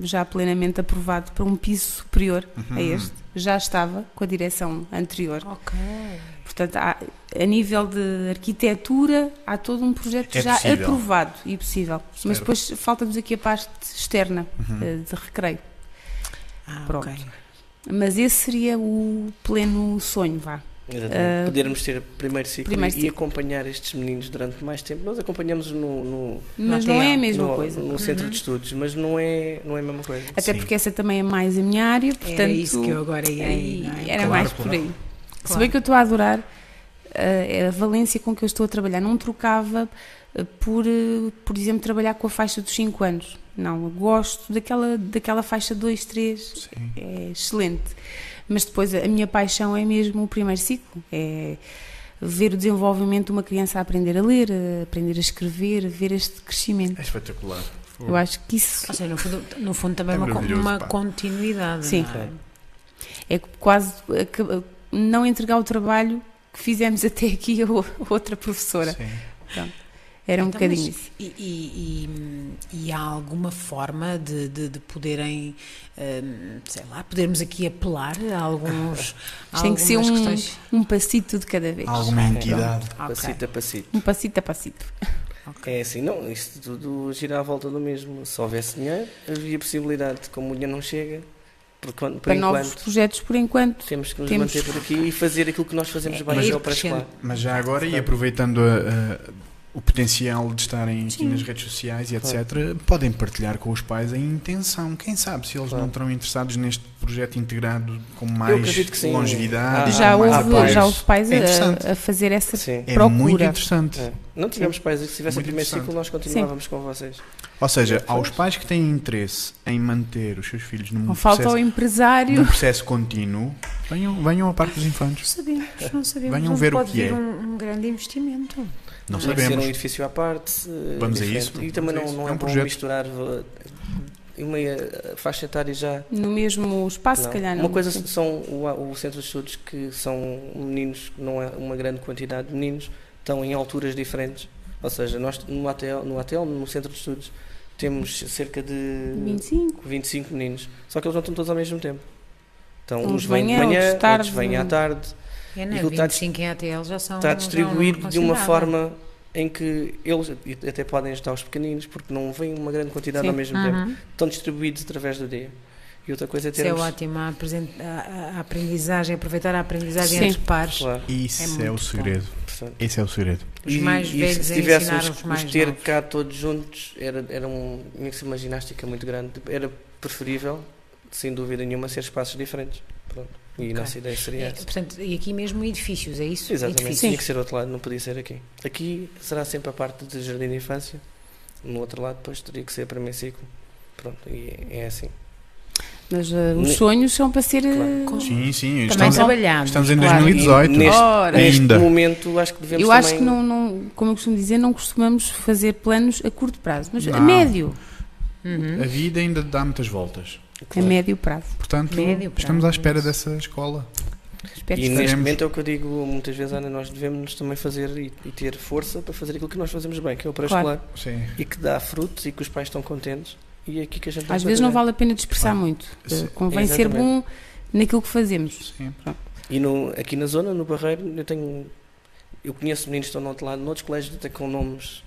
Speaker 3: já plenamente aprovado para um piso superior
Speaker 1: Hum. Uhum.
Speaker 3: a É este. Já estava com a direção anterior.
Speaker 2: Ok.
Speaker 3: Portanto, há- a nível de arquitetura, há todo um projeto
Speaker 1: É
Speaker 3: já
Speaker 1: possível.
Speaker 3: aprovado e possível. Mas
Speaker 1: Certo. Uhum.
Speaker 3: depois falta-nos aqui a parte externa eh, de recreio.
Speaker 2: Ah,
Speaker 3: Pronto.
Speaker 2: ok.
Speaker 3: Mas esse seria o pleno sonho, vá.
Speaker 4: Exatamente.
Speaker 3: Ah,
Speaker 4: Podermos ter primeiro ciclo
Speaker 3: primeiro
Speaker 4: e
Speaker 3: ciclo.
Speaker 4: acompanhar estes meninos durante mais tempo. Nós acompanhamos no, no,
Speaker 3: Mas
Speaker 2: Não
Speaker 3: não
Speaker 2: tem-
Speaker 3: é a mesma
Speaker 4: no,
Speaker 3: coisa. Uhum.
Speaker 4: no centro de estudos, mas não é, não é a mesma coisa.
Speaker 3: Até
Speaker 1: Sim.
Speaker 3: porque essa também é mais a minha área, portanto.
Speaker 2: Era isso que eu agora ia aí.
Speaker 3: e-
Speaker 2: não é?
Speaker 3: Era
Speaker 1: Claro,
Speaker 3: mais
Speaker 1: claro.
Speaker 3: por aí. Se
Speaker 2: Claro.
Speaker 3: bem que eu estou a adorar eh, a valência com que eu estou a trabalhar. Não trocava eh, por, eh, por exemplo, trabalhar com a faixa dos 5 anos. Não, eu gosto daquela, daquela faixa 2, 3,
Speaker 1: Uhum. Sim.
Speaker 3: é excelente. Mas depois a minha paixão é mesmo o primeiro ciclo, é ver o desenvolvimento de uma criança a aprender a ler, a aprender a escrever, a ver este crescimento.
Speaker 1: É espetacular.
Speaker 3: Eu acho que isso
Speaker 2: Ou seja, no fundo, no fundo também
Speaker 1: É
Speaker 2: uma, co-
Speaker 1: maravilhoso,
Speaker 2: uma
Speaker 1: pá.
Speaker 2: continuidade.
Speaker 3: Sim.
Speaker 2: não é?
Speaker 3: é quase acaba- não entregar o trabalho que fizemos até aqui a o- outra professora.
Speaker 1: Sim.
Speaker 3: Era um
Speaker 2: Então,
Speaker 3: bocadinho
Speaker 2: mas-
Speaker 3: isso.
Speaker 2: E, e- e- e há alguma forma de, de- de poderem, hum, sei lá, podermos aqui apelar a alguns. a
Speaker 3: Tem que ser um,
Speaker 2: algumas questões?
Speaker 3: um passito de cada vez.
Speaker 1: Há alguma entidade.
Speaker 4: Passito a passito.
Speaker 3: Um passito a passito.
Speaker 4: É assim, não, isto tudo gira à volta do mesmo. Se houvesse dinheiro, havia possibilidade, como o dinheiro não chega, por, quan- por
Speaker 3: Para novos
Speaker 4: enquanto,
Speaker 3: projetos, por enquanto.
Speaker 4: temos que nos
Speaker 3: temos-
Speaker 4: manter por aqui e fazer aquilo que nós fazemos bem,
Speaker 2: é
Speaker 4: que
Speaker 2: ir
Speaker 4: é o para
Speaker 2: crescendo.
Speaker 4: escolar.
Speaker 1: Mas já agora, e aproveitando a- a- o potencial de estarem aqui nas redes sociais e etc., podem partilhar com os pais a intenção. Quem sabe se eles
Speaker 4: Claro.
Speaker 1: não estarão interessados neste projeto integrado com
Speaker 4: acredito que
Speaker 1: mais
Speaker 4: sim.
Speaker 1: longevidade.
Speaker 4: Ah,
Speaker 1: e
Speaker 3: já,
Speaker 1: com mais
Speaker 4: há
Speaker 3: houve,
Speaker 1: apoios.
Speaker 3: já houve pais
Speaker 1: É interessante.
Speaker 3: a, a fazer essa
Speaker 4: Sim.
Speaker 1: É
Speaker 3: procura.
Speaker 1: muito interessante.
Speaker 4: É. Não tivemos pais que se tivessem
Speaker 1: Muito
Speaker 4: primeiro ciclo,
Speaker 1: interessante.
Speaker 4: nós continuávamos com vocês.
Speaker 1: Ou seja,
Speaker 4: É, Pois.
Speaker 1: aos pais que têm interesse em manter os seus filhos num
Speaker 3: Não falta ao
Speaker 1: processo,
Speaker 3: empresário.
Speaker 1: num processo contínuo, venham, venham à parte dos
Speaker 2: Não
Speaker 1: infantes.
Speaker 2: sabemos, não sabemos.
Speaker 1: Venham
Speaker 2: onde
Speaker 1: ver o
Speaker 2: pode
Speaker 1: que
Speaker 2: vir
Speaker 1: é.
Speaker 2: Um, um grande investimento.
Speaker 1: Não
Speaker 4: Tem que ser um
Speaker 1: sabemos.
Speaker 4: edifício à parte. eh,
Speaker 1: Vamos a
Speaker 4: diferente.
Speaker 1: isso.
Speaker 4: E também
Speaker 1: Vamos a
Speaker 4: não,
Speaker 1: isso.
Speaker 4: não
Speaker 1: É
Speaker 4: é,
Speaker 1: um
Speaker 4: bom
Speaker 1: projeto.
Speaker 4: misturar eh, uma eh, faixa etária já.
Speaker 3: No mesmo espaço, Ah, se
Speaker 4: Não.
Speaker 3: calhar não.
Speaker 4: Uma coisa são o, o centro de estudos que são meninos, não é uma grande quantidade de meninos, estão em alturas diferentes. Ou seja, nós no ATL, no, ATL, no centro de estudos, temos cerca de
Speaker 3: 25.
Speaker 4: 25 meninos. Só que eles não estão todos ao mesmo tempo. Então,
Speaker 3: Uns
Speaker 4: uns vêm de
Speaker 3: manhã,
Speaker 4: manhã,
Speaker 3: outros
Speaker 4: outros,
Speaker 3: tarde.
Speaker 4: vêm à tarde.
Speaker 2: É, não, é?
Speaker 4: Aquilo tá
Speaker 2: 25 em ATL já são.
Speaker 4: Está
Speaker 2: já
Speaker 4: distribuído
Speaker 2: não
Speaker 4: de uma
Speaker 2: considerava.
Speaker 4: forma em que eles e até podem ajudar os pequeninos, porque não vem uma grande quantidade
Speaker 3: Sim.
Speaker 4: ao mesmo é. tempo.
Speaker 2: Uhum.
Speaker 4: Estão distribuídos através do dia. E outra coisa é
Speaker 2: Isso é
Speaker 4: termos.
Speaker 2: ótimo. A, apresen- a- a- a aprendizagem, aproveitar a aprendizagem
Speaker 3: Sim.
Speaker 2: entre pares.
Speaker 4: Claro,
Speaker 1: Isso
Speaker 2: É
Speaker 1: é, o
Speaker 2: muito bom.
Speaker 1: segredo.
Speaker 4: portanto.
Speaker 1: Esse é o segredo.
Speaker 2: Os mais velhos
Speaker 4: se
Speaker 2: a
Speaker 4: tivéssemos
Speaker 2: ensinar os
Speaker 4: que
Speaker 2: mais
Speaker 4: ter
Speaker 2: novos.
Speaker 4: cá todos juntos, era, era um, tinha que ser uma ginástica muito grande. Era preferível, sem dúvida nenhuma, ser espaços diferentes. Pronto. E a nossa ideia seria
Speaker 2: É,
Speaker 4: essa.
Speaker 2: portanto, e aqui mesmo edifícios, é isso?
Speaker 4: Exatamente,
Speaker 2: Edifícios.
Speaker 4: tinha que ser outro lado, não podia ser aqui. Aqui será sempre a parte de jardim de infância, no outro lado depois teria que ser primeiro ciclo. Pronto, e é assim.
Speaker 3: Mas eh, os
Speaker 4: Ne-
Speaker 3: sonhos são para ser. eh,
Speaker 4: Claro.
Speaker 1: Sim, sim.
Speaker 2: Também
Speaker 1: Estamos,
Speaker 2: trabalhámos.
Speaker 1: estamos em
Speaker 3: claro.
Speaker 4: E
Speaker 1: 2018.
Speaker 4: neste,
Speaker 3: Ora.
Speaker 4: neste
Speaker 1: Ainda.
Speaker 4: momento acho que devemos
Speaker 3: Eu acho
Speaker 4: também-
Speaker 3: que não, não, como eu costumo dizer, não costumamos fazer planos a curto prazo, mas a
Speaker 1: Não.
Speaker 3: médio.
Speaker 2: Uhum.
Speaker 1: A vida ainda dá muitas voltas.
Speaker 3: A
Speaker 4: Claro.
Speaker 2: é
Speaker 3: médio prazo.
Speaker 1: Portanto,
Speaker 2: Médio prazo.
Speaker 1: estamos à espera dessa escola.
Speaker 3: Espero
Speaker 4: E
Speaker 3: que
Speaker 4: neste
Speaker 1: Estaremos-
Speaker 4: momento é o que eu digo muitas vezes, Ana, nós devemos também fazer e, e ter força para fazer aquilo que nós fazemos bem, que é o pré-escolar,
Speaker 1: Sim.
Speaker 4: e que dá frutos e que os pais estão contentes. E é aqui que a gente tem
Speaker 3: Às
Speaker 4: que
Speaker 3: vezes não
Speaker 4: fazer.
Speaker 3: vale a pena dispersar muito.
Speaker 1: sim,
Speaker 3: Eh, Convém ser bom
Speaker 4: exatamente.
Speaker 3: naquilo que fazemos.
Speaker 1: Sim.
Speaker 4: E no- aqui na zona, no Barreiro, eu tenho. Eu conheço meninos que estão no outro lado, noutros colégios, até com nomes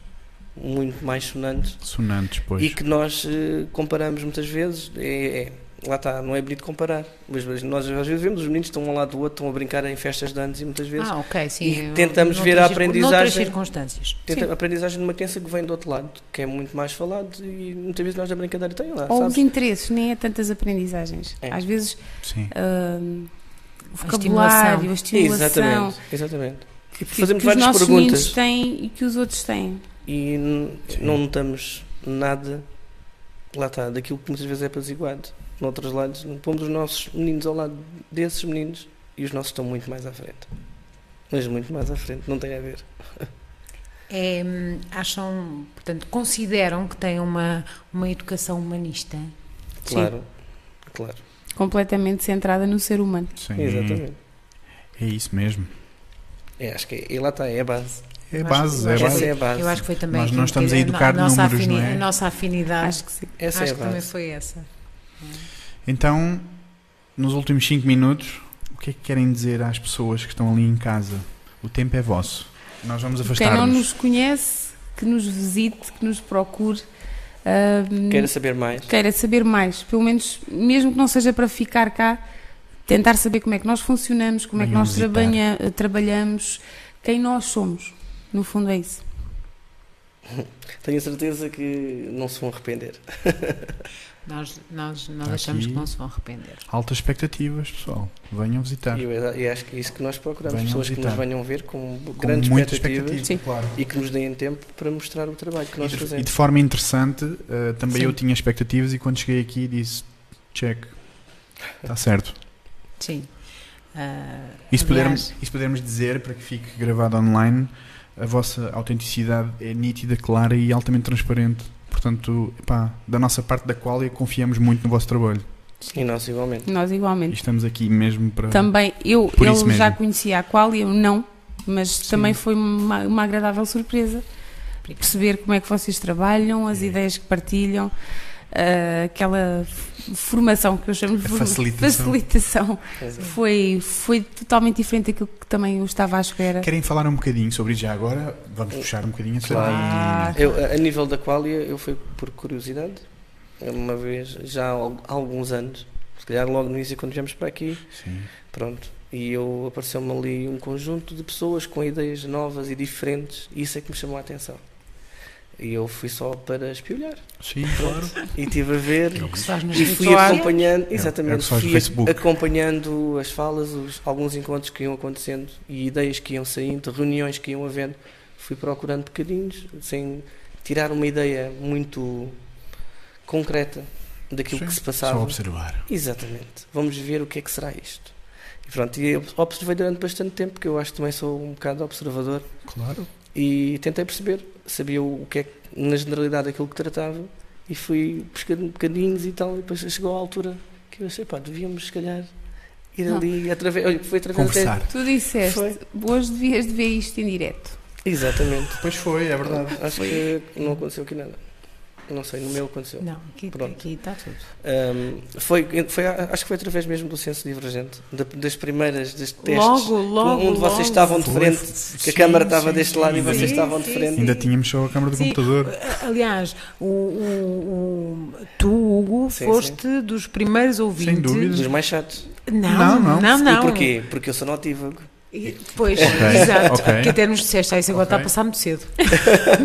Speaker 4: muito mais sonantes.
Speaker 1: Sonantes, pois.
Speaker 4: e que nós eh, comparamos muitas vezes. É, é- lá está, não é bonito comparar. Mas, mas nós às vezes vemos os meninos estão um lado do outro, estão a brincar em festas de anos e muitas vezes
Speaker 2: Ah, ok, sim.
Speaker 4: E
Speaker 2: eu-
Speaker 4: tentamos
Speaker 2: noutras
Speaker 4: ver a
Speaker 2: circun-
Speaker 4: aprendizagem.
Speaker 2: Noutras circunstâncias.
Speaker 4: tenta a aprendizagem de uma criança que vem do outro lado, que é muito mais falado e muitas vezes nós da brincadeira tem lá,
Speaker 3: Ou os
Speaker 4: Ah, sabes?
Speaker 3: interesses, nem é tantas aprendizagens.
Speaker 4: É.
Speaker 3: Às vezes,
Speaker 1: Sim.
Speaker 3: ah, o
Speaker 2: A
Speaker 3: vocabulário, a estimulação,
Speaker 4: Exatamente, exatamente.
Speaker 3: que, que-
Speaker 4: Fazemos
Speaker 3: que os
Speaker 4: várias
Speaker 3: nossos
Speaker 4: perguntas.
Speaker 3: meninos têm e que os outros têm.
Speaker 4: E n-
Speaker 1: Sim.
Speaker 4: não notamos nada lá está, daquilo que muitas vezes é apaziguado. Noutros lados, não pomos os nossos meninos ao lado desses meninos e os nossos estão muito mais à frente. Mas muito mais à frente, não tem a ver.
Speaker 2: É, acham, portanto, consideram que têm uma, uma educação humanista?
Speaker 4: Claro, claro.
Speaker 3: Completamente centrada no ser humano.
Speaker 1: Sim,
Speaker 4: Exatamente.
Speaker 1: É isso mesmo.
Speaker 4: É, acho que é, e lá está, é a base.
Speaker 1: É
Speaker 2: Eu acho
Speaker 1: base,
Speaker 2: que-
Speaker 1: é
Speaker 2: eu
Speaker 1: base.
Speaker 2: acho-
Speaker 4: Essa é a base.
Speaker 2: Eu acho que foi também.
Speaker 1: Nós
Speaker 2: aquilo
Speaker 1: não estamos
Speaker 2: que-
Speaker 1: a educar
Speaker 2: nossa
Speaker 1: números, não
Speaker 2: afini-
Speaker 1: é?
Speaker 2: A nossa afinidade.
Speaker 3: Acho que sim.
Speaker 2: acho
Speaker 4: Essa é a
Speaker 2: que também
Speaker 4: base.
Speaker 2: foi essa.
Speaker 1: Então, nos últimos 5 minutos, o que é que querem dizer às pessoas que estão ali em casa? O tempo é vosso. Nós vamos
Speaker 3: Quem não
Speaker 1: afastar-nos.
Speaker 3: nos conhece, que nos visite, que nos procure. ah, ahm,
Speaker 4: Quero saber mais.
Speaker 3: queira saber mais, pelo menos, mesmo que não seja para ficar cá, tentar saber como é que nós funcionamos, como é que
Speaker 1: Venham
Speaker 3: nós
Speaker 1: visitar.
Speaker 3: trabalha- trabalhamos, quem nós somos. No fundo é isso.
Speaker 4: Tenho a certeza que não se vão arrepender.
Speaker 2: Nós, nós, nós
Speaker 1: Aqui.
Speaker 2: achamos que não se vão arrepender.
Speaker 1: Altas expectativas, pessoal. Venham visitar.
Speaker 4: E eu, e acho que é isso que nós procuramos.
Speaker 1: Tá. Venham
Speaker 4: pessoas que
Speaker 1: visitar.
Speaker 4: nos venham ver com,
Speaker 1: Com
Speaker 4: grandes
Speaker 1: muita
Speaker 4: expectativas
Speaker 1: expectativa,
Speaker 3: Sim.
Speaker 1: claro.
Speaker 4: e que nos deem tempo para mostrar o trabalho que
Speaker 1: E
Speaker 4: nós
Speaker 1: de, e
Speaker 4: fazemos.
Speaker 1: de forma interessante, eh, também
Speaker 2: Sim.
Speaker 1: eu tinha expectativas e quando cheguei aqui disse, check, está certo.
Speaker 2: Sim. Ah,
Speaker 1: E se,
Speaker 2: aliás,
Speaker 1: pudermos, e se pudermos dizer, para que fique gravado online, a vossa autenticidade é nítida, clara e altamente transparente. Portanto, epá, da nossa parte da qual confiamos muito no vosso trabalho.
Speaker 4: E nós igualmente.
Speaker 3: Nós
Speaker 1: E
Speaker 3: igualmente.
Speaker 1: estamos aqui mesmo para...
Speaker 3: Também, eu,
Speaker 1: é Por isso
Speaker 3: eu já
Speaker 1: mesmo.
Speaker 3: conhecia a qual eu não, mas também foi uma, uma agradável surpresa
Speaker 2: Obrigada.
Speaker 3: perceber como é que vocês trabalham,
Speaker 1: É.
Speaker 3: as ideias que partilham, ah, aquela f- formação que eu chamo de
Speaker 1: A
Speaker 3: for-
Speaker 1: facilitação.
Speaker 3: facilitação.
Speaker 4: Pois é.
Speaker 3: Foi, foi totalmente diferente daquilo que também eu estava à espera.
Speaker 1: Querem falar um bocadinho sobre isso já agora?
Speaker 4: Eh,
Speaker 1: Vamos puxar um bocadinho a
Speaker 2: Claro.
Speaker 4: Eu, a a nível da qualia, eu fui por curiosidade. Uma vez, já há al- há alguns anos, se calhar logo no início quando viemos para aqui,
Speaker 1: Sim.
Speaker 4: pronto. E eu apareceu-me ali um conjunto de pessoas com ideias novas e diferentes, e isso é que me chamou a atenção. E eu fui só para espiolhar.
Speaker 1: Sim,
Speaker 4: Pronto. E estive a ver,
Speaker 2: o que se faz nos
Speaker 4: E
Speaker 2: redes
Speaker 4: fui
Speaker 2: sociais.
Speaker 4: acompanhando,
Speaker 1: É, é o que
Speaker 4: exatamente,
Speaker 1: se faz no
Speaker 4: fui
Speaker 1: Facebook.
Speaker 4: acompanhando as falas, os- alguns encontros que iam acontecendo e ideias que iam saindo, reuniões que iam havendo. Fui procurando bocadinhos, sem tirar uma ideia muito concreta daquilo
Speaker 1: Sim,
Speaker 4: que se
Speaker 1: Só
Speaker 4: passava.
Speaker 1: observar.
Speaker 4: Exatamente. Vamos ver o que é que será isto. E pronto, e eu observei durante bastante tempo, porque eu acho que também sou um bocado observador,
Speaker 1: Claro.
Speaker 4: e tentei perceber, sabia o que é, que, na generalidade, aquilo que tratava, e fui pescando bocadinhos e tal, e depois chegou à altura que eu achei, pá, devíamos, se calhar, ir
Speaker 3: Não.
Speaker 4: ali, através, olha, foi através
Speaker 1: Conversar.
Speaker 3: Tu disseste,
Speaker 4: Foi.
Speaker 3: hoje devias de ver isto em direto.
Speaker 4: até... Exatamente.
Speaker 1: Pois foi, é verdade.
Speaker 4: Acho que não aconteceu aqui nada. Não sei, no meu aconteceu.
Speaker 2: Não, aqui,
Speaker 4: Pronto.
Speaker 2: aqui está tudo.
Speaker 4: Ahm, foi, foi, acho que foi através mesmo do senso divergente, da- das primeiras, dos testes. Um
Speaker 2: Logo, logo.
Speaker 4: onde vocês estavam de
Speaker 1: Foi,
Speaker 4: frente, que
Speaker 1: sim,
Speaker 4: a câmara estava
Speaker 1: sim,
Speaker 4: deste lado e
Speaker 1: sim.
Speaker 4: vocês
Speaker 2: Sim,
Speaker 4: estavam
Speaker 2: sim,
Speaker 4: de frente.
Speaker 1: Ainda
Speaker 2: Sim.
Speaker 1: tínhamos só a câmara do
Speaker 2: Sim.
Speaker 1: computador.
Speaker 2: Aliás, o, o- o- tu, Hugo,
Speaker 4: Sim,
Speaker 2: foste dos primeiros ouvintes.
Speaker 1: dúvida.
Speaker 4: Dos mais chatos.
Speaker 2: Não,
Speaker 1: Não, não.
Speaker 2: não, não.
Speaker 4: E porquê? Porque eu sou notívago.
Speaker 2: E- Pois,
Speaker 1: Ok,
Speaker 2: exato.
Speaker 1: ok.
Speaker 2: Que até nos disseste, ah, isso agora
Speaker 1: Ok.
Speaker 2: está a passar muito cedo.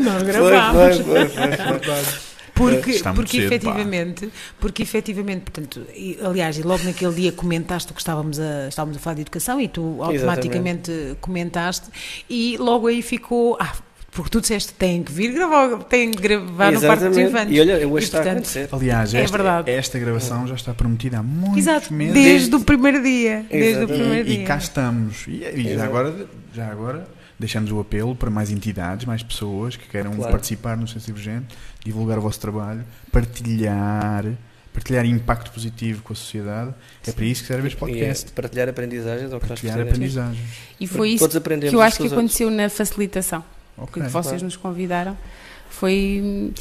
Speaker 2: Não gravámos.
Speaker 4: Foi, foi, foi, foi.
Speaker 2: Porque,
Speaker 1: Está muito
Speaker 2: porque
Speaker 1: cedo, pá.
Speaker 2: efetivamente, porque efetivamente, portanto, e, aliás, e logo naquele dia comentaste o que estávamos a, estávamos a falar de educação e tu automaticamente comentaste e logo aí ficou, ah, porque tu disseste têm que vir gravar, têm que gravar no Parque dos
Speaker 4: Exatamente.
Speaker 2: Infantes.
Speaker 4: E olha, hoje está a
Speaker 2: portanto,
Speaker 4: acontecer.
Speaker 1: Aliás,
Speaker 2: É
Speaker 1: esta,
Speaker 2: verdade.
Speaker 1: esta gravação já está prometida há muitos
Speaker 2: Exato,
Speaker 1: meses.
Speaker 2: desde, o primeiro dia. Desde o
Speaker 4: Exatamente.
Speaker 2: primeiro
Speaker 1: E,
Speaker 2: dia.
Speaker 1: e cá estamos. E, e já,
Speaker 4: Exato.
Speaker 1: agora, já agora deixamos o apelo para mais entidades, mais pessoas que queiram
Speaker 4: Claro.
Speaker 1: participar no Senso Divergente, divulgar o vosso trabalho, partilhar, partilhar impacto positivo com a sociedade. É para isso que serve este podcast.
Speaker 4: E, eh, partilhar aprendizagens ao que nós
Speaker 1: Partilhar
Speaker 4: fazemos.
Speaker 1: aprendizagens.
Speaker 3: E foi isso
Speaker 4: Todos aprendemos
Speaker 3: que eu
Speaker 4: uns
Speaker 3: acho
Speaker 4: com
Speaker 3: que
Speaker 4: os outros.
Speaker 3: aconteceu na facilitação
Speaker 1: Ok.
Speaker 3: que vocês
Speaker 4: claro.
Speaker 3: nos convidaram. Foi,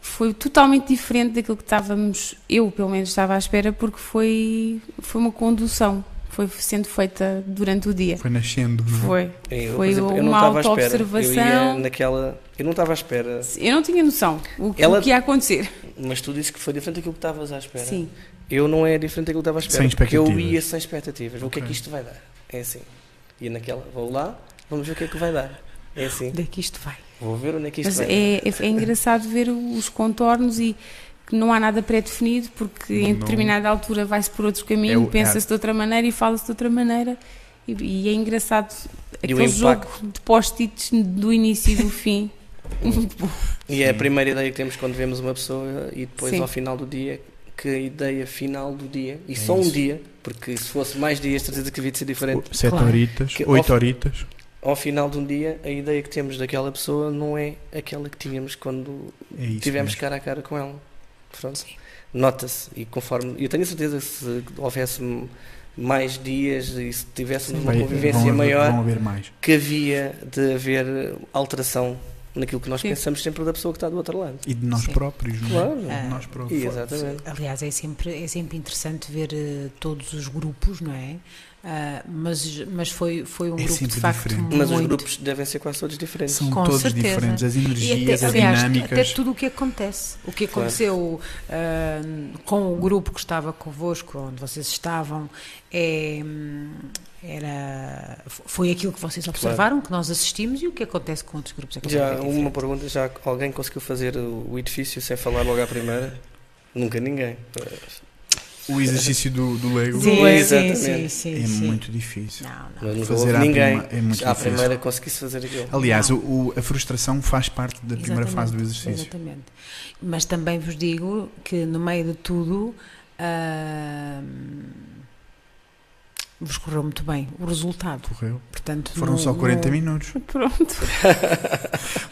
Speaker 3: foi totalmente diferente daquilo que estávamos, eu pelo menos estava à espera, porque foi, foi uma condução, foi sendo feita durante o dia.
Speaker 1: Foi nascendo.
Speaker 4: Uhum.
Speaker 3: Foi.
Speaker 4: Eu, por
Speaker 3: Foi
Speaker 4: exemplo, eu não
Speaker 3: uma
Speaker 4: estava à espera. Eu
Speaker 3: auto-observação.
Speaker 4: ia naquela... Eu não estava à espera,
Speaker 3: Eu não tinha noção o, que-
Speaker 4: Ela-
Speaker 3: o que ia acontecer.
Speaker 4: mas tu disse que foi diferente daquilo que estavas à espera.
Speaker 3: Sim.
Speaker 4: Eu não é diferente daquilo que estava à espera.
Speaker 1: Sem
Speaker 4: porque eu
Speaker 1: expectativas.
Speaker 4: ia sem expectativas. O que
Speaker 1: Ok.
Speaker 4: é que isto vai dar? É assim. E naquela, vou lá, vamos ver o que é que vai dar. É assim.
Speaker 2: Onde é que isto vai?
Speaker 4: Vou ver onde é que isto
Speaker 3: Mas
Speaker 4: vai
Speaker 3: é, é- é engraçado ver os contornos e que não há nada pré-definido, porque em
Speaker 1: Não.
Speaker 3: determinada altura vai-se por outro
Speaker 1: É o-
Speaker 3: caminho,
Speaker 1: é-
Speaker 3: pensa-se de outra maneira e fala-se de outra maneira. E, e é engraçado
Speaker 4: E o
Speaker 3: aquele jogo
Speaker 4: impacto?
Speaker 3: de post-its do início e do fim. Muito bom.
Speaker 4: E é a primeira ideia que temos quando vemos uma pessoa e depois
Speaker 3: Sim.
Speaker 4: ao final do dia, que a ideia final do dia, e
Speaker 1: É
Speaker 4: só um
Speaker 1: isso.
Speaker 4: dia, porque se fosse mais dias, certeza que havia de ser diferente.
Speaker 1: Sete
Speaker 2: Claro.
Speaker 1: horitas,
Speaker 4: Que
Speaker 1: oito
Speaker 4: of-
Speaker 1: horitas.
Speaker 4: Ao final de um dia, a ideia que temos daquela pessoa não é aquela que tínhamos quando
Speaker 1: É isso.
Speaker 4: tivemos
Speaker 1: mesmo.
Speaker 4: cara a cara com ela. Pronto. Nota-se. E conforme. Eu tenho a certeza que se houvesse mais dias e se tivéssemos uma
Speaker 1: Vai-
Speaker 4: convivência
Speaker 1: vão haver-
Speaker 4: maior,
Speaker 1: Vão haver mais.
Speaker 4: que havia de haver alteração naquilo que nós
Speaker 3: Sim.
Speaker 4: pensamos sempre da pessoa que está do outro lado.
Speaker 1: E de nós
Speaker 2: Sim.
Speaker 1: próprios, não é?
Speaker 4: Claro.
Speaker 1: De nós próprios.
Speaker 4: E, exatamente.
Speaker 2: Aliás, é sempre, é sempre interessante ver eh, todos os grupos, não é? Ah, mas, mas foi, foi um
Speaker 1: É
Speaker 2: grupo de
Speaker 1: sempre
Speaker 2: facto
Speaker 1: diferente.
Speaker 4: Mas os
Speaker 2: muito.
Speaker 4: grupos devem ser quase todos diferentes.
Speaker 1: São
Speaker 2: Com
Speaker 1: todos
Speaker 2: certeza.
Speaker 1: diferentes, as energias,
Speaker 2: E
Speaker 1: as
Speaker 2: aliás,
Speaker 1: dinâmicas.
Speaker 2: até tudo o que acontece. O que
Speaker 4: Claro.
Speaker 2: aconteceu ah, com o grupo que estava convosco, onde vocês estavam, é, hum, era, foi aquilo que vocês observaram, que nós assistimos, e o que acontece com outros grupos é
Speaker 4: Já
Speaker 1: um
Speaker 2: completamente
Speaker 4: uma
Speaker 2: diferente.
Speaker 4: pergunta, já alguém conseguiu fazer o o edifício sem falar logo à primeira? Nunca ninguém.
Speaker 1: O exercício do, do Lego
Speaker 4: Sim,
Speaker 2: sim,
Speaker 4: Exatamente.
Speaker 2: sim, sim,
Speaker 1: é
Speaker 2: sim.
Speaker 1: muito difícil.
Speaker 2: Não, não.
Speaker 4: Mas nunca
Speaker 1: Fazer
Speaker 4: houve
Speaker 1: à
Speaker 4: ninguém
Speaker 1: prima- é muito
Speaker 4: à
Speaker 1: difícil.
Speaker 4: primeira conseguisse fazer aquilo.
Speaker 1: Aliás,
Speaker 2: Não.
Speaker 1: o- o- a frustração faz parte da primeira
Speaker 2: Exatamente,
Speaker 1: fase do exercício.
Speaker 2: Exatamente. Mas também vos digo que no meio de tudo ah, vos correu muito bem o resultado.
Speaker 1: Correu.
Speaker 2: Portanto,
Speaker 1: Foram
Speaker 2: não-
Speaker 1: só 40
Speaker 2: não-
Speaker 1: minutos.
Speaker 3: Pronto.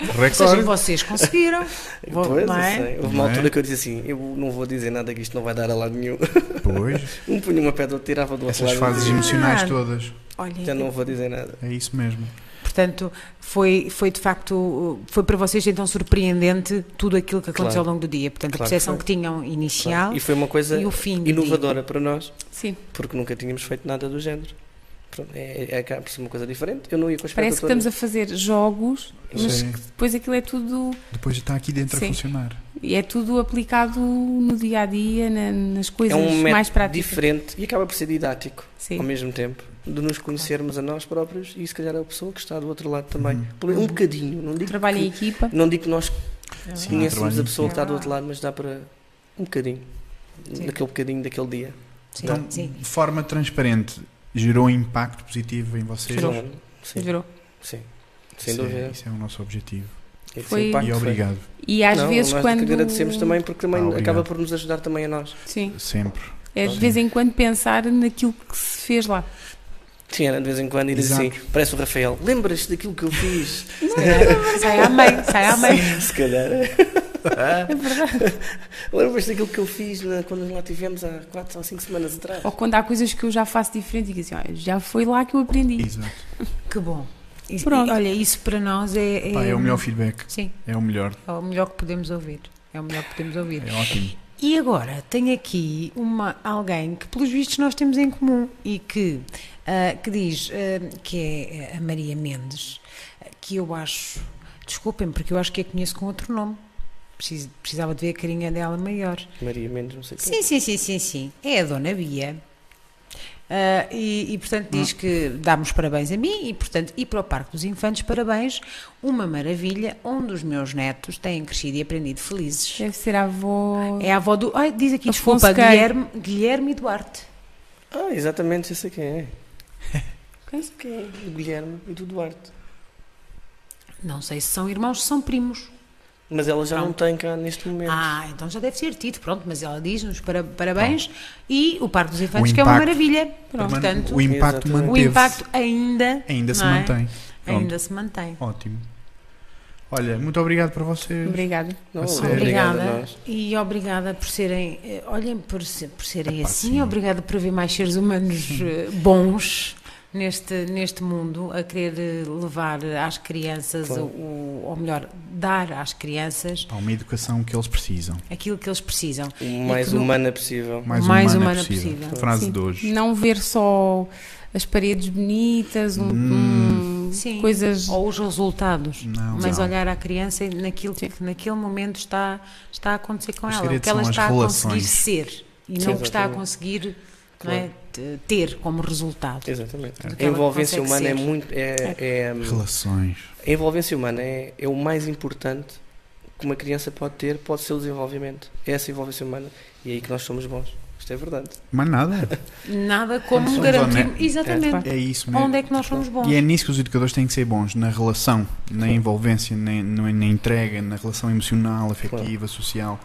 Speaker 2: Ou seja,
Speaker 1: Recorde.
Speaker 2: vocês conseguiram. Vou-
Speaker 4: Pois,
Speaker 2: não
Speaker 4: eu
Speaker 2: é?
Speaker 4: sei. Houve uma
Speaker 1: Não é?
Speaker 4: altura que eu disse assim: eu não vou dizer nada que isto não vai dar a lado nenhum.
Speaker 1: Pois,
Speaker 4: Um punha uma pedra, outro tirava do outro
Speaker 1: essas
Speaker 4: lado.
Speaker 1: fases emocionais
Speaker 2: Ah.
Speaker 1: todas.
Speaker 2: Olhem,
Speaker 4: Já não vou dizer nada.
Speaker 1: É isso mesmo.
Speaker 2: então, portanto, foi, foi de facto, foi para vocês então surpreendente tudo aquilo que aconteceu
Speaker 4: Claro.
Speaker 2: ao longo do dia. Portanto,
Speaker 4: Claro
Speaker 2: a
Speaker 4: que
Speaker 2: percepção
Speaker 4: foi.
Speaker 2: que tinham inicial
Speaker 4: E foi uma coisa
Speaker 2: e o fim. do
Speaker 4: inovadora para nós,
Speaker 3: Sim,
Speaker 4: porque nunca tínhamos feito nada do género. Pronto, é, é, acaba por ser uma coisa diferente. Eu não ia com a
Speaker 3: parece
Speaker 4: expectativa.
Speaker 3: que estamos a fazer jogos, mas
Speaker 1: Sim.
Speaker 3: depois aquilo é tudo
Speaker 1: Depois está aqui dentro a
Speaker 3: Sim.
Speaker 1: funcionar.
Speaker 3: E é tudo aplicado no dia a dia, nas coisas
Speaker 4: é um método
Speaker 3: mais práticas.
Speaker 4: diferente e acaba por ser didático
Speaker 3: Sim.
Speaker 4: ao mesmo tempo, de nos conhecermos a nós próprios e se calhar a pessoa que está do outro lado também.
Speaker 1: Uhum.
Speaker 4: Por- Um bocadinho, não digo,
Speaker 3: Trabalho em
Speaker 4: que,
Speaker 3: equipa.
Speaker 4: não digo que nós
Speaker 1: Sim,
Speaker 4: conheçamos a
Speaker 1: trabalho.
Speaker 4: pessoa que
Speaker 3: Ah.
Speaker 4: está do outro lado, mas dá para um bocadinho,
Speaker 2: Sim.
Speaker 4: daquele bocadinho daquele dia.
Speaker 2: Sim,
Speaker 1: Então,
Speaker 2: sim.
Speaker 1: de forma transparente, gerou impacto positivo em vocês?
Speaker 3: Gerou.
Speaker 4: Claro, Sim,
Speaker 3: Virou.
Speaker 4: sim, sem
Speaker 1: Isso é-
Speaker 4: dúvida.
Speaker 1: Isso é o nosso objetivo.
Speaker 4: Esse
Speaker 3: Foi-
Speaker 4: impacto
Speaker 1: E
Speaker 4: foi.
Speaker 1: obrigado.
Speaker 3: E às
Speaker 4: Não,
Speaker 3: vezes
Speaker 4: nós é
Speaker 3: quando.
Speaker 4: que agradecemos também porque também
Speaker 1: Ah, obrigado.
Speaker 4: acaba por nos ajudar também a nós.
Speaker 3: Sim.
Speaker 1: Sempre.
Speaker 3: É de
Speaker 1: Sim.
Speaker 3: vez em quando pensar naquilo que se fez lá.
Speaker 4: Sim, era de vez em quando e diz
Speaker 1: Exato.
Speaker 4: assim, parece o Rafael, lembras-te daquilo que eu fiz?
Speaker 2: Se calhar, sai à mãe, sai
Speaker 3: Ah,
Speaker 2: à mãe.
Speaker 4: Se calhar.
Speaker 2: É
Speaker 4: Lembras-te daquilo que eu fiz na- quando lá estivemos há 4 ou 5 semanas atrás?
Speaker 3: Ou quando há coisas que eu já faço diferente e digo assim, "Olha, já foi lá que eu aprendi.
Speaker 1: Exato.
Speaker 2: Que bom. E- e
Speaker 3: Pronto.
Speaker 2: olha, isso para nós é.
Speaker 1: Pá, é o melhor feedback.
Speaker 2: Sim,
Speaker 1: É o melhor.
Speaker 2: é o melhor que podemos ouvir. É o melhor que podemos ouvir.
Speaker 1: É ótimo.
Speaker 2: E agora tenho aqui uma, alguém que, pelos vistos, nós temos em comum e que, ah, que diz ah, que é a Maria Mendes, ah, que eu acho, desculpem, porque eu acho que a conheço com outro nome. Preciso- precisava de ver a carinha dela maior.
Speaker 4: Maria Mendes, não sei o quê.
Speaker 2: Sim, sim, sim, sim, sim. É a Dona Bia. Ah, e, e, portanto diz que dá-me os parabéns a mim e portanto e para o Parque dos Infantes parabéns uma maravilha onde os meus netos têm crescido e aprendido felizes
Speaker 3: Deve ser a avó.
Speaker 2: é a avó do ai, diz aqui
Speaker 3: Afonso
Speaker 2: desculpa
Speaker 3: Queiro.
Speaker 2: Guilherme, Guilherme Duarte
Speaker 4: Ah, exatamente, eu sei quem é. Quem sei quem é? Do Guilherme e do Duarte.
Speaker 2: não sei se são irmãos se são primos
Speaker 4: Mas ela já não
Speaker 2: Pronto.
Speaker 4: tem cá neste momento.
Speaker 2: ah então já deve ser tido pronto mas ela diz-nos para, parabéns e o Parque dos Infantes
Speaker 1: O
Speaker 2: que é uma
Speaker 1: impacto.
Speaker 2: maravilha
Speaker 1: Perman-
Speaker 2: pronto, portanto
Speaker 1: o impacto
Speaker 4: Exatamente.
Speaker 2: o
Speaker 1: manteve-se.
Speaker 2: impacto ainda
Speaker 1: Ainda se
Speaker 2: não é?
Speaker 1: mantém. Pronto.
Speaker 2: ainda se mantém
Speaker 1: Ótimo. Olha, muito obrigado para vocês.
Speaker 3: Obrigada.
Speaker 4: Não,
Speaker 1: a sério?
Speaker 4: obrigada a
Speaker 2: Obrigada
Speaker 4: nós.
Speaker 2: e obrigada por serem, eh, olhem por, se- por serem
Speaker 1: Epá,
Speaker 2: assim,
Speaker 1: sim.
Speaker 2: obrigada por haver mais seres humanos eh, bons neste, neste mundo, a querer eh, levar às crianças,
Speaker 4: Claro.
Speaker 2: o, ou melhor, dar às crianças
Speaker 1: Há uma educação que eles precisam.
Speaker 2: aquilo que eles precisam.
Speaker 4: O mais
Speaker 2: que não-
Speaker 4: humana possível.
Speaker 1: Mais, humana,
Speaker 2: Mais
Speaker 1: é
Speaker 2: humana
Speaker 1: possível.
Speaker 2: possível.
Speaker 1: Frase
Speaker 3: Sim.
Speaker 1: de hoje.
Speaker 3: Não ver só as paredes bonitas, um-
Speaker 1: Hum.
Speaker 3: um-
Speaker 2: Sim.
Speaker 3: coisas.
Speaker 2: Ou os resultados.
Speaker 1: Não,
Speaker 2: mas
Speaker 1: não.
Speaker 2: olhar à criança e naquilo que naquele momento está, está a acontecer com
Speaker 1: Os
Speaker 2: ela, o
Speaker 1: segredos
Speaker 2: que ela
Speaker 1: são as
Speaker 2: está a conseguir
Speaker 1: relações.
Speaker 2: ser e
Speaker 4: Sim,
Speaker 2: não o que está a
Speaker 4: exatamente.
Speaker 2: conseguir não
Speaker 4: Claro.
Speaker 2: é, te- ter como resultado.
Speaker 4: Exatamente.
Speaker 2: Tudo que
Speaker 4: A
Speaker 2: ela
Speaker 4: envolvência
Speaker 2: consegue
Speaker 4: humana é
Speaker 2: ser.
Speaker 4: muito. É, é, hum,
Speaker 1: Relações.
Speaker 4: a envolvência humana é, é o mais importante que uma criança pode ter, pode ser o desenvolvimento. É essa envolvência humana. E é aí que nós somos bons. Isto é verdade.
Speaker 1: Mais nada.
Speaker 2: Nada como
Speaker 1: somos
Speaker 2: garantir.
Speaker 1: honestos.
Speaker 2: Exatamente.
Speaker 1: É isso mesmo.
Speaker 2: Onde é que nós somos bons?
Speaker 1: E é nisso que os educadores têm que ser bons, na relação, na envolvência, na, na- na entrega, na relação emocional, afetiva, social.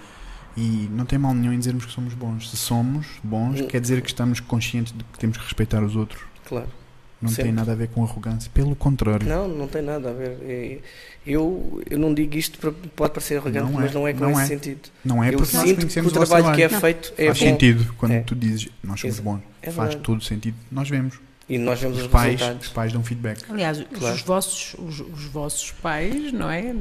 Speaker 1: E não tem mal nenhum em dizermos que somos bons. Se somos bons,
Speaker 4: Hum.
Speaker 1: quer dizer que estamos conscientes de que temos que respeitar os outros.
Speaker 4: Claro.
Speaker 1: Não
Speaker 4: Sempre.
Speaker 1: tem nada a ver com arrogância. Pelo contrário.
Speaker 4: Não, não tem nada a ver. É- Eu, eu não digo isto, para, pode parecer arrogante,
Speaker 1: Não é,
Speaker 4: mas não é com
Speaker 1: não
Speaker 4: esse
Speaker 1: é.
Speaker 4: sentido.
Speaker 1: Não, é
Speaker 4: eu
Speaker 1: porque nós
Speaker 4: sinto que o
Speaker 1: conhecemos o nosso
Speaker 4: trabalho,
Speaker 1: trabalho.
Speaker 4: que é
Speaker 5: Não,
Speaker 4: feito é
Speaker 1: Faz
Speaker 4: bom.
Speaker 1: sentido quando
Speaker 4: É.
Speaker 1: tu dizes nós somos
Speaker 4: Exa-
Speaker 1: bons.
Speaker 4: É
Speaker 1: Faz
Speaker 4: verdade.
Speaker 1: todo sentido. Nós vemos.
Speaker 4: E nós vemos os,
Speaker 1: Os pais, os
Speaker 4: resultados.
Speaker 1: pais dão feedback.
Speaker 2: Aliás,
Speaker 4: Claro.
Speaker 2: os, vossos, os, os vossos pais, não é?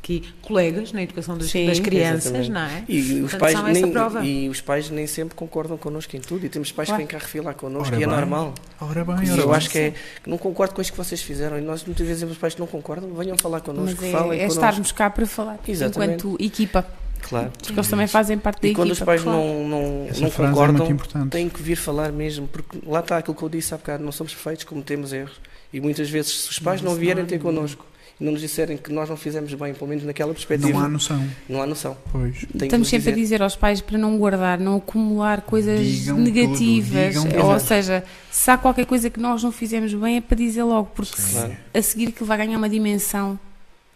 Speaker 2: Que, colegas na educação dos-
Speaker 3: Sim,
Speaker 2: das crianças,
Speaker 4: exatamente.
Speaker 2: não é?
Speaker 4: E os,
Speaker 2: Portanto,
Speaker 4: pais
Speaker 2: são essa
Speaker 4: nem,
Speaker 2: prova.
Speaker 4: e os pais nem sempre concordam connosco em tudo. E temos pais
Speaker 2: Claro.
Speaker 4: que vêm cá refilar connosco
Speaker 1: Ora
Speaker 4: e é
Speaker 1: bem.
Speaker 4: normal.
Speaker 1: Ora bem,
Speaker 4: E
Speaker 1: ora
Speaker 4: eu
Speaker 1: bem.
Speaker 4: acho que é. que Não concordo com isto que vocês fizeram. E nós muitas vezes os pais que não concordam, venham falar connosco,
Speaker 3: Mas é,
Speaker 4: falem
Speaker 3: é
Speaker 4: connosco.
Speaker 3: estarmos cá para falar,
Speaker 4: Exatamente.
Speaker 3: enquanto equipa,
Speaker 4: Claro.
Speaker 3: porque eles também fazem parte da
Speaker 4: E
Speaker 3: equipa.
Speaker 4: quando os pais
Speaker 3: claro.
Speaker 4: não, não,
Speaker 1: Essa
Speaker 4: não
Speaker 1: frase é
Speaker 4: concordam,
Speaker 1: muito importante.
Speaker 4: têm que vir falar mesmo, porque lá está aquilo que eu disse há bocado, não somos perfeitos, cometemos erros. E muitas vezes, se os pais não vierem ter connosco e não nos disserem que nós não fizemos bem, pelo menos naquela perspectiva,
Speaker 1: Não há noção.
Speaker 4: não há noção.
Speaker 1: Pois.
Speaker 4: Têm que
Speaker 3: Estamos
Speaker 4: nos
Speaker 3: sempre a
Speaker 4: dizer.
Speaker 3: dizer aos pais para não guardar, não acumular coisas
Speaker 1: Digam tudo,
Speaker 3: negativas.
Speaker 1: digam
Speaker 3: ou
Speaker 1: tudo.
Speaker 3: seja, se há qualquer coisa que nós não fizemos bem é para dizer logo, porque
Speaker 1: Sim.
Speaker 4: Claro.
Speaker 3: a seguir que vai ganhar uma dimensão,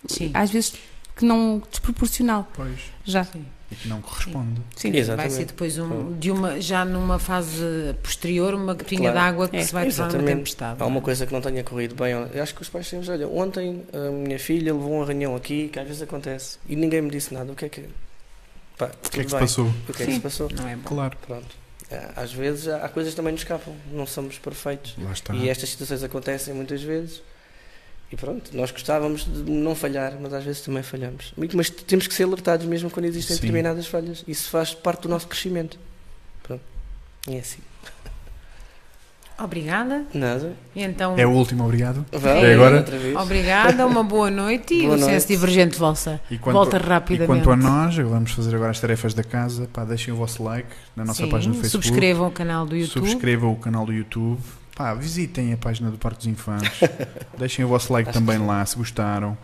Speaker 2: Sim.
Speaker 3: às vezes que não desproporcional
Speaker 1: Pois.
Speaker 3: já.
Speaker 2: Sim.
Speaker 1: E que não corresponde.
Speaker 2: Vai
Speaker 3: Sim,
Speaker 2: ser
Speaker 4: Exatamente. Então.
Speaker 2: depois um, de uma, já numa fase posterior, uma gotinha
Speaker 4: Claro.
Speaker 2: de água que
Speaker 3: É,
Speaker 2: se vai tornar uma
Speaker 4: exatamente.
Speaker 2: tempestade.
Speaker 4: Há
Speaker 2: não
Speaker 4: uma
Speaker 2: é?
Speaker 4: coisa que não tenha corrido bem. Eu Acho que os pais temos, olha, ontem a minha filha levou um arranhão aqui, que às vezes acontece, e ninguém me disse nada. O que é que. Pá,
Speaker 1: O que é que se passou?
Speaker 4: O que é que se
Speaker 3: Sim.
Speaker 4: passou?
Speaker 2: Não é bom.
Speaker 1: Claro.
Speaker 4: Pronto. Ah, Às vezes há há coisas que também nos escapam, não somos perfeitos.
Speaker 1: Lá está.
Speaker 4: E estas situações acontecem muitas vezes. E pronto, nós gostávamos de não falhar, mas às vezes também falhamos. Mas temos que ser alertados mesmo quando existem
Speaker 1: Sim.
Speaker 4: determinadas falhas. Isso faz parte do nosso crescimento. Pronto. E é assim.
Speaker 2: Obrigada.
Speaker 4: Nada.
Speaker 2: E então,
Speaker 1: É o é. último, obrigado.
Speaker 4: Vá,
Speaker 1: E agora?
Speaker 4: Outra vez.
Speaker 2: obrigada, uma boa noite e
Speaker 4: Boa
Speaker 2: o senso
Speaker 4: noite.
Speaker 2: divergente volta,
Speaker 1: E quanto,
Speaker 2: volta
Speaker 1: e
Speaker 2: rapidamente.
Speaker 1: quanto a nós, vamos fazer agora as tarefas da casa. Pá, deixem o vosso like na nossa
Speaker 2: Sim,
Speaker 1: página do Facebook.
Speaker 2: Subscrevam o canal do YouTube.
Speaker 1: Subscrevam o canal do YouTube. Pá, visitem a página do Parque dos Infantes. deixem o vosso like também lá, se gostaram.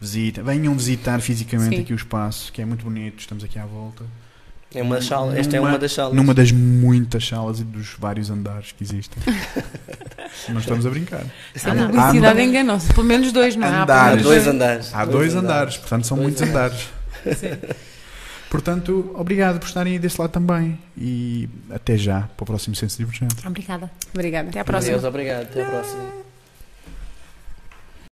Speaker 1: Visitem. Venham visitar fisicamente
Speaker 3: Sim.
Speaker 1: aqui o espaço, que é muito bonito. Estamos aqui à volta.
Speaker 4: É uma sala. Esta é
Speaker 1: Numa-
Speaker 4: uma das salas.
Speaker 1: Numa das muitas salas e dos vários andares que existem. não estamos a brincar.
Speaker 2: Sim,
Speaker 1: Há-
Speaker 2: não.
Speaker 1: há-
Speaker 3: Publicidade enganosa.
Speaker 2: Pelo menos dois, não é? Há pelo
Speaker 4: Há
Speaker 1: Ah, Andares.
Speaker 2: menos
Speaker 4: dois andares.
Speaker 1: Há dois andares, portanto são
Speaker 4: Dois
Speaker 1: muitos andares. Portanto, obrigado por estarem aí desse lado também. E até já para o próximo Senso Divergente.
Speaker 2: Obrigada.
Speaker 3: Obrigada.
Speaker 2: Até à próxima.
Speaker 4: Adeus, obrigado. Até a próxima.